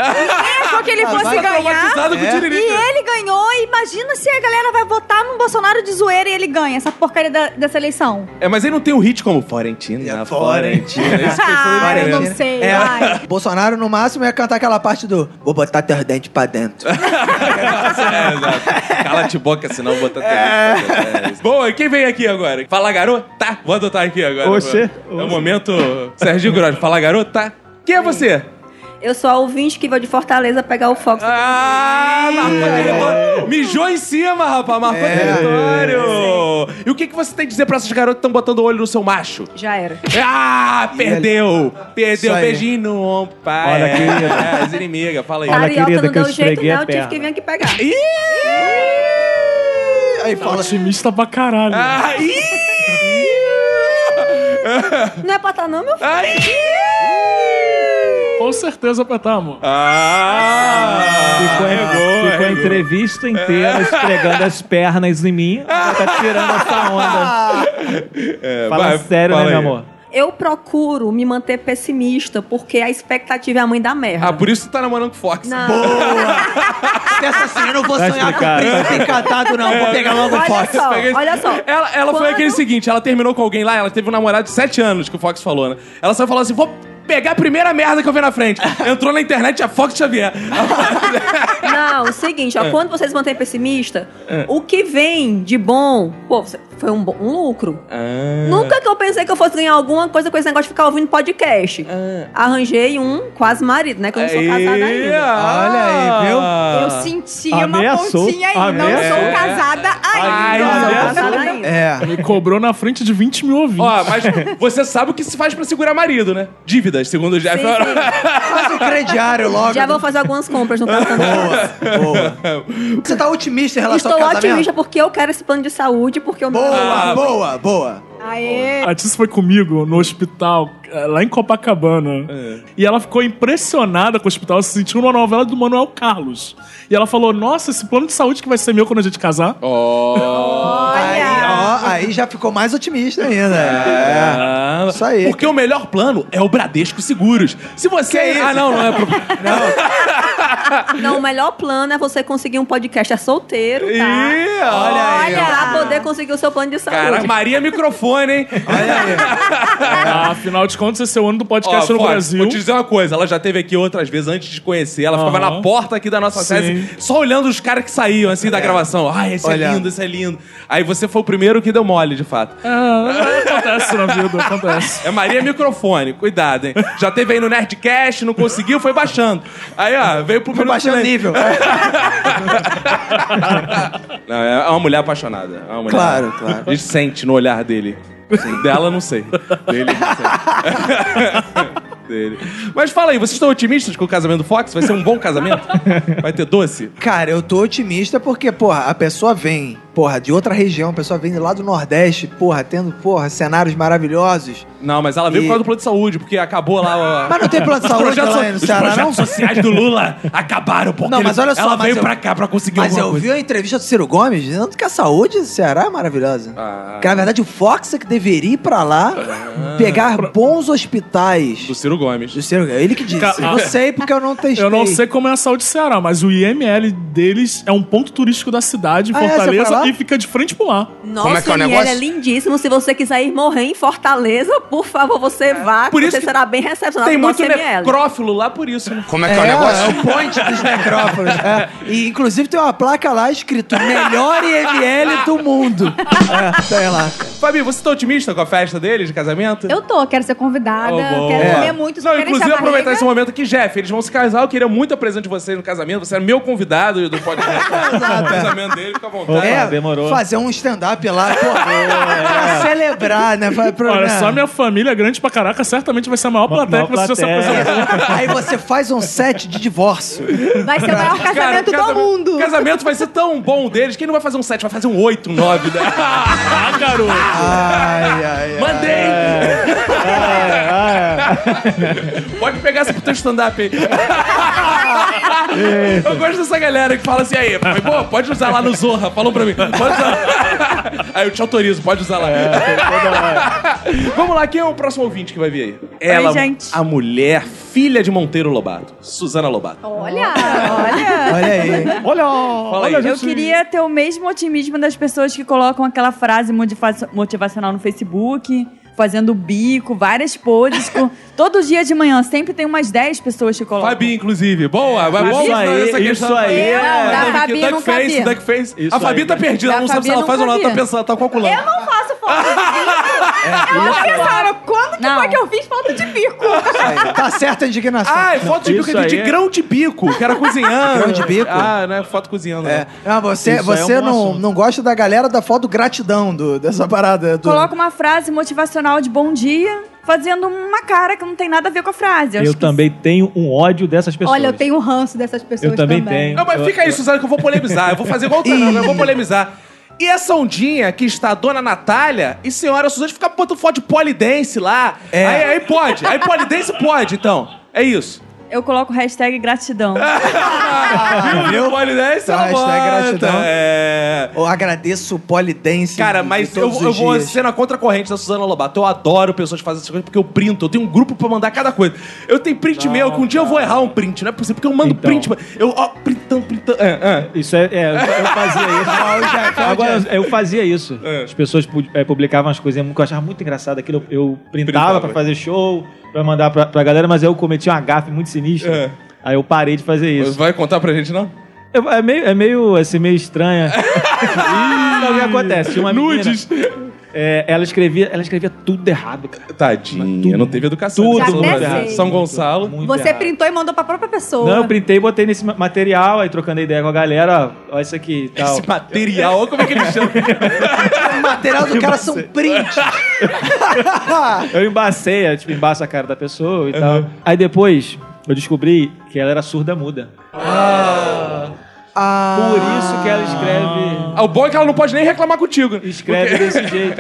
achou que ele fosse
vai
ganhar.
Traumatizado com o
É.
E
Tiririca.
ele ganhou, e imagina se a galera vai votar no Bolsonaro de zoeira e ele ganha essa porcaria da- dessa eleição.
É, mas ele não tem o hit como né? Florentina,
É,
Florentina. Esse
Ah, eu não
Imagina.
sei.
É.
ai.
Bolsonaro, no máximo, ia cantar aquela parte do Vou botar teus dentes pra dentro.
é, exato. Cala te boca, senão eu vou botar é. Boa, e quem vem aqui agora? Fala garota? Vou adotar aqui agora.
Oxê.
É o momento. Serginho Grosso, fala garota? Quem é você?
Eu sou a ouvinte que vou de Fortaleza pegar o Fox.
Ah, marcou território. Mijou em cima, rapaz, marcou
É,
território. E o que, que você tem a dizer pra essas garotas que estão botando o olho no seu macho?
Já era.
Ah, perdeu! Perdeu,
Isso aí.
beijinho no ombro, pai.
Olha, querida.
É, as inimigas, fala aí.
Olha,
Carioca
querida,
não
que eu
deu jeito,
esfreguei a
não. Eu tive
perna.
que vir aqui pegar.
Ih!
Aí fala assim,
Otimista pra caralho.
Ah, ih!
Não é pra tá, não, meu filho.
Ai,
Com certeza pra tá, amor.
Ah!
Ficou, em- ficou a entrevista inteira
É.
esfregando as pernas em mim. Tá tirando essa onda.
É,
Fala
vai,
sério,
fala
né,
aí.
meu amor?
eu procuro me manter pessimista, porque a expectativa é a mãe da merda.
Ah, por isso tu tá namorando com o Fox.
Não.
Essa assim, eu não vou
Vai
sonhar com o
explicar.
príncipe encantado, não. Vou pegar logo o
Olha
Fox.
só,
Peguei-
olha só.
Ela, ela foi
Quando-
aquele seguinte: ela terminou com alguém lá, ela teve um namorado de 7 anos, que o Fox falou, né? Ela só falou assim: vou pegar a primeira merda que eu ver na frente. Entrou na internet a Fox Xavier.
Não, é o seguinte, ó, quando vocês mantêm pessimista, o que vem de bom, pô, você- foi um, bom- um lucro. Nunca que eu pensei que eu fosse ganhar alguma coisa com esse negócio de ficar ouvindo podcast. Arranjei um quase marido, né? Que eu não sou casada ainda.
ah!
Eu
Olha
senti
Ameaçou.
uma pontinha aí. Não
Ameaçou.
sou casada
É. Ai,
ainda. não sou casada ainda.
É.
Me cobrou na frente de 20 mil ouvintes.
Ó, mas você sabe o que se faz pra segurar marido, né? Dívidas, segundo o Jeff.
Sim, sim.
Faz o crediário logo.
Já vou fazer algumas compras no cartão.
Você tá otimista em relação
Estou
ao casamento?
otimista porque eu quero esse plano de saúde, porque eu não.
Boa,
Ah,
boa, boa.
Aê.
A Tice foi comigo no hospital, eh, lá em Copacabana.
É.
E ela ficou impressionada com o hospital. Ela se sentiu numa novela do Manuel Carlos. E ela falou: Nossa, esse plano de saúde que vai ser meu quando a gente casar.
Aí,
Olha.
ó, aí já ficou mais otimista ainda. É.
Ah,
Isso aí.
Porque o melhor plano é o Bradesco Seguros. Se você. Ah, não, não é. pro-
Tá.
Não, o melhor plano é você conseguir um podcaster solteiro, tá?
Ih, olha.
Olha.
Pra poder conseguir o seu plano de saúde.
Cara, Maria é Microfone, hein?
Ah, afinal de contas, esse é o ano do podcast
Ó,
no
Fox,
Brasil.
Vou te dizer uma coisa, ela já esteve aqui outras vezes antes de conhecer. Ela ficava
Aham.
na porta aqui da nossa
Sim. É.
sede, só olhando os caras que saíam assim da gravação. Ai, esse é
Olhando.
lindo, esse é lindo. Aí você foi o primeiro que deu mole, de fato.
Ah, acontece na vida, acontece.
É Maria Microfone, cuidado, hein? Já teve aí no Nerdcast, não conseguiu, foi baixando. Aí, ó, veio pro
Foi
Minuto
baixando
Silêncio.
nível.
Não, é uma mulher apaixonada. É uma mulher.
Claro, claro.
A gente sente no olhar dele. Assim, dela, não sei. Dele, não sei. dele. Mas fala aí, vocês estão otimistas com o casamento do Fox? Vai ser um bom casamento? Vai ter doce?
Cara, eu tô otimista porque, porra, a pessoa vem, porra, de outra região, a pessoa vem lá do Nordeste, porra, tendo, porra, cenários maravilhosos.
Não, mas ela veio
E-
por causa do plano de saúde, porque acabou lá o...
Mas não tem plano de
Os
saúde
projetos,
lá no
os
Ceará, não?
projetos sociais do Lula acabaram, porque
Não, mas
ele-
olha só,
ela
mas
veio
eu-
pra cá pra conseguir
Mas
alguma
eu
coisa.
vi a entrevista do Ciro Gomes dizendo que a saúde do Ceará é maravilhosa.
Ah.
Que na verdade o Fox é que deveria ir pra lá pegar bons hospitais.
Do Ciro Gomes.
Ah. Do Ciro Gomes. Ele que disse.
Ca-
Eu não sei porque eu não testei.
Eu não sei como é a saúde do Ceará, mas o IML deles é um ponto turístico da cidade, em
Ah, é? Você foi
Fortaleza,
lá?
e fica de frente pro mar.
Nossa,
Como é que é o
Miel,
negócio?
é lindíssimo. Se você quiser ir morrer em Fortaleza, por favor, você vá.
É. Por
que
isso
você
que
será bem recepcionado
Tem
pelo
muito
nosso ML.
necrófilo lá por isso, né?
Como é
É,
que é, o negócio?
é o point dos necrópolis. É. E, inclusive, tem uma placa lá escrito Melhor IML do mundo. É, sei lá.
Fabi, você tá otimista com a festa deles, de casamento?
Eu tô, quero ser convidada,
Oh, boa.
quero
É.
comer muito,
Não,
super
inclusive aproveitar
né?
esse momento aqui, Jeff, eles vão se casar, eu queria muito a presença de vocês no casamento, você era meu convidado do podcast. o casamento dele, fica à vontade.
É,
demorou. é.
fazer um stand-up lá, pô, pra celebrar, né? Pra, pra,
Olha,
né?
só minha família é grande pra caraca, certamente vai ser a maior plateia
maior
que você já se
plateia.
apresentou.
É. Aí você faz um set de divórcio.
Vai ser o maior casamento do
um-
mundo.
Casamento vai ser tão bom deles, quem não vai fazer um 7, vai fazer um 8, um 9. Né?
Ah, garoto!
Ai, ai, ai.
Mandei!
É.
Pode pegar essa pro teu stand-up aí. Eu gosto dessa galera que fala assim, aí, pô, pode usar lá no Zorra, falou pra mim. Pode usar. Aí eu te autorizo, pode usar lá.
É,
Vamos lá, quem é o próximo ouvinte que vai vir aí? Ela,
gente.
a mulher, filha de Monteiro Lobato, Suzana Lobato.
Olha,
Olha aí.
Fala aí.
Oh, Eu queria ter o mesmo otimismo das pessoas que colocam aquela frase modifa- motivacional no Facebook, fazendo bico, várias poses. com- Todo dia de manhã, sempre tem umas 10 pessoas que colocam.
Fabi, inclusive. Boa, vai
Isso
bom
aí,
essa questão.
isso aí.
Duck-
Não,
da
É, Duck-
Fabi É, eu
Duck
nunca
Face,
vi.
Duck Face.
Isso
A Fabi
aí.
tá perdida, ela
Da
não sabe
Fabi
se ela
eu
faz ou não,
nunca
ela tá
vi.
pensando, tá calculando.
eu não faço foto de
É,
bico. Elas pensaram, quando que
Não.
foi que eu fiz foto de bico?
Tá certa a indignação.
Ah, é foto de bico,
Isso
quer dizer,
aí
de
é-
grão de bico, o cara cozinhando.
Grão de bico?
Ah, né, foto cozinhando.
É.
né?
Ah, você
Isso aí é um
você
bom
não,
assunto.
não gosta da galera da foto gratidão do, dessa parada. Do...
Coloca uma frase motivacional de bom dia, fazendo uma cara que não tem nada a ver com a frase.
Eu
acho que-
também tenho um ódio dessas pessoas.
Olha, eu tenho ranço dessas pessoas
Eu também tenho.
Não, mas
Eu-
fica aí, Suzana, que eu vou polemizar. Eu vou fazer igual o Fernando, eu vou polemizar. E essa ondinha que está a dona Natália e senhora Suzana ficar botando foto de polidense lá.
É.
Aí, aí pode. Aí polidense pode, então. É isso.
Eu coloco hashtag gratidão.
Viu? Polidense é uma
Hashtag
banda.
gratidão.
É.
Eu agradeço o Polidense.
Cara,
de
mas eu,
todos
eu
os
vou
dias.
ser na contracorrente da Suzana Lobato. Eu adoro pessoas que fazem essas coisas porque eu printo. Eu tenho um grupo pra mandar cada coisa. Eu tenho print meu, que um dia eu vou errar um print. Não é possível, porque eu
Então.
mando print. pra- Eu, ó, printando, printando. É, é.
Isso é. é, eu, eu fazia isso.
Ah, o Jeff, ah, o
Agora,
Jeff.
eu fazia isso.
É.
As pessoas pu- eh, publicavam as coisas que eu achava muito engraçado aquilo. Eu, eu
Printava.
printava pra fazer show, pra mandar pra, pra galera, mas eu cometi uma gafe muito sinistra.
É.
Aí eu parei de fazer isso.
Vai contar pra gente, não?
Eu- é, meio, é meio, assim, meio estranha. Sabe o que acontece? Tinha Uma menina,
Nudes.
eh, ela, escrevia, ela escrevia tudo errado. cara.
Tadinha, não teve educação.
Tudo,
nessa
tudo
Brasil.
errado.
São Gonçalo.
Muito
Você
errado.
printou né? e mandou pra própria pessoa.
Não, eu printei e botei nesse ma- material, aí trocando ideia com a galera, ó, ó isso aqui e tal.
Esse material, olha como é que ele chama.
O material do cara são prints.
Eu embacei, eu, tipo, embaço a cara da pessoa e tal. Aí depois eu descobri que ela era surda muda. Por isso que ela escreve.
Ah, o bom é que ela não pode nem reclamar contigo.
Escreve desse jeito.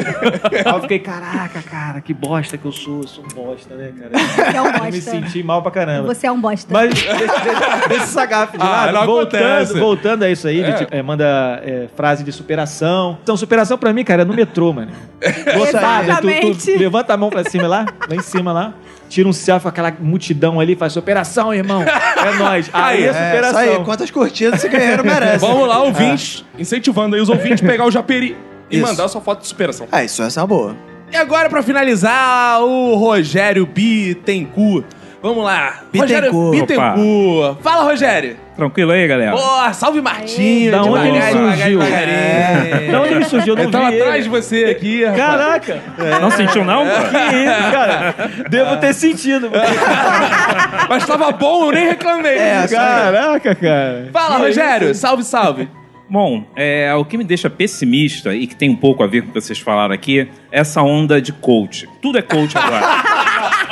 Aí eu fiquei, caraca, cara, que bosta que eu sou. Eu sou um bosta, né, cara?
Você é um
Eu me
bosta.
senti mal pra caramba.
Você é um bosta.
Mas deixa- deixa deixa essa gafe de
Ah,
lado.
não acontece.
voltando, voltando a isso aí, de, tipo, é, manda é, frase de superação. Então, superação pra mim, cara, é no metrô, mano.
É
Você sabe, tu, tu
Exatamente.
levanta a mão pra cima lá, lá em cima lá, tira um selfie com aquela multidão ali, faz superação, irmão. É nóis. Aí é
É, isso
superação.
aí, quantas curtidas esse guerreiro merece.
Vamos lá, ouvintes, incentivando aí os ouvintes a pegar o Japeri e
Isso.
mandar sua foto de superação.
Ah, isso essa é uma boa.
E agora, pra finalizar, o Rogério Bittencourt. Vamos lá. Rogério
Bittencourt.
Bittencourt. É. Fala, Rogério.
Tranquilo aí, galera?
Boa, salve Martinho.
Da onde ele surgiu?
devagarinho.
Da onde ele surgiu? Eu não
É. Eu tava
vi ele.
atrás de você aqui, rapaz.
Caraca!
Não sentiu, não?
é.
Que isso, cara? Devo ter sentido.
Mas tava bom, eu nem reclamei.
Caraca, cara.
Fala, Rogério. Salve, salve.
Bom, é, o que me deixa pessimista e que tem um pouco a ver com o que vocês falaram aqui, é essa onda de coach. Tudo é coach agora.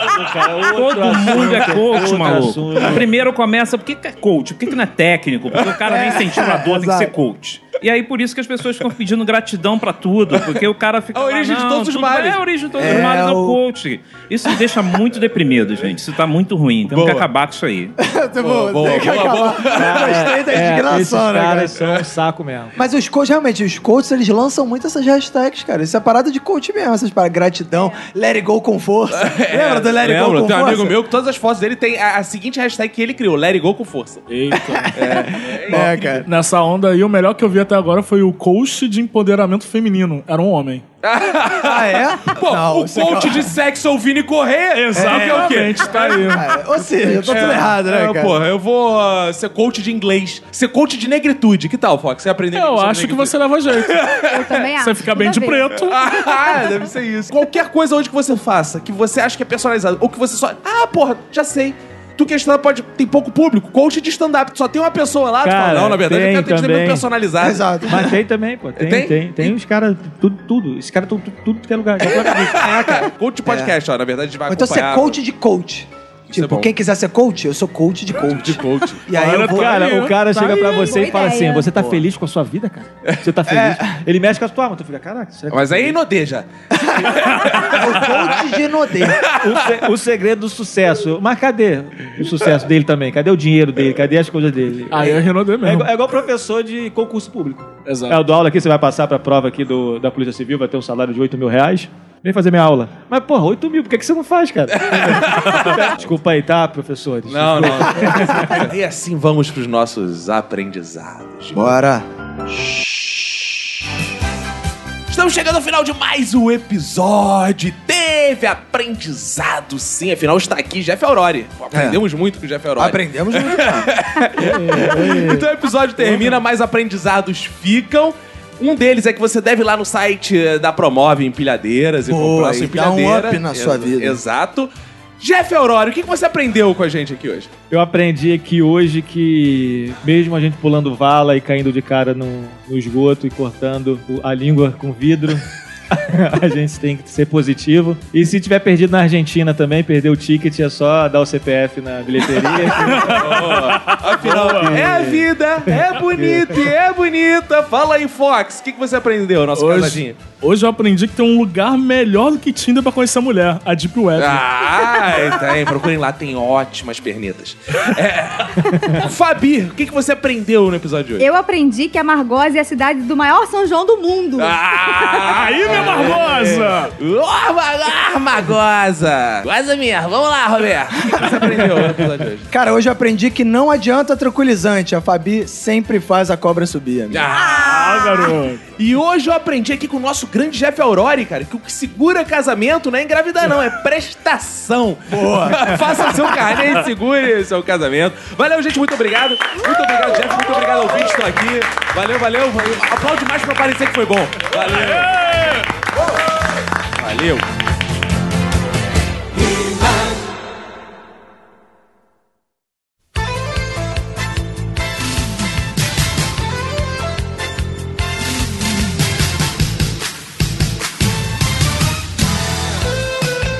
Todo mundo é coach,
outro
maluco.
assunto.
Primeiro começa, por que, que é coach? Por que, que não é técnico? Porque o
É,
cara nem sentiu a dor, tem que ser coach. E aí, por isso que as pessoas ficam pedindo gratidão pra tudo, porque o cara fica.
É A
lá,
origem de
"Não,
todos os
tudo
males."
É a origem de todos
É
os males, é o
o-
coach. Isso me deixa muito deprimido, gente. Isso tá muito ruim. Temos que
Boa.
acabar com isso aí.
Tá bom,
boa,
tem que
boa,
acabar. Gostei da
esses
indignação, né, cara?
caras são um saco mesmo.
Mas os coaches, realmente, os coaches, eles lançam muito essas hashtags, cara. Isso é parada de coach mesmo, essas paradas. Gratidão, let it go com força. Lembra do let it go
É, Lembro,
com
tem um
força?
amigo meu que todas as fotos dele tem a, a seguinte hashtag que ele criou, Let it go com força.
É, cara.
Nessa onda aí, o melhor que eu vi até agora foi o coach de empoderamento feminino. Era um homem.
Ah, é?
Pô, o
você-
coach de sexo é o Vini Correia. Exato. é o quê?
tá aí.
Ah, Ou seja, tá tudo
É,
errado, né,
é,
cara?
Porra, eu vou ah, ser coach de inglês. Ser coach de negritude. Que tal, Fox? Você aprendeu
Eu acho que você leva jeito.
Eu também acho.
Você fica bem
É, Tudo
de
a ver.
preto.
Ah, deve ser isso. Qualquer coisa hoje que você faça, que você acha que é personalizado, ou que você só. Ah, porra, já sei. Tu que é stand-up pode. Tem pouco público. Coach de stand-up, tu só tem uma pessoa lá, tu fala,
Cara,
não, na verdade,
tem
eu quero atendimento
também.
personalizado.
Exato.
Mas tem também, pô. Tem,
Tem?
tem. Tem, os caras, tudo, tudo. Esses caras estão tudo, tudo que é lugar.
É, cara. Coach de podcast, ó. Na verdade, a gente vai
Ou então ser
acompanhar.
coach de coach.
é
tipo,
bom.
quem quiser ser coach, eu sou coach de coach.
De coach.
E aí eu vou...
cara,
aí,
o cara chega pra você
boa
e fala
ideia.
assim: você tá feliz com a sua vida, cara? Você tá feliz? Ele mexe com a tua alma. Tu fica, caraca, é será que
É. Mas aí é inodeja.
o coach de Nodê.
o, se- o segredo do sucesso. Mas cadê o sucesso dele também? Cadê o dinheiro dele? Cadê as coisas dele?
Aí é Renaudê
É,
mesmo.
igual- é igual professor de concurso público.
Exato.
É, eu dou aula aqui, você vai passar pra prova aqui do, da Polícia Civil, vai ter um salário de 8 mil reais. Vem fazer minha aula. Mas, porra, 8 mil, por que, que você não faz, cara? Desculpa aí, tá, professores?
Não, não. e assim vamos pros nossos aprendizados.
Bora.
Estamos chegando ao final de mais um episódio. Teve aprendizado, sim. Afinal, está aqui Jeff Aurori. É. Aprendemos muito com o Jeff Aurori.
Aprendemos muito.
Então o episódio termina, mas aprendizados ficam. Um deles é que você deve ir lá no site eh, da Promove Empilhadeiras e
Boa,
comprar a sua
e dá um
empilhadeira.
up na sua vida.
Exato. Jeff Aurori, o que que você aprendeu com a gente aqui hoje?
Eu aprendi aqui hoje que, mesmo a gente pulando vala e caindo de cara no, no esgoto e cortando o- a língua com vidro, a gente tem que ser positivo. E se tiver perdido na Argentina também, perder o ticket, é só dar o CPF na bilheteria.
Afinal, é a vida, é bonita e é bonita. Fala aí, Fox, o que que você aprendeu, nosso
Hoje-
casadinho?
Hoje eu aprendi que tem um lugar melhor do que Tinder pra conhecer a mulher, a Deep Web.
Ah, tem. Procurem lá, tem ótimas pernetas. É. Fabi, o que, que você aprendeu no episódio de hoje?
Eu aprendi que a Margosa é a cidade do maior São João do mundo.
Ah, aí, minha Margosa! Ó, Mar- ah, Margosa! Goza minha. Vamos lá, Roberto. O que que você aprendeu no episódio de hoje?
Cara, hoje eu aprendi que não adianta tranquilizante. A Fabi sempre faz a cobra subir, amigo.
Ah, garoto! E hoje eu aprendi aqui com o nosso grande Jeff Aurori, cara, que o que segura casamento não é engravidar, não, é prestação.
Boa.
Faça seu carnê e segure seu casamento. Valeu, gente, muito obrigado. Muito obrigado, Jeff, muito obrigado ao vídeo estou aqui. Valeu, valeu. valeu. Aplaude mais pra parecer que foi bom. Valeu. Valeu.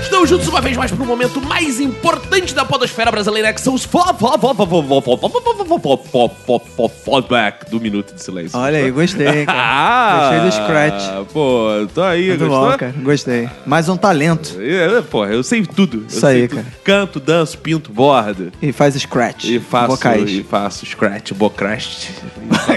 Estamos juntos uma vez mais para o momento mais importante da podosfera brasileira, que são os fo- fo- fo- fo- fo- fo- fo- fo- fo- fo- fo- fo- fo- fallback do Minuto de Silêncio.
Olha aí, gostei, cara.
Ah,
Gostei do scratch.
Pô, tô aí,
Muito
gostou?
bom, cara. Gostei. Mais um talento.
Eu- É, Porra, eu sei tudo. Eu
Isso
sei
aí,
tudo.
cara.
Canto, danço, pinto, bordo.
E faz scratch.
E faço,
Vocais.
e faço scratch, bocrast.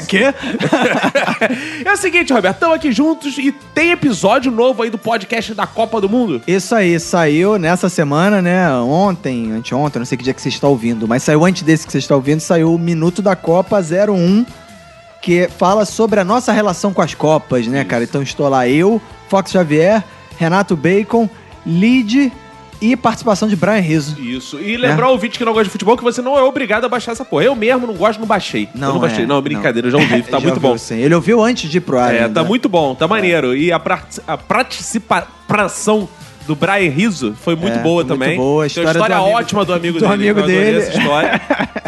Quê?
é o seguinte, Roberto, estamos aqui juntos e tem episódio novo aí do podcast da Copa do Mundo.
Isso aí, saiu nessa semana, né? Ontem, anteontem, não sei que dia que você está ouvindo, mas saiu antes desse que você está ouvindo, saiu o Minuto da Copa 01, que fala sobre a nossa relação com as Copas, né, cara? Então estou lá eu, Fox Xavier, Renato Bacon, Lid e participação de Brian Rizzo.
Isso. E
É.
lembrar o ouvinte que não gosta de futebol que você não é obrigado a baixar essa porra. Eu mesmo não gosto, não baixei. eu não baixei.
é,
não, brincadeira, eu já ouvi, tá
Já
muito
ouviu,
bom.
Sim. Ele ouviu antes de ir pro né? ar.
É,
ainda.
tá muito bom, tá maneiro. E a, prati- a participação do Brian Rizzo foi muito
É,
boa
foi muito
também.
boa. A
Tem
história
uma história
do amigo-
ótima do amigo
do
dele.
amigo
eu adorei
dele.
Essa história.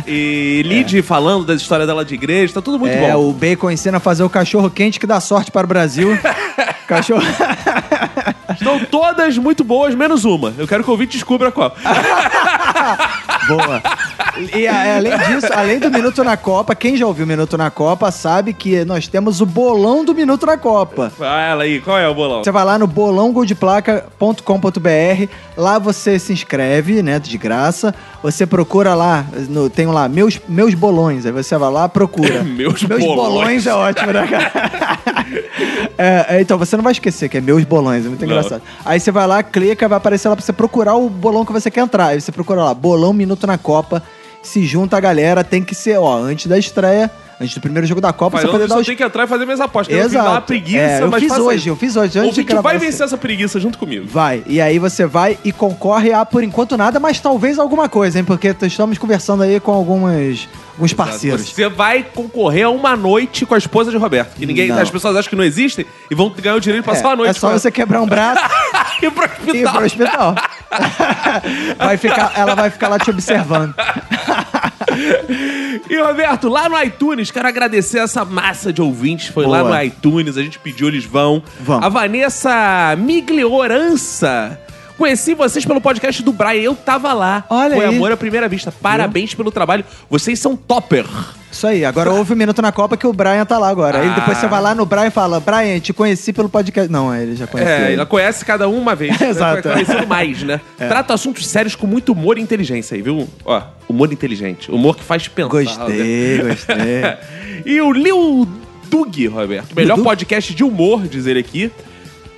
E Lid falando das histórias dela de igreja, tá tudo muito
é,
bom.
o Bacon ensina a fazer o cachorro quente que dá sorte para o Brasil. cachorro.
Estão todas muito boas, menos uma. Eu quero que o ouvinte descubra qual.
Boa. E a- é, além disso, além do Minuto na Copa, quem já ouviu o Minuto na Copa sabe que nós temos o bolão do Minuto na Copa.
Fala aí, qual é o bolão?
Você vai lá no bolãogoldplaca.com.br, lá você se inscreve, né, de graça. Você procura lá, no- tem lá meus, meus bolões, aí você vai lá, procura.
Meus
bolões.
bolões
é ótimo, né, cara? É, é, então você não vai esquecer que é meus bolões, é muito
Não.
engraçado. Aí você vai lá, clica, vai aparecer lá pra você procurar o bolão que você quer entrar. Aí você procura lá, bolão minuto na Copa, se junta a galera, tem que ser, ó, antes da estreia, antes do primeiro jogo da Copa,
Falando
você poder
isso,
dar
eu
os
tenho que ir atrás e fazer minhas apostas. Eu fiz
Exato.
uma preguiça,
É, eu
mas
fiz
faça
hoje,
isso.
eu fiz hoje, antes
O
de
ouvinte
gravar
vai
esse-
vencer essa preguiça junto comigo.
Vai. E aí você vai e concorre a, por enquanto, nada, mas talvez alguma coisa, hein? Porque t- estamos conversando aí com algumas, alguns parceiros.
Você vai concorrer a uma noite com a esposa de Roberto. Que ninguém,
Não.
as pessoas acham que não existem e vão ganhar o direito de passar
é,
a noite.
é
com
só
ela. Tá.
você quebrar um braço
ir pro
e ir
hospital.
pro hospital. vai ficar, ela vai ficar lá te observando.
E Roberto, lá no iTunes, quero agradecer essa massa de ouvintes. Foi lá
Boa.
no iTunes, a gente pediu, eles vão.
Vão.
A Vanessa Migliorança. Conheci vocês pelo podcast do Brian, eu tava lá.
Olha
Foi
aí.
amor à primeira vista. Parabéns pelo trabalho. Vocês são topper.
Isso aí, agora houve um minuto na Copa que o Brian tá lá agora. Aí depois
Ah.
você vai lá no Brian e fala: Brian, te conheci pelo podcast. Não, aí ele já conheceu.
É, ela conhece cada um uma vez.
Exato. É.
Vai Conhecendo mais, né? Trata assuntos sérios com muito humor e inteligência aí, viu? Ó, humor inteligente. Humor que faz te pensar.
Gostei,
né?
gostei.
E o Lil Dug, Roberto. Melhor podcast de humor, diz ele aqui.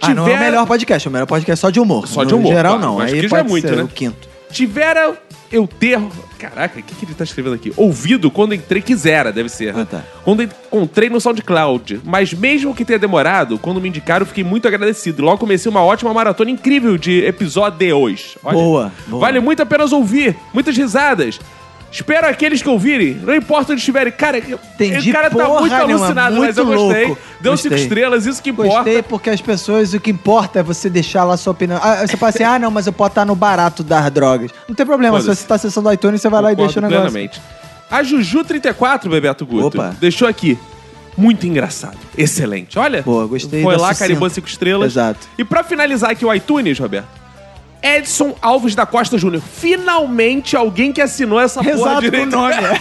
Ah, não é o
Tivera-
melhor podcast, é o melhor podcast só de humor.
Só de
No
humor,
geral,
claro,
não.
mas
aí
que já
pode
é muito,
ser
né?
o quinto.
Tivera eu ter. Caraca, o que, que ele tá escrevendo aqui? Ouvido quando entrei quisera, deve ser.
Ah,
né?
tá.
Quando encontrei no SoundCloud. Mas mesmo que tenha demorado, quando me indicaram, fiquei muito agradecido. Logo comecei uma ótima maratona incrível de episódios. Olha.
Boa, boa.
Vale muito a pena ouvir. Muitas risadas. Espero aqueles que ouvirem, não importa onde estiverem. Cara,
Entendi
o cara tá
porra
muito
nenhuma,
alucinado, mas
muito
eu gostei.
louco.
Deu cinco
Gostei.
estrelas, isso que importa.
Gostei, porque as pessoas, o que importa é você deixar lá a sua opinião. Ah, você fala assim, ah, não, mas eu posso estar no barato das drogas. Não tem problema, se
Foda-se.
você tá acessando o iTunes, você vai lá e
Concordo
deixa o negócio.
plenamente. A Juju34, Bebeto Guto,
Opa.
deixou aqui. Muito engraçado. Excelente. Olha.
Boa, gostei
Foi
da
lá,
sucinta.
carimbou cinco estrelas.
Exato.
E pra finalizar aqui o iTunes, Roberto, Edson Alves da Costa Júnior. Finalmente alguém que assinou essa porra
Exato, com
direito.
nome. é.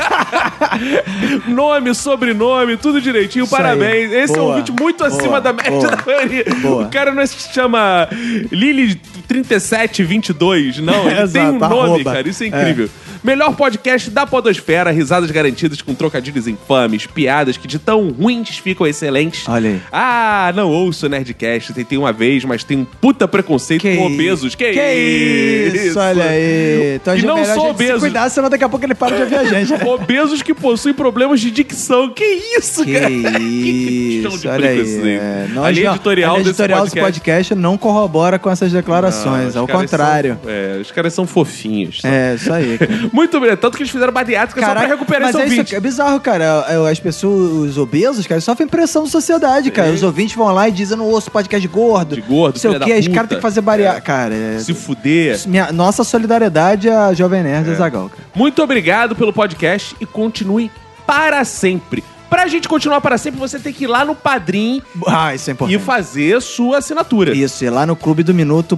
nome, sobrenome, tudo direitinho.
aí.
Parabéns. Esse é um
Boa,
vídeo muito
boa,
acima da média
boa,
da maioria.
boa.
O cara não se chama Lili3722, não. Ele tem
Exato,
um nome,
arroba.
cara. Isso é
É.
incrível. Melhor podcast da Podosfera, risadas garantidas com trocadilhos infames, piadas que de tão ruins ficam excelentes. Olha aí. Ah, não ouço Nerdcast, tentei uma vez, mas tem um puta preconceito com obesos. Que,
Que isso, olha aí. Então
e
é
não
melhor a
sou
gente se
obeso.
cuidar, senão daqui a pouco ele para de ouvir a gente.
obesos que possuem problemas de dicção. Que isso,
Que
cara?
isso,
de
olha
brinco esse
aí.
daí.
é.
A
Nós
linha
não-
editorial
a linha
desse
editorial desse
podcast.
podcast. não corrobora com essas
Não,
declarações,
os
ao
caras
contrário.
são- é, os caras são fofinhos.
É, isso aí.
Muito bem, tanto que eles fizeram bariátrica só pra recuperar
mas
esse
é,
ouvinte.
isso, é bizarro, cara. É, é, As pessoas, os obesos, cara, sofrem pressão da sociedade, cara. Os ouvintes vão lá e dizem, eu não ouço podcast de gordo. De
É. gordo,
Sei
filha
o que,
da
os
puta.
caras têm que fazer bariátrica. Cara, é-
Se fuder. É.
Minha- nossa solidariedade à Jovem Nerd e Zagal, cara.
Muito obrigado pelo podcast e continue para sempre. Pra gente continuar para sempre, você tem que ir lá no Padrim
Ah, isso é importante.
e fazer sua assinatura.
Isso, e lá no Clube do Minuto,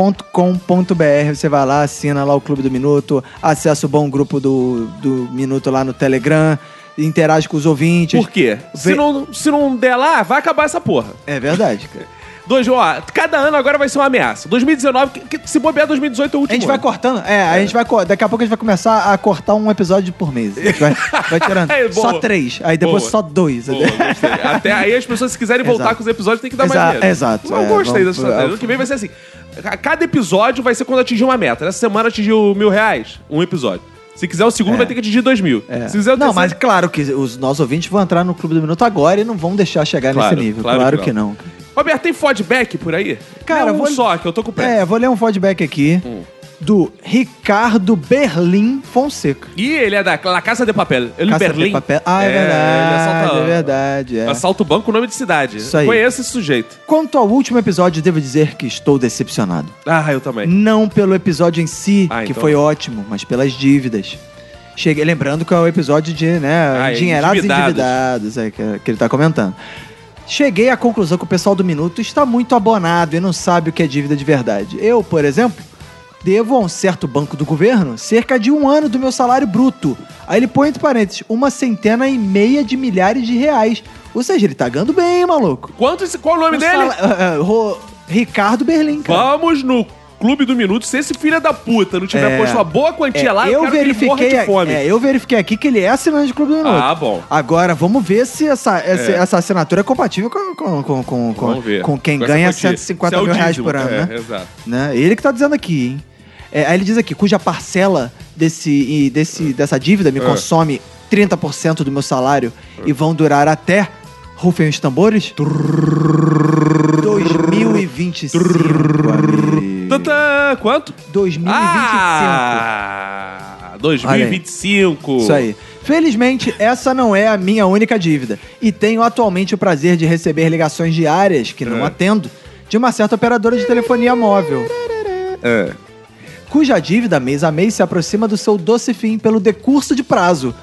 padrim.com.br. Você vai lá, assina lá o Clube do Minuto, acessa o bom grupo do, do Minuto lá no Telegram, interage com os ouvintes.
Por quê? Se,
Vê-
não, se não der lá, vai acabar essa porra.
É verdade, cara.
Dois, ó, cada ano agora vai ser uma ameaça. 2019, que- que- se bobear 2018 é o
A
último
gente vai
ano.
cortando, é, a gente vai, co- daqui a pouco a gente vai começar a cortar um episódio por mês. A gente vai, vai tirando
É, boa.
só três, aí depois
Boa.
só dois.
Até aí as pessoas, se quiserem voltar
Exato.
com os episódios, tem que dar
Exa-
mais dinheiro.
exato,
Eu
é,
gostei
vamos-
dessa estratégia. Ano que vem vai ser assim. A Cada episódio vai ser quando atingir uma meta. Essa semana atingiu mil reais, um episódio. Se quiser o segundo, vai ter que atingir dois mil.
É.
Se quiser o
não,
terceiro-
mas claro que os nossos ouvintes vão entrar no Clube do Minuto agora e não vão deixar chegar
Claro,
nesse nível.
claro
Claro,
que
que não.
Roberto, tem feedback por aí?
Cara,
não,
vou-
um só, que eu tô com pressa.
É, vou ler um feedback aqui
Hum.
do Ricardo Berlim Fonseca.
E ele é da La Casa de Papel. Ele é
Caça de
Berlim.
Papel. Ah, é verdade, é verdade, é.
Assalta o banco, nome de cidade.
Isso aí.
Conheço esse sujeito.
Quanto ao último episódio, devo dizer que estou decepcionado.
Ah, eu também.
Não pelo episódio em si,
Ah,
que
então.
foi ótimo, mas pelas dívidas. Cheguei, lembrando que é o episódio de, né,
Ah, é,
endinheirados e
endividados.
endividados, é, que, que ele tá comentando. Cheguei à conclusão que o pessoal do Minuto está muito abonado e não sabe o que é dívida de verdade. Eu, por exemplo, devo a um certo banco do governo cerca de um ano do meu salário bruto. Aí ele põe entre parênteses, uma centena e meia de milhares de reais. Ou seja, ele tá ganhando bem, maluco.
Quanto esse, qual o nome dele?
sala- Ro- Ricardo Berlim, cara.
Vamos no Clube do Minuto. Se esse filho da puta não tiver
É.
posto uma boa quantia
É,
lá, eu, quero que ele morra de fome.
é, eu verifiquei aqui que ele é assinante do Clube do Minuto.
Ah, bom.
Agora, vamos ver se essa, essa,
É.
essa assinatura é compatível com, com, com, com,
Vamos ver.
com, com quem
Com essa
ganha
quantia.
150
Isso é
mil reais
dízimo.
por ano,
É,
né?
Exato.
né? Ele que tá dizendo aqui, hein? É, aí ele diz aqui, cuja parcela desse, e desse, dessa dívida me
É.
consome 30% do meu salário e vão durar até, rufem os tambores, 2025, amigo.
Tantã, quanto?
2025.
Ah, 2025.
Isso aí. Felizmente, essa não é a minha única dívida. E tenho atualmente o prazer de receber ligações diárias, que não
É.
atendo, de uma certa operadora de telefonia móvel,
É.
cuja dívida mês a mês se aproxima do seu doce fim pelo decurso de prazo.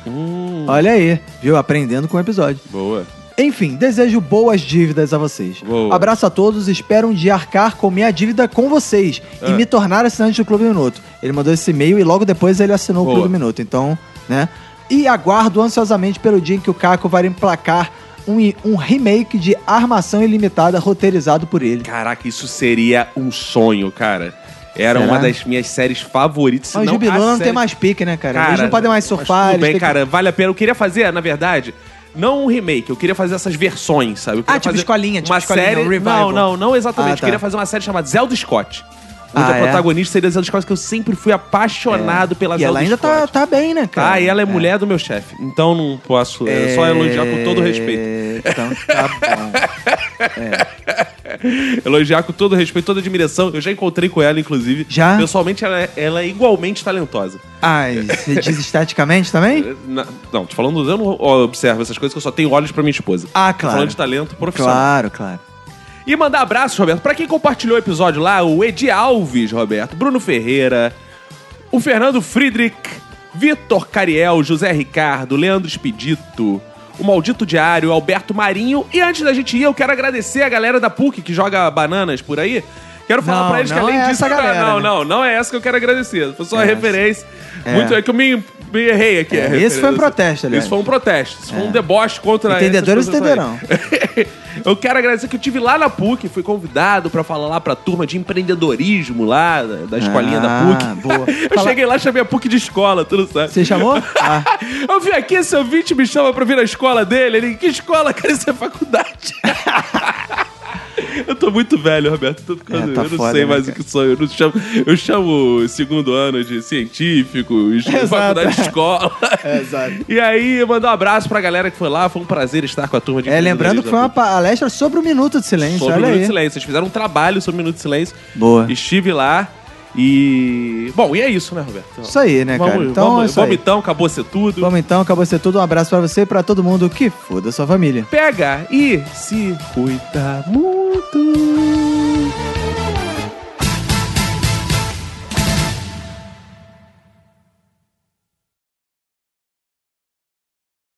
Olha aí, viu? Aprendendo com o episódio.
Hum, Boa.
Enfim, desejo boas dívidas a vocês.
Boa.
Abraço a todos, espero um dia arcar com minha dívida com vocês
É.
e me tornar assinante do Clube Minuto. Ele mandou esse e-mail e logo depois ele assinou
Boa.
o Clube Minuto, então, né? E aguardo ansiosamente pelo dia em que o Caco vai emplacar um, i- um remake de Armação Ilimitada roteirizado por ele.
Caraca, isso seria um sonho, cara. Era
Será?
uma das minhas séries favoritas. se
Mas o
não a
Jubilão não
série-
tem mais pique, né, cara?
Cara,
Eles não podem mais
mas
surfar.
Tudo
eles
bem,
têm que-
cara, vale a pena. Eu queria fazer, na verdade, não um remake, eu queria fazer essas versões, sabe? Eu queria
Ah, tipo
fazer
escolinha, tipo
uma
escolinha,
série...
um revival.
Não, não, não exatamente.
Ah, tá.
Eu queria fazer uma série chamada Zelda Scott. Onde
Ah,
a
é?
protagonista seria Zelda Scott, que eu sempre fui apaixonado pela
E
Zelda
ela ainda
Scott.
tá, tá bem, né, cara?
Ah, e ela é, mulher do meu chefe. Então não posso. É só elogiar com todo respeito.
Então tá bom.
Elogiar com todo respeito, toda admiração. Eu já encontrei com ela, inclusive.
Já?
Pessoalmente, ela é, ela é igualmente talentosa.
Ah, e você diz estaticamente também?
Na- não, tô falando, eu não observo essas coisas, que eu só tenho olhos pra minha esposa.
Ah,
Tô
claro.
falando de é talento profissional.
Claro, claro.
E mandar abraços, Roberto, pra quem compartilhou o episódio lá, o Edi Alves, Roberto, Bruno Ferreira, o Fernando Friedrich, Vitor Cariel, José Ricardo, Leandro Expedito, o Maldito Diário, Alberto Marinho. E antes da gente ir, eu quero agradecer a galera da PUC que joga bananas por aí. Quero falar
Não,
pra eles que
não
além
é
disso.
essa
que tá-
galera,
não,
né?
não, não é essa que eu quero agradecer. Foi só uma
É.
referência.
É.
Muito é que eu me, me errei aqui. a
É, isso
referência.
foi um protesto, aliás.
Isso foi um protesto. Isso foi
É.
um deboche contra
Entendedores
essas pessoas aí.
entenderão.
Eu quero agradecer que eu tive lá na PUC, fui convidado pra falar lá pra turma de empreendedorismo lá, da, da escolinha da PUC.
Ah, boa.
Eu cheguei lá e chamei a PUC de escola, tu não sabe.
Você chamou? Ah,
Eu vim aqui, esse ouvinte me chama pra vir na escola dele. Ele, que escola? Quero ser faculdade. Eu tô muito velho, Roberto. Tô ficando,
É, tá
eu não
foda,
sei
né,
mais o que sou. Eu, não chamo, eu chamo o segundo ano de científico, es-
Exato.
faculdade de escola. E aí, mandar um abraço pra galera que foi lá. Foi um prazer estar com a turma de
É, lembrando que foi uma palestra sobre o Minuto de Silêncio,
sobre o
olha
Minuto de
aí.
Silêncio. Vocês fizeram um trabalho sobre o Minuto de Silêncio.
Boa.
Estive lá e. Bom, e é isso, né, Roberto?
Isso aí, né, cara?
Vamos,
Então,
vamos,
é isso
vamos
aí.
então, acabou ser tudo.
Vamos então, acabou ser tudo. Um abraço pra você e pra todo mundo que foda sua família.
Pega e se cuida muito.